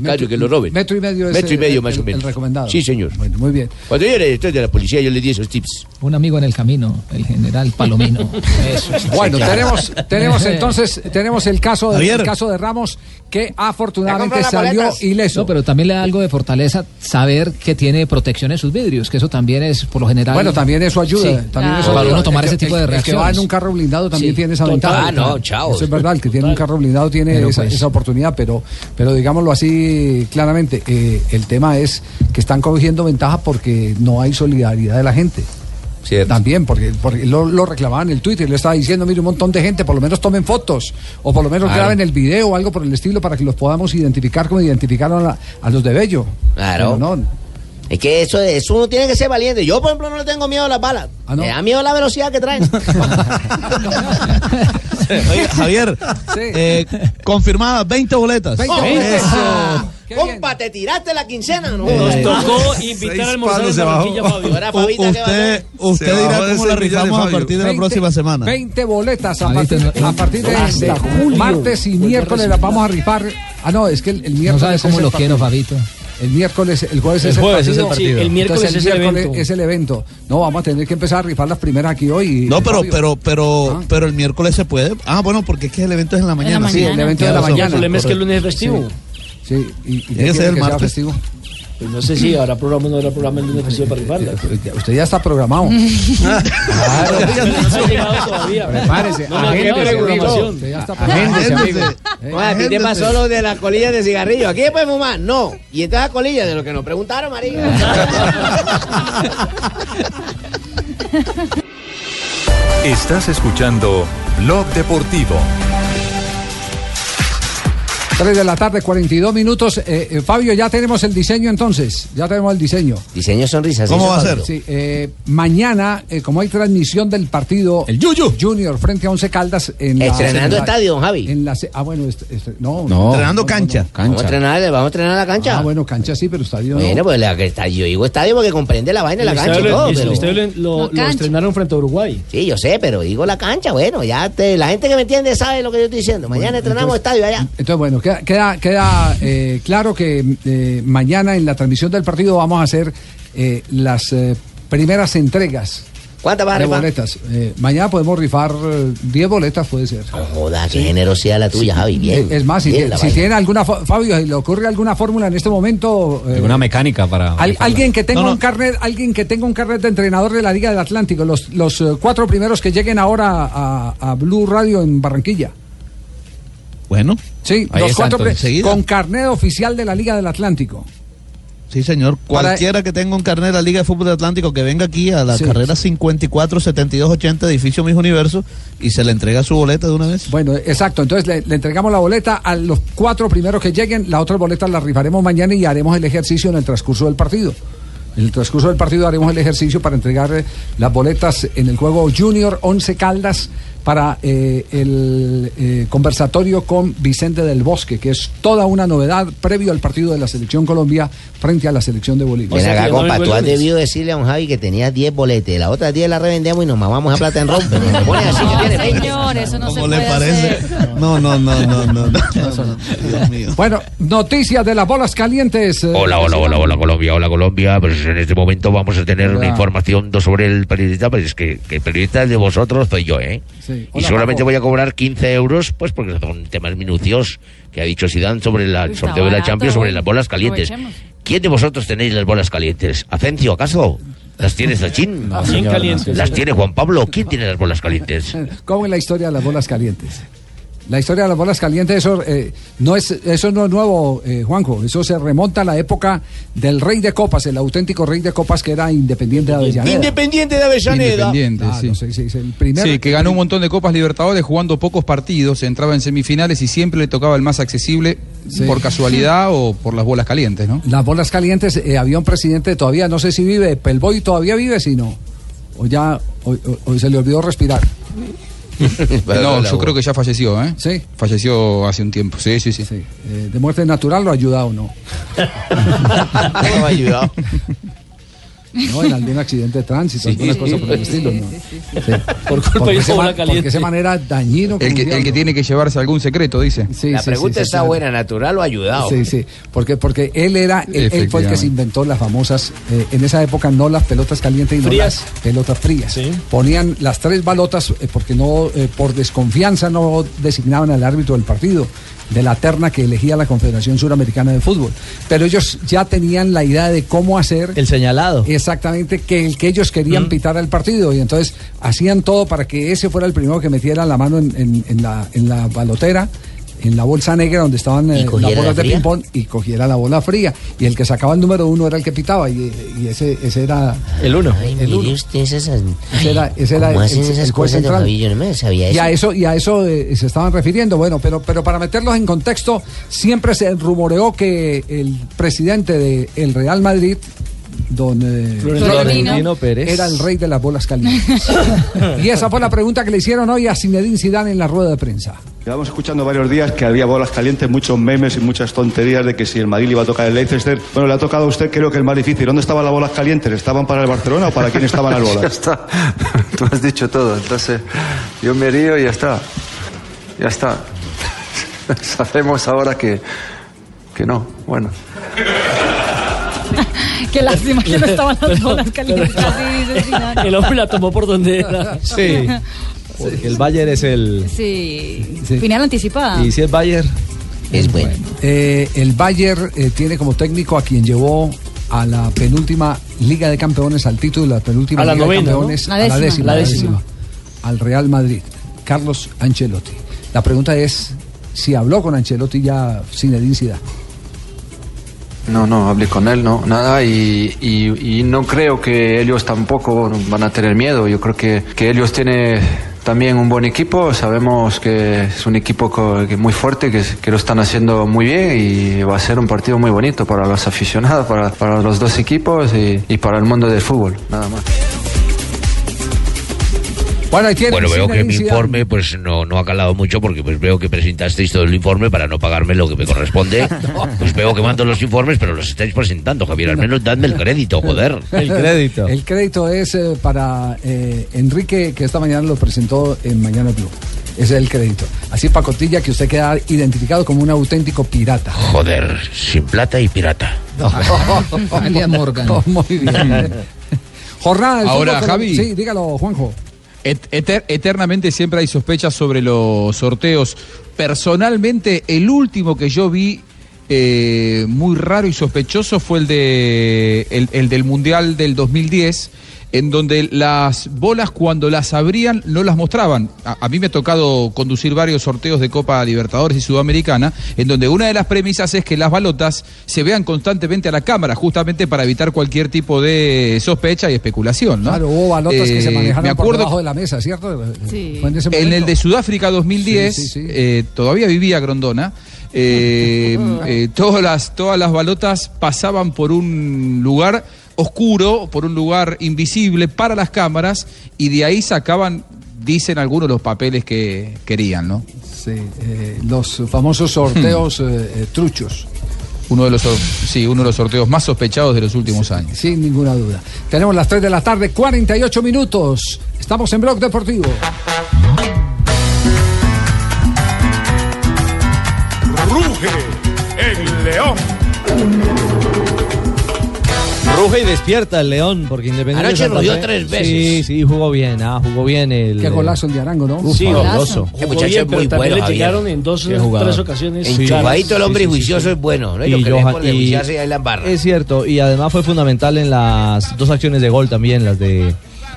[SPEAKER 9] Claro, que lo roben.
[SPEAKER 16] Metro y medio es
[SPEAKER 9] Metro y
[SPEAKER 16] el-
[SPEAKER 9] medio,
[SPEAKER 16] el-
[SPEAKER 9] más o
[SPEAKER 16] el
[SPEAKER 9] menos.
[SPEAKER 16] recomendado.
[SPEAKER 9] Sí, señor.
[SPEAKER 16] Bueno, muy bien.
[SPEAKER 9] Cuando yo era director de la policía, yo le di esos tips.
[SPEAKER 7] Un amigo en el camino, el general Palomino.
[SPEAKER 9] (laughs)
[SPEAKER 7] Eso es.
[SPEAKER 16] Bueno,
[SPEAKER 7] Sí, claro.
[SPEAKER 16] tenemos, tenemos entonces tenemos el caso, de,
[SPEAKER 7] Javier.
[SPEAKER 16] el caso de Ramos que afortunadamente
[SPEAKER 7] Ya compró las
[SPEAKER 16] salió
[SPEAKER 7] boletas.
[SPEAKER 16] ileso.
[SPEAKER 7] No, pero también le da algo de fortaleza saber que tiene protección en sus vidrios, que eso también es, por lo general.
[SPEAKER 16] Bueno, también eso ayuda.
[SPEAKER 7] Sí,
[SPEAKER 16] también eso
[SPEAKER 7] para
[SPEAKER 16] ayuda.
[SPEAKER 7] uno tomar
[SPEAKER 16] El que-
[SPEAKER 7] ese tipo
[SPEAKER 16] el-
[SPEAKER 7] de
[SPEAKER 16] el que
[SPEAKER 7] reacciones.
[SPEAKER 16] va en un carro blindado también
[SPEAKER 7] Sí.
[SPEAKER 16] tiene esa
[SPEAKER 7] Total.
[SPEAKER 16] ventaja.
[SPEAKER 7] Ah, no, chao.
[SPEAKER 16] Eso es verdad, el que tiene un carro blindado tiene
[SPEAKER 7] Pero
[SPEAKER 16] esa,
[SPEAKER 7] pues.
[SPEAKER 16] esa oportunidad, pero, pero digámoslo así claramente, eh, el tema es que están cogiendo ventaja porque no hay solidaridad de la gente. También, porque, porque lo, lo reclamaban en el Twitter, le estaba diciendo, mire, un montón de gente, por lo menos tomen fotos, o por lo menos
[SPEAKER 9] Claro.
[SPEAKER 16] graben el video o algo por el estilo para que los podamos identificar como identificaron a, a los de Bello.
[SPEAKER 5] Claro.
[SPEAKER 16] Pero no,
[SPEAKER 5] Es que eso, eso uno tiene que ser valiente. Yo, por ejemplo, no le tengo miedo a las balas. Me da miedo la velocidad que traen.
[SPEAKER 8] Oiga, (laughs) Javier, eh, confirmada 20 boletas. Oh,
[SPEAKER 5] 20
[SPEAKER 8] Eso. Eh,
[SPEAKER 5] boletas. Compa, te tiraste la quincena, ¿no?
[SPEAKER 8] Nos (laughs) tocó
[SPEAKER 5] invitar
[SPEAKER 8] Seis
[SPEAKER 5] al
[SPEAKER 8] palos se bajó.
[SPEAKER 5] Ahora, Fabita, ¿qué va a hacer?
[SPEAKER 8] Usted, usted dirá cómo la rifamos a partir de la
[SPEAKER 16] 20,
[SPEAKER 8] próxima semana.
[SPEAKER 16] 20 boletas a partir, a partir de,
[SPEAKER 8] Hasta
[SPEAKER 16] de
[SPEAKER 8] julio.
[SPEAKER 16] martes y
[SPEAKER 8] Vuelve a
[SPEAKER 16] miércoles
[SPEAKER 8] resucitar.
[SPEAKER 16] las vamos a rifar. Ah, no, es que el, el miércoles.
[SPEAKER 7] sabes cómo
[SPEAKER 16] es el
[SPEAKER 7] lo quiero,
[SPEAKER 16] partido. El miércoles, el jueves,
[SPEAKER 7] El
[SPEAKER 16] es, el
[SPEAKER 7] jueves
[SPEAKER 16] partido.
[SPEAKER 7] es el partido. Sí, el miércoles
[SPEAKER 16] Entonces,
[SPEAKER 7] es el
[SPEAKER 16] miércoles
[SPEAKER 7] evento.
[SPEAKER 16] es el evento. No, vamos a tener que empezar a rifar las primeras aquí hoy.
[SPEAKER 8] No, pero,
[SPEAKER 16] Fabio. Ah.
[SPEAKER 8] pero, pero, pero el miércoles se puede. Ah, bueno, porque es que el evento es en la mañana.
[SPEAKER 16] Sí, el evento de la mañana. Sí, sí, y, y
[SPEAKER 8] Tiene que ser el
[SPEAKER 16] sea
[SPEAKER 8] martes.
[SPEAKER 16] festivo.
[SPEAKER 4] Pues no sé si habrá programa o no habrá programa el lunes festivo para rifarla.
[SPEAKER 16] Usted ya está programado.
[SPEAKER 8] (laughs)
[SPEAKER 4] Pero no se ha llegado todavía.
[SPEAKER 16] Prepárese,
[SPEAKER 4] No, no, no,
[SPEAKER 16] agéndese,
[SPEAKER 4] no, no,
[SPEAKER 16] amigo.
[SPEAKER 4] no, no.
[SPEAKER 16] Usted ya está
[SPEAKER 5] Ah, Agéndese,
[SPEAKER 16] amigo.
[SPEAKER 5] No, aquí te pasó lo de las colillas de cigarrillo. Aquí después fumar, no. Y estas colillas de lo que nos preguntaron, María.
[SPEAKER 17] Estás escuchando Blog Deportivo.
[SPEAKER 16] 3 de la tarde, 42 minutos. Eh, eh, Fabio, ya tenemos el diseño entonces. Ya tenemos el diseño.
[SPEAKER 5] Diseño sonrisas.
[SPEAKER 16] ¿Cómo
[SPEAKER 5] eso,
[SPEAKER 16] va a
[SPEAKER 5] Fabio.
[SPEAKER 16] ser? Sí, eh, mañana, eh, como hay transmisión del partido el Yuyu. Junior frente a Once Caldas en la-
[SPEAKER 5] Estrenando
[SPEAKER 16] en la-
[SPEAKER 5] estadio, don Javi.
[SPEAKER 16] En la, se- ah, bueno, este- este- no,
[SPEAKER 5] Entrenando cancha. Vamos a entrenar, vamos a entrenar la cancha.
[SPEAKER 16] Ah, bueno, cancha sí, pero estadio no.
[SPEAKER 5] Bueno, pues la que está- yo digo estadio porque comprende la vaina de la
[SPEAKER 4] El
[SPEAKER 5] cancha y
[SPEAKER 4] estadio
[SPEAKER 5] todo,
[SPEAKER 4] lo-
[SPEAKER 5] pero-
[SPEAKER 4] el estadio lo- lo- lo estrenaron frente a Uruguay.
[SPEAKER 5] Sí, yo sé, pero digo la cancha, bueno, ya te- la gente que me entiende sabe lo que yo estoy diciendo. Mañana entrenamos estadio allá.
[SPEAKER 16] Entonces, bueno, queda, queda, queda, eh, claro que eh, mañana en la transmisión del partido vamos a hacer eh, las eh, primeras entregas.
[SPEAKER 5] ¿Cuántas vas a
[SPEAKER 16] de
[SPEAKER 5] rifar?
[SPEAKER 16] boletas. Eh, mañana podemos rifar eh, 10 boletas, puede ser.
[SPEAKER 5] Joda, qué generosidad la tuya, Javi. Bien.
[SPEAKER 16] Es más, si,
[SPEAKER 5] bien
[SPEAKER 16] tiene-
[SPEAKER 5] la
[SPEAKER 16] si
[SPEAKER 5] vaina.
[SPEAKER 16] tiene alguna, fo- Fabio, si le ocurre alguna fórmula en este momento, eh,
[SPEAKER 6] Alguna mecánica para.
[SPEAKER 16] al- alguien que tenga
[SPEAKER 6] No, no.
[SPEAKER 16] un carnet, alguien que tenga un carnet de entrenador de la Liga del Atlántico, los, los eh, cuatro primeros que lleguen ahora a, a Blue Radio en Barranquilla.
[SPEAKER 8] Bueno.
[SPEAKER 16] Sí,
[SPEAKER 8] Ahí
[SPEAKER 16] los
[SPEAKER 8] está,
[SPEAKER 16] cuatro
[SPEAKER 8] entonces,
[SPEAKER 16] pri-
[SPEAKER 8] enseguida.
[SPEAKER 16] con carnet oficial de la Liga del Atlántico.
[SPEAKER 8] Sí, señor.
[SPEAKER 16] Para-
[SPEAKER 8] Cualquiera que tenga un carnet de la Liga de Fútbol Atlántico que venga aquí a la
[SPEAKER 16] Sí.
[SPEAKER 8] carrera 54-72-80, edificio Mis Universo, y se le entrega su boleta de una vez.
[SPEAKER 16] Bueno, exacto. Entonces le, le entregamos la boleta a los cuatro primeros que lleguen. La otra boleta la rifaremos mañana y haremos el ejercicio en el transcurso del partido. En el transcurso del partido haremos el ejercicio para entregar eh, las boletas en el juego Junior 11 Caldas para eh, el eh, conversatorio con Vicente del Bosque, que es toda una novedad previo al partido de la Selección Colombia frente a la Selección de Bolivia.
[SPEAKER 5] Ven acá, compa, tú has debido decirle a un Javi que tenía 10 boletes, las otras 10 las revendemos y nos mamamos a plata en ron,
[SPEAKER 10] (laughs)
[SPEAKER 5] pero me pone así que tiene 20.
[SPEAKER 10] Señor, eso no se
[SPEAKER 8] ¿Cómo le
[SPEAKER 10] puede
[SPEAKER 8] parece?
[SPEAKER 10] hacer.
[SPEAKER 8] No, no, no, no, (laughs) no. no.
[SPEAKER 16] Bueno, noticias de las bolas calientes. eh,
[SPEAKER 13] Hola, hola, hola, hola Colombia, hola Colombia. Pues en este momento vamos a tener
[SPEAKER 16] Hola.
[SPEAKER 13] una información do- sobre el periodista, pues es que, que el periodista de vosotros soy yo, ¿eh?
[SPEAKER 16] Sí.
[SPEAKER 13] y
[SPEAKER 16] Hola,
[SPEAKER 13] solamente
[SPEAKER 16] Paco.
[SPEAKER 13] voy a cobrar 15 euros, pues porque son temas minucios que ha dicho Zidane sobre la- el
[SPEAKER 16] Está
[SPEAKER 13] sorteo de la
[SPEAKER 16] barato,
[SPEAKER 13] Champions, sobre las bolas calientes.
[SPEAKER 16] aprovechemos.
[SPEAKER 13] ¿Quién de vosotros tenéis las bolas calientes? ¿Acencio, acaso? ¿Las tiene
[SPEAKER 16] (laughs)
[SPEAKER 13] Sachin?
[SPEAKER 16] No, Bien señor, calientes. no,
[SPEAKER 13] ¿Las
[SPEAKER 16] señor.
[SPEAKER 13] tiene Juan Pablo? ¿Quién tiene las bolas calientes?
[SPEAKER 16] ¿Cómo es la historia de las bolas calientes? La historia de las bolas calientes, eso, eh, no, es, eso no es nuevo, eh, Juanjo. Eso se remonta a la época del rey de copas, el auténtico rey de copas que era independiente de Avellaneda.
[SPEAKER 9] Independiente de Avellaneda.
[SPEAKER 2] Independiente, sí.
[SPEAKER 16] el primero-
[SPEAKER 2] Sí, que ganó un montón de Copas Libertadores jugando pocos partidos, entraba en semifinales y siempre le tocaba el más accesible
[SPEAKER 16] Sí.
[SPEAKER 2] por casualidad o por las bolas calientes,
[SPEAKER 16] (laughs)
[SPEAKER 2] ¿no?
[SPEAKER 16] Las bolas calientes, eh, había un presidente todavía, no sé si vive, Pelboy todavía vive, si no. O ya, o- o- o se le olvidó respirar.
[SPEAKER 2] no, yo creo que ya falleció, ¿eh?
[SPEAKER 16] Sí.
[SPEAKER 2] Falleció hace un tiempo, sí, sí, sí.
[SPEAKER 16] Eh, de muerte natural lo ayuda o
[SPEAKER 8] (laughs)
[SPEAKER 16] no.
[SPEAKER 9] ¿Cómo
[SPEAKER 2] (laughs)
[SPEAKER 9] ha ayudado?
[SPEAKER 16] No, en algún accidente de tránsito, alguna cosa por el estilo. ¿no? Sí.
[SPEAKER 2] Por culpa
[SPEAKER 16] Porque
[SPEAKER 2] de una
[SPEAKER 16] ese
[SPEAKER 2] bola
[SPEAKER 16] man-
[SPEAKER 2] caliente.
[SPEAKER 16] Porque ese man era dañino. como
[SPEAKER 2] El que,
[SPEAKER 16] un
[SPEAKER 2] el que tiene que llevarse algún secreto, dice.
[SPEAKER 16] Sí, sí, sí, sí, sí.
[SPEAKER 5] natural o ayudado.
[SPEAKER 16] Sí, sí, porque, porque él era, él, él fue el que
[SPEAKER 2] Efectivamente.
[SPEAKER 16] se inventó las famosas, eh, en esa época no las pelotas calientes y no
[SPEAKER 4] Frías.
[SPEAKER 16] las pelotas frías. Ponían las tres balotas eh, porque no, eh, por desconfianza no designaban al árbitro del partido, de la terna que elegía la Confederación Suramericana de Fútbol. Pero ellos ya tenían la idea de cómo hacer... El
[SPEAKER 3] señalado.
[SPEAKER 16] Exactamente, que el que ellos querían pitar al partido. Y entonces hacían todo para que ese fuera el primero que metiera la mano en, en- en la, en la balotera. En la bolsa negra donde estaban eh,
[SPEAKER 5] cogiera
[SPEAKER 16] las bolas
[SPEAKER 5] la
[SPEAKER 16] de
[SPEAKER 5] fría?
[SPEAKER 16] ping pong y cogiera la bola fría. Y el que sacaba el número uno era el que pitaba. Y, y ese, ese era.
[SPEAKER 5] El uno. Ay,
[SPEAKER 16] El
[SPEAKER 5] mire
[SPEAKER 16] uno.
[SPEAKER 5] usted esas. Ese
[SPEAKER 16] Ese era, ese era
[SPEAKER 5] ¿Cómo
[SPEAKER 16] el-
[SPEAKER 5] hacen
[SPEAKER 16] el-
[SPEAKER 5] esas
[SPEAKER 16] el juez
[SPEAKER 5] cosas, don
[SPEAKER 16] central.
[SPEAKER 5] Javi? Yo no me sabía
[SPEAKER 16] Y
[SPEAKER 5] eso.
[SPEAKER 16] a eso, y a eso eh, se estaban refiriendo. Bueno, pero, pero para meterlos en contexto, siempre se rumoreó que el presidente del Real Madrid, don eh,
[SPEAKER 3] Florentino Florentino Pérez.
[SPEAKER 16] era el rey de las bolas
[SPEAKER 3] (laughs)
[SPEAKER 16] calientes. y esa fue la pregunta que le hicieron hoy a Zinedine Zidane en la rueda de prensa.
[SPEAKER 15] Llevamos escuchando varios días que había bolas calientes, muchos memes y muchas tonterías de que si el Madrid le iba a tocar el Leicester. Bueno, le ha tocado a usted creo que el más difícil. ¿Dónde estaban las bolas calientes? ¿Estaban para el Barcelona o para quién estaban las
[SPEAKER 18] (laughs) Ya
[SPEAKER 15] bolas?
[SPEAKER 18] está. Tú has dicho todo. Entonces, yo me río y ya está. Ya está. (laughs) Sabemos ahora que, que no. Bueno.
[SPEAKER 10] Qué lástima que no estaban las bolas calientes.
[SPEAKER 4] pero-
[SPEAKER 10] Así dice Zidane.
[SPEAKER 4] El hombre la tomó por donde
[SPEAKER 3] (laughs)
[SPEAKER 4] era.
[SPEAKER 3] Sí. Porque el Bayern es el.
[SPEAKER 10] Sí.
[SPEAKER 3] Sí.
[SPEAKER 10] Final anticipada.
[SPEAKER 3] Y si es Bayern.
[SPEAKER 5] Es bueno.
[SPEAKER 16] Eh, el Bayern eh, tiene como técnico a quien llevó a la penúltima Liga de Campeones, al título de la penúltima
[SPEAKER 4] A la
[SPEAKER 16] Liga
[SPEAKER 4] novena,
[SPEAKER 16] de
[SPEAKER 4] ¿no?
[SPEAKER 16] Campeones,
[SPEAKER 4] La
[SPEAKER 16] a la
[SPEAKER 4] décima.
[SPEAKER 16] décima,
[SPEAKER 4] La
[SPEAKER 16] a la
[SPEAKER 4] décima.
[SPEAKER 16] décima, al Real Madrid, Carlos Ancelotti. La pregunta es si habló con Ancelotti ya Zinedine Zidane.
[SPEAKER 18] No, no, hablé con él, no, nada, y, y- y no creo que ellos tampoco van a tener miedo, yo creo que, que ellos tienen también un buen equipo, sabemos que es un equipo co- que muy fuerte, que, que lo están haciendo muy bien y va a ser un partido muy bonito para los aficionados, para, para los dos equipos y, y para el mundo del fútbol, nada más.
[SPEAKER 16] Bueno, ahí tiene.
[SPEAKER 13] Bueno, veo
[SPEAKER 16] Zidane,
[SPEAKER 13] que mi
[SPEAKER 16] Zidane.
[SPEAKER 13] informe pues no, no ha calado mucho porque pues veo que presentasteis todo el informe para no pagarme lo que
[SPEAKER 16] (laughs)
[SPEAKER 13] me corresponde. Pues veo que mando los informes, pero los estáis presentando, Javier. Al menos dadme el crédito, joder.
[SPEAKER 16] (laughs) El crédito es eh, para eh, Enrique, que esta mañana lo presentó en Mañana Blue. Ese es el crédito. Así pacotilla que usted queda identificado como un auténtico pirata.
[SPEAKER 13] Joder, sin plata y pirata.
[SPEAKER 9] (laughs)
[SPEAKER 16] (laughs)
[SPEAKER 2] (laughs)
[SPEAKER 7] Alias Morgan.
[SPEAKER 16] Muy bien. Jornada del
[SPEAKER 2] Ahora,
[SPEAKER 16] Ah, fútbol colom-
[SPEAKER 2] Javi.
[SPEAKER 16] Sí, dígalo, Juanjo.
[SPEAKER 2] Et- eter- eternamente siempre hay sospechas sobre los sorteos. Personalmente, el último que yo vi eh, muy raro y sospechoso fue el, de, el, el del Mundial del 2010, en donde las bolas cuando las abrían no las mostraban. A, a mí me ha tocado conducir varios sorteos de Copa Libertadores y Sudamericana, en donde una de las premisas es que las balotas se vean constantemente a la cámara, justamente para evitar cualquier tipo de sospecha y especulación. ¿no?
[SPEAKER 16] Claro, hubo balotas que se
[SPEAKER 2] Eh,
[SPEAKER 16] manejaron
[SPEAKER 2] me
[SPEAKER 16] por
[SPEAKER 2] acuerdo
[SPEAKER 16] debajo de la mesa, ¿cierto? Sí. en, ese
[SPEAKER 2] en
[SPEAKER 16] momento.
[SPEAKER 2] el de Sudáfrica 2010,
[SPEAKER 16] Sí, sí, sí.
[SPEAKER 2] eh, todavía vivía Grondona.
[SPEAKER 16] (laughs)
[SPEAKER 2] eh, eh, todas, las, todas las balotas pasaban por un lugar oscuro, por un lugar invisible para las cámaras y de ahí sacaban, dicen algunos, los papeles que querían, ¿no?
[SPEAKER 16] Sí, eh, los famosos
[SPEAKER 2] Hmm.
[SPEAKER 16] sorteos eh, eh, truchos.
[SPEAKER 2] Uno de los, sor- sí, uno de los sorteos más sospechados de los últimos años.
[SPEAKER 16] Sin ninguna duda. Tenemos las 3 de la tarde, 48 minutos. Estamos en Blog Deportivo.
[SPEAKER 19] Ruge el león.
[SPEAKER 3] Ruge y despierta el León, porque Independiente.
[SPEAKER 16] Anoche
[SPEAKER 3] Santa
[SPEAKER 16] rodeó
[SPEAKER 3] Fe-
[SPEAKER 16] tres
[SPEAKER 3] Sí,
[SPEAKER 16] veces.
[SPEAKER 3] sí, jugó bien, ah, jugó bien el.
[SPEAKER 16] Qué
[SPEAKER 3] eh,
[SPEAKER 16] golazo el de Arango, ¿no?
[SPEAKER 3] Uf, fabuloso.
[SPEAKER 4] Qué muchacho Oye, es pero muy también bueno, le Javier. llegaron en dos,
[SPEAKER 3] Qué
[SPEAKER 4] tres
[SPEAKER 3] jugador.
[SPEAKER 4] ocasiones.
[SPEAKER 5] Enchufadito el hombre juicioso es bueno, ¿no? Y lo que ve
[SPEAKER 3] Johan-
[SPEAKER 5] por desjuiciarse, ahí la embarra.
[SPEAKER 3] Es cierto, y además fue fundamental en las dos acciones de gol también, las de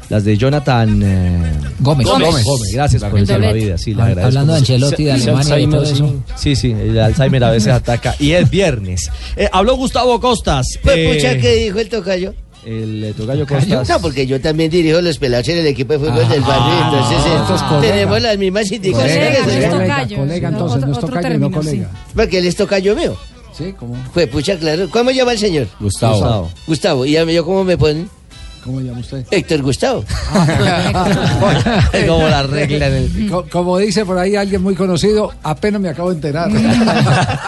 [SPEAKER 3] las de Jonathan eh,
[SPEAKER 7] Gómez.
[SPEAKER 3] Gómez.
[SPEAKER 7] Gómez.
[SPEAKER 3] gracias por el
[SPEAKER 7] Doblete.
[SPEAKER 3] salvavidas, sí, le
[SPEAKER 7] Hab-
[SPEAKER 3] agradezco.
[SPEAKER 7] hablando de Ancelotti, de
[SPEAKER 3] Sí,
[SPEAKER 7] Alemania y todo
[SPEAKER 3] Alzheimer,
[SPEAKER 7] eso.
[SPEAKER 3] sí. Sí, sí, el Alzheimer a veces ataca. Y es viernes. Eh, habló Gustavo Costas.
[SPEAKER 5] Pues
[SPEAKER 16] este-
[SPEAKER 3] eh,
[SPEAKER 5] pucha, ¿qué dijo el tocayo?
[SPEAKER 3] El eh, tocayo
[SPEAKER 5] No,
[SPEAKER 3] Costas.
[SPEAKER 5] porque yo también dirijo los pelados en el equipo de
[SPEAKER 16] Ah,
[SPEAKER 5] fútbol del barrio, entonces eh,
[SPEAKER 3] esto es colega.
[SPEAKER 5] tenemos las mismas indicaciones.
[SPEAKER 16] Colega, colega, colega, entonces, no es tocayo, no colega.
[SPEAKER 5] Porque él es tocayo mío.
[SPEAKER 16] Sí, ¿cómo?
[SPEAKER 5] Pues pucha, claro. ¿Cómo llama el señor?
[SPEAKER 16] Gustavo. Gustavo.
[SPEAKER 5] Gustavo, ¿y a mí yo cómo me ponen?
[SPEAKER 16] ¿Cómo llama usted? (laughs)
[SPEAKER 5] Héctor Gustavo.
[SPEAKER 3] Como la regla en el-
[SPEAKER 16] Co- Como dice por ahí alguien muy conocido, apenas me acabo de enterar.
[SPEAKER 5] (laughs)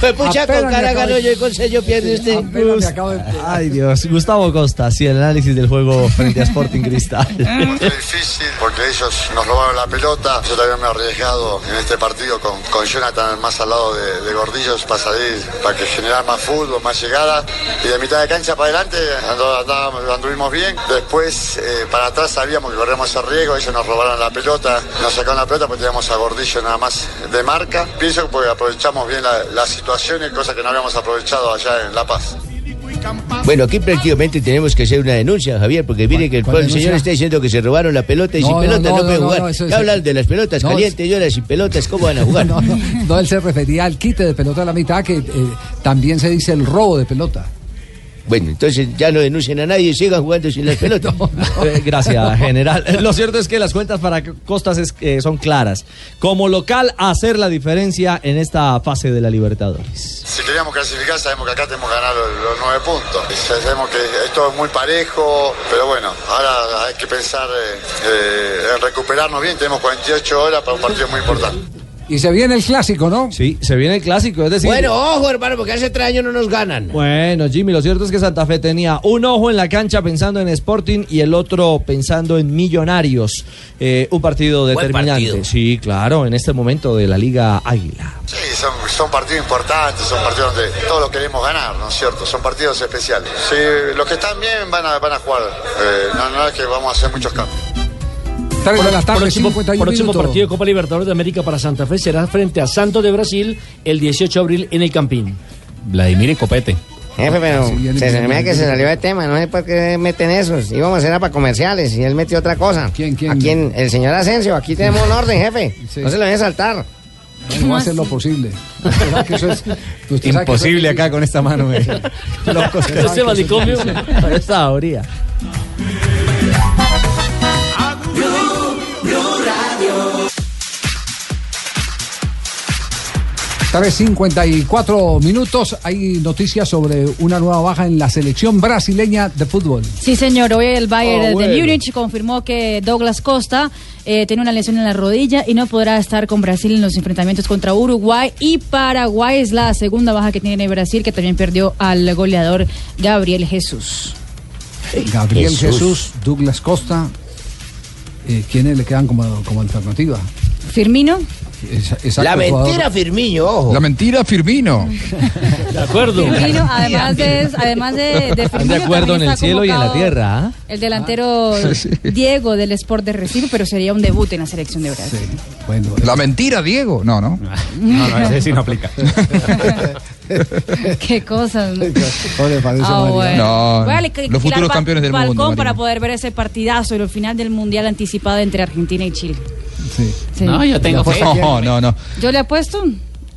[SPEAKER 5] Pues pucha,
[SPEAKER 16] Ah, Apenas
[SPEAKER 5] con
[SPEAKER 16] me
[SPEAKER 5] cara
[SPEAKER 16] acabo
[SPEAKER 5] gano
[SPEAKER 16] de-
[SPEAKER 5] yo y con sello pierde usted.
[SPEAKER 16] Apenas me acabo de
[SPEAKER 3] Ay Dios, Gustavo Costas y el análisis del juego frente a Sporting Cristal.
[SPEAKER 20] difícil porque ellos nos robaron la pelota. Yo también me he arriesgado en este partido con, con Jonathan más al lado de, de Gordillos para salir, para que generar más fútbol, más llegada. Y de mitad de cancha para adelante andu- andábamos- anduvimos bien. Después eh, para atrás sabíamos que corríamos el riesgo, ellos nos robaron la pelota, nos sacaron la pelota porque teníamos a Gordillo nada más de marca. Pienso que porque aprovechamos bien la, la situación y cosas que no habíamos aprovechado allá en La Paz.
[SPEAKER 9] Bueno, aquí prácticamente tenemos que hacer una denuncia, Javier, porque mire que el,
[SPEAKER 20] cuál
[SPEAKER 9] el señor
[SPEAKER 20] denuncia?
[SPEAKER 9] está diciendo que se robaron la pelota y
[SPEAKER 16] No,
[SPEAKER 9] sin
[SPEAKER 16] no,
[SPEAKER 9] pelota
[SPEAKER 16] no,
[SPEAKER 9] no, puede
[SPEAKER 16] no, no,
[SPEAKER 9] jugar.
[SPEAKER 16] no, eso es-
[SPEAKER 9] Ya hablan de las pelotas
[SPEAKER 16] No, es-
[SPEAKER 9] calientes y ahora sin pelotas, ¿cómo
[SPEAKER 16] (laughs)
[SPEAKER 9] van a jugar?
[SPEAKER 16] No, no, (laughs) no, él se refería al quite de pelota a la mitad, que eh, también se dice el robo de pelota.
[SPEAKER 9] Bueno, entonces ya no denuncian a nadie y sigan jugando sin
[SPEAKER 2] (laughs)
[SPEAKER 9] las pelotas.
[SPEAKER 3] (laughs) Eh, Gracias, general. Lo cierto es que las cuentas para Costas es, que son claras. Como local, hacer la diferencia en esta fase de la Libertadores.
[SPEAKER 20] Si queríamos clasificar, sabemos que acá tenemos que ganar los, los nueve puntos. Sabemos que esto es muy parejo, pero bueno, ahora hay que pensar eh, eh, en recuperarnos bien. Tenemos 48 horas para un partido muy importante.
[SPEAKER 16] Y se viene el clásico, ¿no?
[SPEAKER 3] Sí, se viene el clásico, es decir.
[SPEAKER 5] Bueno, ojo, hermano, porque hace tres años no nos ganan.
[SPEAKER 3] Bueno, Jimmy, lo cierto es que Santa Fe tenía un ojo en la cancha pensando en Sporting y el otro pensando en Millonarios. Eh, un partido
[SPEAKER 20] Buen
[SPEAKER 3] determinante.
[SPEAKER 20] partido.
[SPEAKER 3] Sí, claro, en este momento de la Liga Águila.
[SPEAKER 20] Sí, son, son partidos importantes, son partidos donde todos lo queremos ganar, ¿no es cierto? Son partidos especiales. Sí, los que están bien van a, van a jugar. Eh, no, no es que vamos a hacer muchos cambios.
[SPEAKER 16] 3 de la tarde,
[SPEAKER 4] próximo,
[SPEAKER 16] 51
[SPEAKER 4] próximo
[SPEAKER 16] minutos.
[SPEAKER 4] partido de Copa Libertadores de América para Santa Fe será frente a Santos de Brasil el 18 de abril en el Campín.
[SPEAKER 6] Vladimir Copete.
[SPEAKER 5] Jefe, Eh, pues,
[SPEAKER 16] Ah,
[SPEAKER 5] pero se, se me da que se salió de tema, no sé por qué meten esos. Íbamos a era para comerciales y él metió otra cosa. ¿Quién, quién? Aquí en- el señor Asensio, aquí tenemos un orden, jefe.
[SPEAKER 16] Sí.
[SPEAKER 5] No se lo voy a saltar.
[SPEAKER 16] Bueno, va a hacer lo posible. Usted sabe que eso es- usted sabe que eso es-
[SPEAKER 3] acá con esta
[SPEAKER 23] (laughs)
[SPEAKER 3] mano. eh.
[SPEAKER 16] Este
[SPEAKER 3] Loco, usted sabe que eso-
[SPEAKER 16] manicomio.
[SPEAKER 6] (laughs)
[SPEAKER 3] Esta teoría.
[SPEAKER 16] 3.54 minutos. Hay noticias sobre una nueva baja en la selección brasileña de fútbol.
[SPEAKER 10] Sí, señor. Hoy el Bayern
[SPEAKER 16] Ah, bueno.
[SPEAKER 10] de Múnich confirmó que Douglas Costa eh, tiene una lesión en la rodilla y no podrá estar con Brasil en los enfrentamientos contra Uruguay y Paraguay. Es la segunda baja que tiene Brasil, que también perdió al goleador Gabriel Jesús.
[SPEAKER 16] Gabriel
[SPEAKER 10] Jesús.
[SPEAKER 16] Jesús, Douglas Costa. eh, ¿Quiénes le quedan como, como alternativa?
[SPEAKER 10] Firmino.
[SPEAKER 16] Es- exacto,
[SPEAKER 10] La mentira,
[SPEAKER 16] jugador-
[SPEAKER 5] Firmino, ojo.
[SPEAKER 2] La mentira, (laughs) Firmino.
[SPEAKER 6] De acuerdo.
[SPEAKER 10] Firmino, ah, además de, además de, de
[SPEAKER 3] Están
[SPEAKER 10] Firmino,
[SPEAKER 3] de acuerdo en
[SPEAKER 10] también
[SPEAKER 3] el
[SPEAKER 10] está
[SPEAKER 3] cielo y en la
[SPEAKER 10] convocado
[SPEAKER 3] tierra. ¿ah?
[SPEAKER 10] El delantero Diego del Sport de Recife, pero sería un debut en la selección de Brasil.
[SPEAKER 2] La mentira, Diego. No, (laughs) no.
[SPEAKER 10] No, no, ese
[SPEAKER 2] sí no
[SPEAKER 16] (laughs)
[SPEAKER 2] aplica.
[SPEAKER 10] Qué cosas. ¿no?
[SPEAKER 16] ¿Cómo le parece,
[SPEAKER 10] Ah,
[SPEAKER 16] María?
[SPEAKER 10] bueno. Voy a le-
[SPEAKER 2] los
[SPEAKER 10] alquilar
[SPEAKER 2] futuros
[SPEAKER 10] ba-
[SPEAKER 2] campeones del
[SPEAKER 10] balcón
[SPEAKER 2] mundo,
[SPEAKER 10] para poder ver ese partidazo y el final del mundial anticipado entre Argentina y Chile. Sí.
[SPEAKER 2] No, yo tengo fe. No, no, no.
[SPEAKER 10] Yo le apuesto.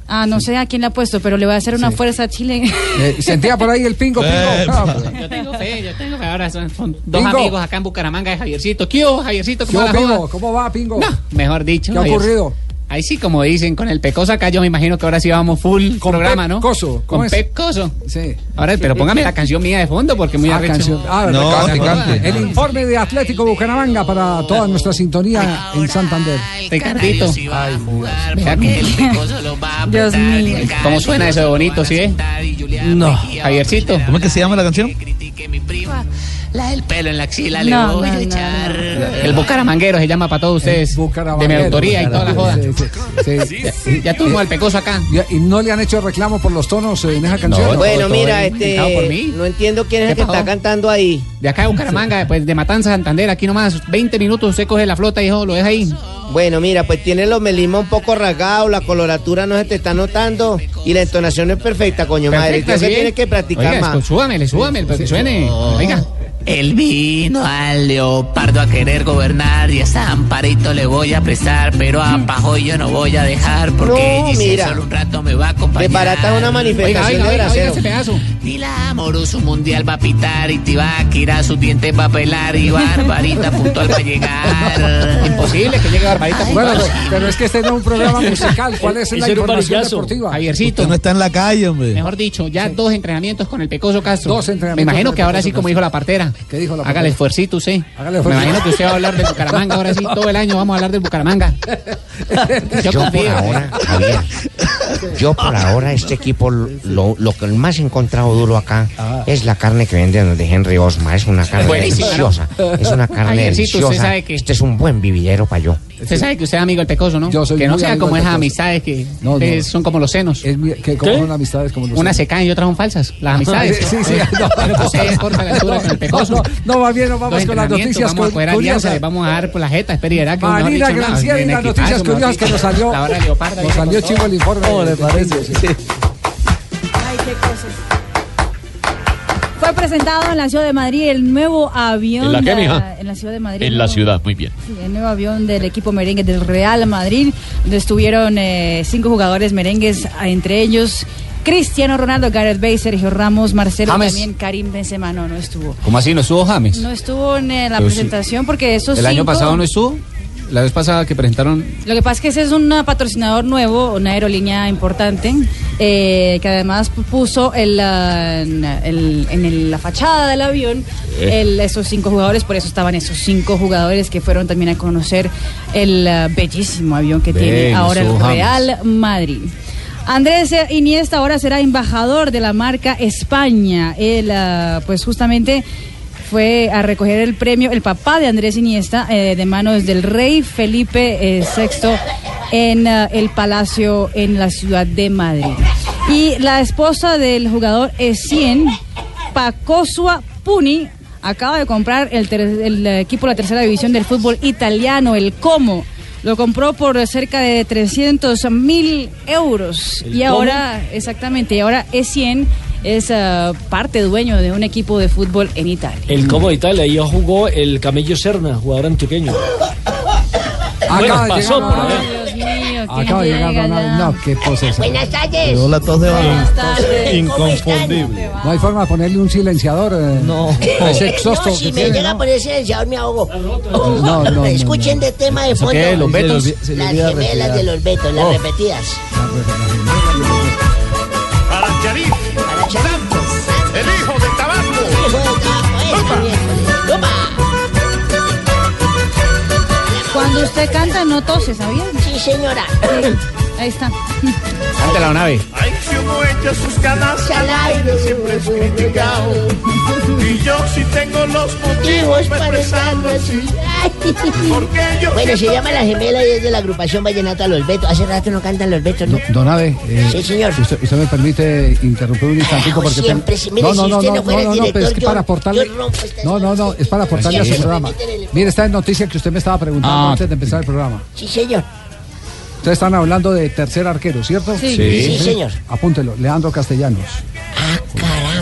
[SPEAKER 10] Ah, no sé a quién le apuesto, pero le voy a hacer una fuerza a Chile. (laughs)
[SPEAKER 16] Eh, sentía por ahí el pingo, pingo. Ah, pues.
[SPEAKER 23] Yo tengo fe, yo tengo fe. Ahora son, son dos
[SPEAKER 16] Pingo.
[SPEAKER 23] amigos acá en Bucaramanga de Javiercito. ¿Qué hubo, Javiercito?
[SPEAKER 16] ¿Qué
[SPEAKER 23] ¿Cómo,
[SPEAKER 16] hubo,
[SPEAKER 23] va la
[SPEAKER 16] Pingo?
[SPEAKER 23] joda?
[SPEAKER 16] ¿Cómo va, Pingo?
[SPEAKER 23] Mejor dicho.
[SPEAKER 16] ¿Qué ha
[SPEAKER 23] Javier.
[SPEAKER 16] ocurrido?
[SPEAKER 23] Ahí sí, como dicen, con el pecoso acá, yo me imagino que ahora sí vamos full programa, ¿no?
[SPEAKER 16] Pecoso, ¿cómo
[SPEAKER 23] Con
[SPEAKER 16] es?
[SPEAKER 23] pecoso.
[SPEAKER 16] Sí.
[SPEAKER 23] Ahora, pero póngame la canción mía de fondo porque muy
[SPEAKER 16] Ah,
[SPEAKER 23] arrecho.
[SPEAKER 16] canción. Ah, no, El informe de Atlético Bucaramanga para toda nuestra sintonía en Santander.
[SPEAKER 23] Ricardito. Vea
[SPEAKER 10] Dios mío.
[SPEAKER 23] ¿Cómo suena eso de bonito, sí? eh?
[SPEAKER 14] No.
[SPEAKER 23] Javiercito.
[SPEAKER 14] ¿Cómo es que se llama la canción?
[SPEAKER 23] La del pelo en la axila
[SPEAKER 10] le No, voy
[SPEAKER 23] a echar. El Bucaramanguero se llama para todos ustedes. De mi
[SPEAKER 16] Bucaramanguero,
[SPEAKER 23] autoría y toda la joda.
[SPEAKER 16] Bucaramanguero,
[SPEAKER 23] Ya tuvimos al pecoso acá.
[SPEAKER 16] ¿Y, y no le han hecho reclamo por los tonos eh, en esa canción?
[SPEAKER 5] bueno, mira, este, no entiendo quién es el que
[SPEAKER 23] ¿Qué
[SPEAKER 5] está
[SPEAKER 23] pasó?
[SPEAKER 5] cantando ahí.
[SPEAKER 23] De acá de Bucaramanga, pues de Matanza Santander, aquí nomás, 20 minutos, usted coge la flota, hijo, lo deja ahí.
[SPEAKER 5] Bueno, mira, pues tiene los melismas un poco rasgados, la coloratura no se te está notando y la entonación no es perfecta, coño madre.
[SPEAKER 23] Perfecta,
[SPEAKER 5] Creo que
[SPEAKER 23] ¿sí? ¿eh?
[SPEAKER 5] tienes que practicar
[SPEAKER 23] Oiga,
[SPEAKER 5] más.
[SPEAKER 23] esco- súbamele, súbamele, pero que suene. Oiga.
[SPEAKER 12] Él vino al leopardo a querer gobernar y a Zamparito le voy a prestar, pero a Pajoy yo no voy a dejar porque
[SPEAKER 5] No,
[SPEAKER 12] ella dice,
[SPEAKER 5] mira.
[SPEAKER 12] solo un rato me va a acompañar.
[SPEAKER 5] Desbarata una manifestación
[SPEAKER 12] Oiga, oiga, oiga,
[SPEAKER 5] de
[SPEAKER 12] oiga
[SPEAKER 5] bracero.
[SPEAKER 12] ese pedazo. Ni la amoroso mundial va a pitar y te va a quitar sus dientes va a pelar y Barbarita puntual va a llegar. Imposible que llegue Barbarita
[SPEAKER 16] Bueno, pero, pero es que este no es
[SPEAKER 12] (laughs)
[SPEAKER 16] un
[SPEAKER 8] (laughs)
[SPEAKER 16] programa musical. ¿Cuál es la información deportiva?
[SPEAKER 23] Javiercito.
[SPEAKER 8] No está en la calle, hombre.
[SPEAKER 23] Mejor dicho, ya dos entrenamientos con el Pecoso Castro.
[SPEAKER 16] Dos entrenamientos
[SPEAKER 23] Me imagino
[SPEAKER 16] con el
[SPEAKER 23] que ahora
[SPEAKER 16] Pecoso
[SPEAKER 23] sí, como
[SPEAKER 16] Castro.
[SPEAKER 23] dijo la partera.
[SPEAKER 16] ¿Qué dijo la
[SPEAKER 23] Hágale
[SPEAKER 16] partera?
[SPEAKER 23] esfuercito, usted.
[SPEAKER 16] Hágale
[SPEAKER 23] Me
[SPEAKER 16] esfuercito.
[SPEAKER 23] imagino que usted va a hablar de Bucaramanga ahora sí, todo el año vamos a hablar
[SPEAKER 16] (laughs)
[SPEAKER 23] de Bucaramanga. Yo
[SPEAKER 5] Yo por
[SPEAKER 23] confío.
[SPEAKER 5] ahora, Javier, yo por ahora este equipo lo, lo que más he encontrado duro acá es la carne que venden de Henry Osma. Es una carne
[SPEAKER 23] Ah. Buenísima, ¿no?
[SPEAKER 5] deliciosa. Es una carne
[SPEAKER 23] (laughs) Javiercito, usted
[SPEAKER 5] deliciosa.
[SPEAKER 23] sabe que-
[SPEAKER 5] Este es un buen vividero para yo.
[SPEAKER 23] Usted sabe que usted es amigo del Pecoso, ¿no? que no
[SPEAKER 16] muy amigo
[SPEAKER 23] sea como
[SPEAKER 16] del
[SPEAKER 23] esas
[SPEAKER 16] Pecoso.
[SPEAKER 23] amistades que
[SPEAKER 16] No, no.
[SPEAKER 23] que son como los senos.
[SPEAKER 16] Que como son amistades como los
[SPEAKER 23] Unas se
[SPEAKER 16] senos.
[SPEAKER 23] caen y otras son falsas. Las amistades.
[SPEAKER 16] (laughs) Ah, Sí, sí, (laughs) no,
[SPEAKER 23] Entonces, corta la altura con el Pecoso.
[SPEAKER 16] no, no, más bien nos vamos
[SPEAKER 23] Los
[SPEAKER 16] con las
[SPEAKER 23] entrenamientos,
[SPEAKER 16] noticias
[SPEAKER 23] Vamos a coger alianza,
[SPEAKER 16] curiosas.
[SPEAKER 23] les vamos a dar por la jeta. Espera, y verá que mejor
[SPEAKER 16] Marina
[SPEAKER 23] dicho, "Ah, no,
[SPEAKER 16] Graciela y
[SPEAKER 23] viene
[SPEAKER 16] las
[SPEAKER 23] equipazo,
[SPEAKER 16] noticias
[SPEAKER 23] mejor
[SPEAKER 16] curiosas que
[SPEAKER 23] dicho.
[SPEAKER 16] nos salió.
[SPEAKER 23] La hora
[SPEAKER 16] Nos
[SPEAKER 23] leoparda viene
[SPEAKER 16] salió
[SPEAKER 23] con todo.
[SPEAKER 16] chivo el informe.
[SPEAKER 23] ¿Cómo
[SPEAKER 16] de-
[SPEAKER 23] le
[SPEAKER 16] de-
[SPEAKER 23] parece?
[SPEAKER 16] sí.
[SPEAKER 10] Ay, qué cosas. Fue presentado en la ciudad de Madrid el nuevo avión.
[SPEAKER 21] ¿En la qué,
[SPEAKER 10] de-
[SPEAKER 21] mija?
[SPEAKER 10] en la ciudad de Madrid.
[SPEAKER 21] En
[SPEAKER 10] el
[SPEAKER 21] la
[SPEAKER 10] nuevo-
[SPEAKER 21] ciudad, muy bien.
[SPEAKER 10] sí, el nuevo avión del equipo merengue del Real Madrid. Donde estuvieron eh, cinco jugadores merengues, a- entre ellos Cristiano Ronaldo, Gareth Bale, Sergio Ramos, Marcelo,
[SPEAKER 23] James.
[SPEAKER 10] también Karim Benzema. No, no estuvo.
[SPEAKER 23] ¿Cómo así? ¿No estuvo James?
[SPEAKER 10] No estuvo en eh, la
[SPEAKER 23] Pero sí.
[SPEAKER 10] presentación porque esos
[SPEAKER 23] El año
[SPEAKER 10] cinco-
[SPEAKER 23] pasado no estuvo. La vez pasada que presentaron
[SPEAKER 10] Lo que pasa es que ese es un ah, patrocinador nuevo, una aerolínea importante, eh, que además pu- puso el, ah, en, el- en el- la fachada del avión
[SPEAKER 21] Eh.
[SPEAKER 10] el- esos cinco jugadores, por eso estaban esos cinco jugadores que fueron también a conocer el ah, bellísimo avión que
[SPEAKER 21] Ven,
[SPEAKER 10] tiene ahora el
[SPEAKER 21] eso, James.
[SPEAKER 10] Real Madrid. Andrés eh, Iniesta ahora será embajador de la marca España. Él, ah, pues justamente fue a recoger el premio el papá de Andrés Iniesta eh, de manos del rey Felipe eh, VI en ah, el palacio en la ciudad de Madrid. Y la esposa del jugador Essien, Pacosua Puni, acaba de comprar el, ter- el eh, equipo de la tercera división del fútbol italiano, el Como. Lo compró por cerca de 300 mil euros.
[SPEAKER 24] ¿El
[SPEAKER 10] Y
[SPEAKER 24] Como?
[SPEAKER 10] ahora, exactamente, y ahora Essien es ah, parte dueño de un equipo de fútbol en Italia.
[SPEAKER 4] El Como de Italia, ya jugó el Camello Serna, jugador antioqueño.
[SPEAKER 10] Acaba
[SPEAKER 4] Bueno,
[SPEAKER 10] de
[SPEAKER 4] pasó
[SPEAKER 10] llegar,
[SPEAKER 4] por
[SPEAKER 10] ay,
[SPEAKER 4] ahí.
[SPEAKER 10] Dios mío.
[SPEAKER 16] Acaba de llegar Ronaldo. No, qué posesión.
[SPEAKER 6] Buenas tardes.
[SPEAKER 16] Llegó la tos de balón.
[SPEAKER 6] Buenas tardes.
[SPEAKER 16] Inconfundible. No hay forma de ponerle un silenciador. No. Oh. Ese exhausto
[SPEAKER 6] no, si
[SPEAKER 16] que
[SPEAKER 6] me
[SPEAKER 16] tiene,
[SPEAKER 6] llega
[SPEAKER 16] ¿no?
[SPEAKER 6] a poner silenciador me ahogo. Oh,
[SPEAKER 16] No,
[SPEAKER 6] (laughs)
[SPEAKER 16] no, no,
[SPEAKER 6] Escuchen de tema de
[SPEAKER 16] ¿Eso
[SPEAKER 6] fondo.
[SPEAKER 16] qué? ¿Los Se Betos? le olvi- se le
[SPEAKER 6] Las
[SPEAKER 16] olvida
[SPEAKER 6] gemelas
[SPEAKER 16] respirar.
[SPEAKER 6] de los Betos, las
[SPEAKER 16] Oh.
[SPEAKER 6] repetidas.
[SPEAKER 5] Para Yarif, Santos, el hijo de Tabaco.
[SPEAKER 6] pues.
[SPEAKER 10] Cuando usted canta no tose, ¿sabía?
[SPEAKER 6] Sí, señora.
[SPEAKER 10] (coughs) Ahí está.
[SPEAKER 23] Cántela la nave.
[SPEAKER 5] Ay, que hubo hecho sus ganas al aire, siempre es criticado. Y yo sí tengo los motivos para expresarlo así. Porque yo
[SPEAKER 6] Bueno, se
[SPEAKER 5] siento
[SPEAKER 6] llama La Gemela y es de la agrupación Vallenata Los Betos. Hace rato no cantan Los Betos, ¿no?
[SPEAKER 16] Don Ave, eh,
[SPEAKER 6] Sí, señor.
[SPEAKER 16] Usted, usted me permite interrumpir un instantico
[SPEAKER 6] Carajo,
[SPEAKER 16] porque
[SPEAKER 6] Ah, siempre,
[SPEAKER 16] tengo-
[SPEAKER 6] si- mire, si usted no fuera
[SPEAKER 16] pero pues
[SPEAKER 6] el
[SPEAKER 16] es
[SPEAKER 6] director,
[SPEAKER 16] que
[SPEAKER 6] yo-
[SPEAKER 16] para aportarle
[SPEAKER 6] yo rompo esta-
[SPEAKER 16] No, no, no, es para aportarle a
[SPEAKER 6] Sí,
[SPEAKER 16] su
[SPEAKER 6] sí.
[SPEAKER 16] programa. Mire, esta es noticia que usted me estaba preguntando
[SPEAKER 6] Ah.
[SPEAKER 16] antes de empezar el programa.
[SPEAKER 6] Sí, señor.
[SPEAKER 16] Ustedes están hablando de tercer arquero, ¿cierto?
[SPEAKER 6] Sí. Sí. Sí, señor.
[SPEAKER 16] Apúntelo, Leandro Castellanos.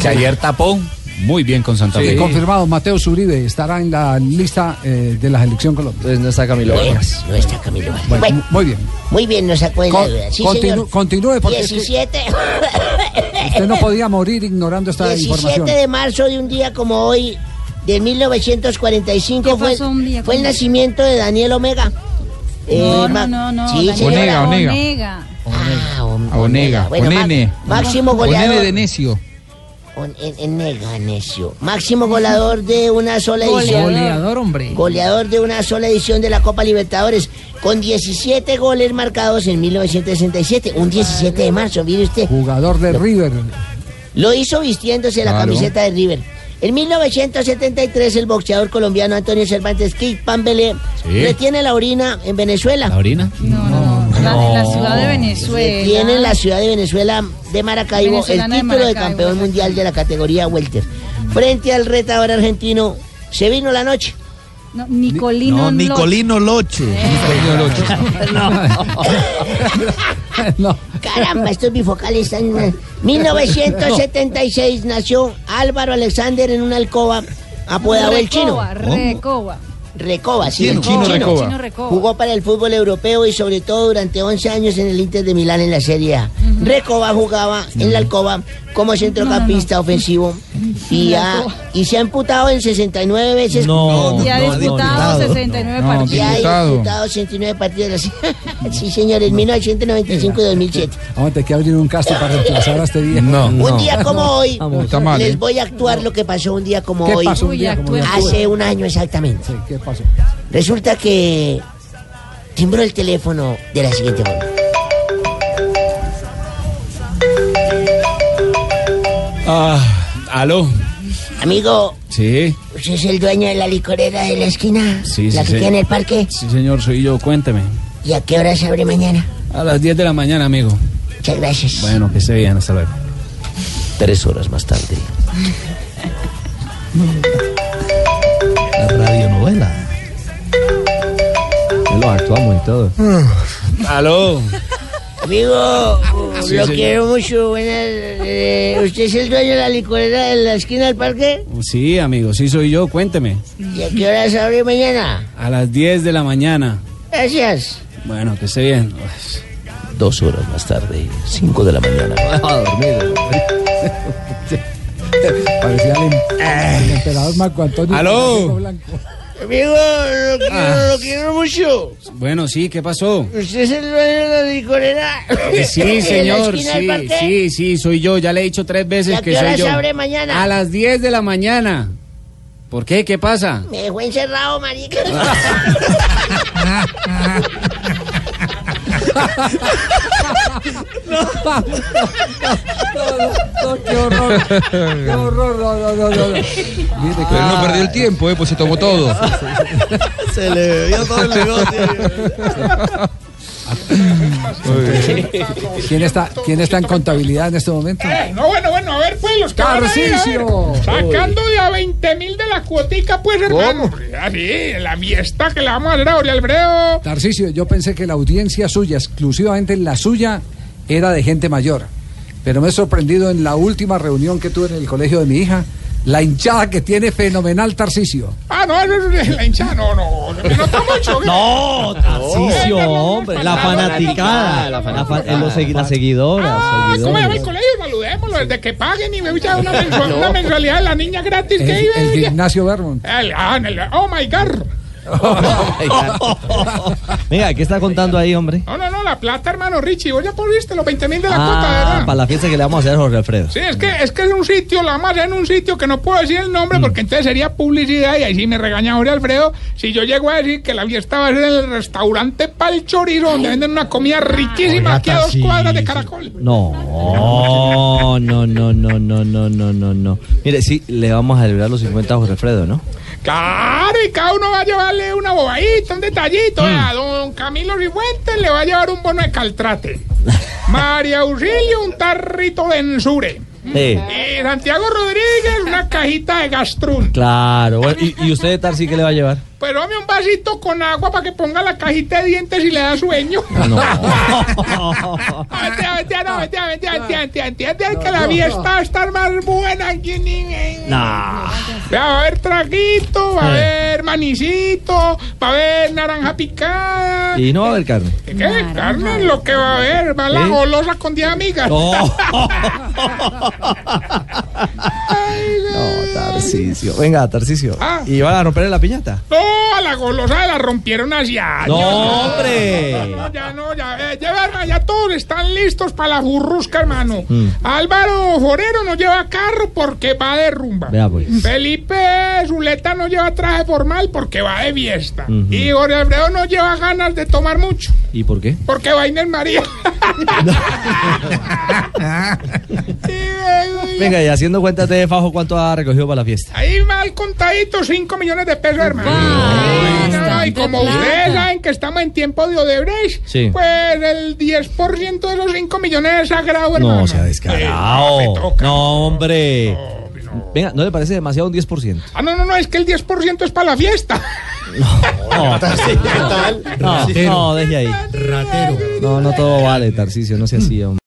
[SPEAKER 23] Que ayer tapó muy bien con Santa
[SPEAKER 16] Y
[SPEAKER 23] Fe.
[SPEAKER 16] confirmado, Mateo Uribe estará en la lista eh, de la selección Colombia. Entonces no está Camilo
[SPEAKER 6] Vargas. No está Camilo Vargas.
[SPEAKER 16] Bueno, muy bien.
[SPEAKER 6] Muy bien, nos sacó de la
[SPEAKER 16] Con-
[SPEAKER 6] duda. Sí,
[SPEAKER 16] continú-
[SPEAKER 6] señor.
[SPEAKER 16] continúe, porque es que-
[SPEAKER 6] 17.
[SPEAKER 16] Usted no podía morir ignorando esta
[SPEAKER 6] 17
[SPEAKER 16] información.
[SPEAKER 6] de marzo de un día como hoy, de 1945, fue,
[SPEAKER 10] pasó un día
[SPEAKER 6] fue el
[SPEAKER 10] como hoy?
[SPEAKER 6] nacimiento de Daniel Omega.
[SPEAKER 10] No,
[SPEAKER 6] Eh,
[SPEAKER 10] no,
[SPEAKER 6] ma-
[SPEAKER 10] no, no.
[SPEAKER 6] Sí,
[SPEAKER 10] Daniel
[SPEAKER 6] señora.
[SPEAKER 10] Onega.
[SPEAKER 25] A Onega,
[SPEAKER 6] Ah, Bueno, ma-
[SPEAKER 25] Onene.
[SPEAKER 6] máximo
[SPEAKER 25] Onene
[SPEAKER 6] goleador.
[SPEAKER 25] de necio.
[SPEAKER 6] On- en- en nega, necio. Máximo goleador de una sola edición.
[SPEAKER 26] Goleador, hombre.
[SPEAKER 6] Goleador de una sola edición de la Copa Libertadores, con 17 goles marcados en 1967, un 17 de marzo, mire usted.
[SPEAKER 16] Jugador de River.
[SPEAKER 6] Lo hizo vistiéndose la
[SPEAKER 16] Claro.
[SPEAKER 6] camiseta de River. En 1973, el boxeador colombiano Antonio Cervantes Kick Pambele
[SPEAKER 23] Sí.
[SPEAKER 6] retiene la orina en Venezuela.
[SPEAKER 23] ¿La orina?
[SPEAKER 10] La, la ciudad de Venezuela.
[SPEAKER 6] Retiene en la ciudad de Venezuela de Maracaibo el
[SPEAKER 10] Venezolana
[SPEAKER 6] título
[SPEAKER 10] de
[SPEAKER 6] de,
[SPEAKER 10] Maracaibo,
[SPEAKER 6] campeón mundial de la categoría welter. Frente al retador argentino, se vino la noche.
[SPEAKER 10] No, Nicolino
[SPEAKER 2] No, Eh.
[SPEAKER 10] Loche.
[SPEAKER 2] Nicolino Loche. (laughs)
[SPEAKER 6] Caramba, estos bifocales eh, están...
[SPEAKER 10] (laughs)
[SPEAKER 6] 1976 nació Álvaro Alexander en una alcoba apodado el chino.
[SPEAKER 10] Recoba, Recoba.
[SPEAKER 6] Recoba, sí,
[SPEAKER 10] Chino,
[SPEAKER 6] el chino.
[SPEAKER 10] chino Recoba. Chino Recoba.
[SPEAKER 6] Jugó para el fútbol europeo y sobre todo durante 11 años en el Inter de Milán en la Serie A. Recoba jugaba en la Alcoba como centrocampista ofensivo
[SPEAKER 5] (laughs)
[SPEAKER 6] y,
[SPEAKER 10] La
[SPEAKER 6] ha-
[SPEAKER 10] Alcoba.
[SPEAKER 6] y se ha imputado en 69 veces.
[SPEAKER 10] No, Y ha no, no, disputado no, no. 69 No, partidos.
[SPEAKER 6] Y ha
[SPEAKER 10] diputado.
[SPEAKER 6] disputado 69 partidos. (laughs) sí, señor, en 1995 y 2007.
[SPEAKER 16] Vamos a tener que abrir un caso para reemplazar a este día. No,
[SPEAKER 6] Un día como hoy,
[SPEAKER 16] (laughs) Vamos. Está mal,
[SPEAKER 6] les
[SPEAKER 16] ¿eh?
[SPEAKER 6] voy a actuar lo que pasó un día como
[SPEAKER 16] ¿Qué
[SPEAKER 6] hoy.
[SPEAKER 16] pasó un Uy, día como hoy? actúe.
[SPEAKER 6] Hace un año exactamente.
[SPEAKER 16] ¿Qué pasó?
[SPEAKER 6] Resulta que timbró el teléfono de la siguiente forma.
[SPEAKER 23] Ah, aló.
[SPEAKER 9] eh.
[SPEAKER 6] Amigo,
[SPEAKER 23] Sí,
[SPEAKER 6] ¿usted Pues es el dueño de la licorera de la esquina?
[SPEAKER 23] Sí,
[SPEAKER 6] La
[SPEAKER 23] sí,
[SPEAKER 6] que
[SPEAKER 23] sí.
[SPEAKER 6] queda en el parque.
[SPEAKER 23] sí, señor, soy yo. Cuénteme.
[SPEAKER 6] ¿Y a qué hora se abre mañana?
[SPEAKER 23] A las 10 de la mañana, amigo.
[SPEAKER 6] Muchas gracias.
[SPEAKER 23] Bueno, que esté bien. Hasta luego.
[SPEAKER 13] Tres horas más tarde.
[SPEAKER 4] La radionovela. Ya Lo actuamos y todo.
[SPEAKER 23] Aló.
[SPEAKER 6] Amigo,
[SPEAKER 23] Sí,
[SPEAKER 6] lo
[SPEAKER 23] señor.
[SPEAKER 6] quiero mucho. Buenas, eh, ¿Usted es el dueño de la licorera de la esquina del parque?
[SPEAKER 23] Sí, amigo, sí soy yo. Cuénteme.
[SPEAKER 6] ¿Y a qué hora se abre mañana?
[SPEAKER 23] A las 10 de la mañana.
[SPEAKER 6] Gracias.
[SPEAKER 23] Bueno, que esté bien.
[SPEAKER 13] Dos horas más tarde, cinco de la mañana.
[SPEAKER 16] (laughs) ¿eh? Parecía el, em- el emperador Marco Antonio.
[SPEAKER 23] Aló.
[SPEAKER 6] Amigo, lo quiero,
[SPEAKER 23] Ah.
[SPEAKER 6] lo quiero mucho.
[SPEAKER 23] Bueno, sí, ¿qué pasó?
[SPEAKER 6] ¿Usted es el dueño de la licorera? (laughs)
[SPEAKER 23] Que
[SPEAKER 6] de
[SPEAKER 23] Eh, Sí,
[SPEAKER 6] la
[SPEAKER 23] señor,
[SPEAKER 6] esquina del
[SPEAKER 23] sí,
[SPEAKER 6] parque?
[SPEAKER 23] sí, sí, soy yo. Ya le he dicho tres
[SPEAKER 6] ¿Y
[SPEAKER 23] veces
[SPEAKER 6] a
[SPEAKER 23] que
[SPEAKER 6] qué hora
[SPEAKER 23] soy yo.
[SPEAKER 6] se abre mañana?
[SPEAKER 23] A las 10 de la mañana. ¿Por qué? ¿Qué pasa?
[SPEAKER 6] Me dejó
[SPEAKER 16] (laughs)
[SPEAKER 6] encerrado, marica.
[SPEAKER 16] Qué horror. Qué horror. No, no, no, no. no.
[SPEAKER 25] Pero no perdió el tiempo, eh, pues se tomó todo.
[SPEAKER 2] (laughs) Se le bebió todo el
[SPEAKER 16] (laughs)
[SPEAKER 25] (laughs)
[SPEAKER 16] ¿Quién está, ¿Quién está en contabilidad en este momento?
[SPEAKER 1] Eh, No, bueno, bueno, a ver, pues, los que van a ir, a ver.
[SPEAKER 16] Tarcisio.
[SPEAKER 1] Sacando de a 20 mil de la cuotica, pues, hermano. Así, la fiesta que le vamos a hacer a Oriol Breo.
[SPEAKER 16] Tarcisio, yo pensé que la audiencia suya, exclusivamente la suya, era de gente mayor. Pero me he sorprendido en la última reunión que tuve en el colegio de mi hija, la hinchada que tiene fenomenal Tarcisio. (laughs)
[SPEAKER 1] Ah, no, no, no, la hinchada, no, no. ¿Me nota mucho?
[SPEAKER 16] No, Tarcisio.
[SPEAKER 3] colegio, hombre. La fanaticada. La fanaticada. Los segui- Las seguidoras.
[SPEAKER 1] Ah, ¿Cómo
[SPEAKER 3] (laughs) seguidores.
[SPEAKER 1] es el colegio? Saludémoslo desde que paguen y me voy a echar una, mensual-
[SPEAKER 16] No.
[SPEAKER 1] una mensualidad de la niña gratis que
[SPEAKER 16] El,
[SPEAKER 1] iba.
[SPEAKER 16] el gimnasio Vermont.
[SPEAKER 1] El- ah, en el- oh my god.
[SPEAKER 3] Oh Mira, ¿qué está contando ahí, hombre?
[SPEAKER 1] No, no, no, la plata, hermano Richie. Vos ya viste los 20 mil de la cuota,
[SPEAKER 3] Ah,
[SPEAKER 1] ¿verdad?
[SPEAKER 3] para la fiesta que le vamos a hacer a Jorge Alfredo.
[SPEAKER 1] Sí, es que es que es un sitio, la más en un sitio que no puedo decir el nombre porque entonces sería publicidad y ahí sí me regaña Jorge Alfredo si yo llego a decir que la fiesta va a ser en el restaurante Pal Chorizo donde venden una comida riquísima aquí a dos
[SPEAKER 3] sí,
[SPEAKER 1] cuadras de Caracol.
[SPEAKER 3] No, no, no, no, no, no, no, no, no. Mire, sí, le vamos a celebrar los 50 a Jorge Alfredo, ¿no?
[SPEAKER 1] Claro, y cada uno va a llevarle una bobadita, un detallito. A don Camilo Rifuentes le va a llevar un bono de caltrate. María Auxilio, un tarrito de ensure.
[SPEAKER 3] Sí.
[SPEAKER 1] Y Santiago Rodríguez, una cajita de gastrón.
[SPEAKER 3] Claro. bueno, ¿y, y usted de Tarsi qué le va a llevar?
[SPEAKER 1] Pero dame un vasito con agua para que ponga la cajita de dientes y le da sueño. (laughs)
[SPEAKER 3] No.
[SPEAKER 1] Mentira, mentira, no, mentira, mentira, mentira, mentira, mentira, mentira, que la fiesta va a estar más buena que ni...
[SPEAKER 3] No.
[SPEAKER 1] Va a haber traguito, va a
[SPEAKER 3] Eh.
[SPEAKER 1] haber manicito, va a haber naranja picada.
[SPEAKER 3] Y no va a haber carne.
[SPEAKER 1] ¿Qué, qué? Carne, lo que va a haber, va a la
[SPEAKER 3] ¿Eh?
[SPEAKER 1] golosa con 10 amigas.
[SPEAKER 3] No.
[SPEAKER 1] (laughs)
[SPEAKER 3] No, Tarcicio. Venga, Tarcicio.
[SPEAKER 1] Ah.
[SPEAKER 3] ¿Y van a romperle la piñata?
[SPEAKER 1] No, a la golosa la rompieron hacia años.
[SPEAKER 3] No, hombre.
[SPEAKER 1] No, no, ya no, ya, eh, ya, verga, ya todos están listos para la burrusca, hermano.
[SPEAKER 3] Mm.
[SPEAKER 1] Álvaro Forero no lleva carro porque va de rumba.
[SPEAKER 3] Vea, pues.
[SPEAKER 1] Felipe Zuleta no lleva traje formal porque va de fiesta.
[SPEAKER 3] Ujú.
[SPEAKER 1] Y Jorge Alfredo no lleva ganas de tomar mucho
[SPEAKER 3] ¿Y por qué?
[SPEAKER 1] porque va Inés
[SPEAKER 3] (laughs)
[SPEAKER 1] María. (laughs)
[SPEAKER 3] Venga, y haciendo cuentas de fajo, ¿cuánto ha recogido para la fiesta?
[SPEAKER 1] Ahí mal contadito, 5 millones de pesos, hermano. Sí, no, no, y como ustedes saben que estamos en tiempo de Odebrecht,
[SPEAKER 3] Sí.
[SPEAKER 1] pues el 10% de los 5 millones es sagrado, hermano.
[SPEAKER 3] No, se ha descarado. Eh, No, hombre. Venga, ¿no le parece demasiado un 10%?
[SPEAKER 1] Ah, no, no, no, es que el 10% es para la fiesta.
[SPEAKER 3] (laughs) No, no, no, deje ahí. No, no todo vale, Tarcicio, no sea así, hombre.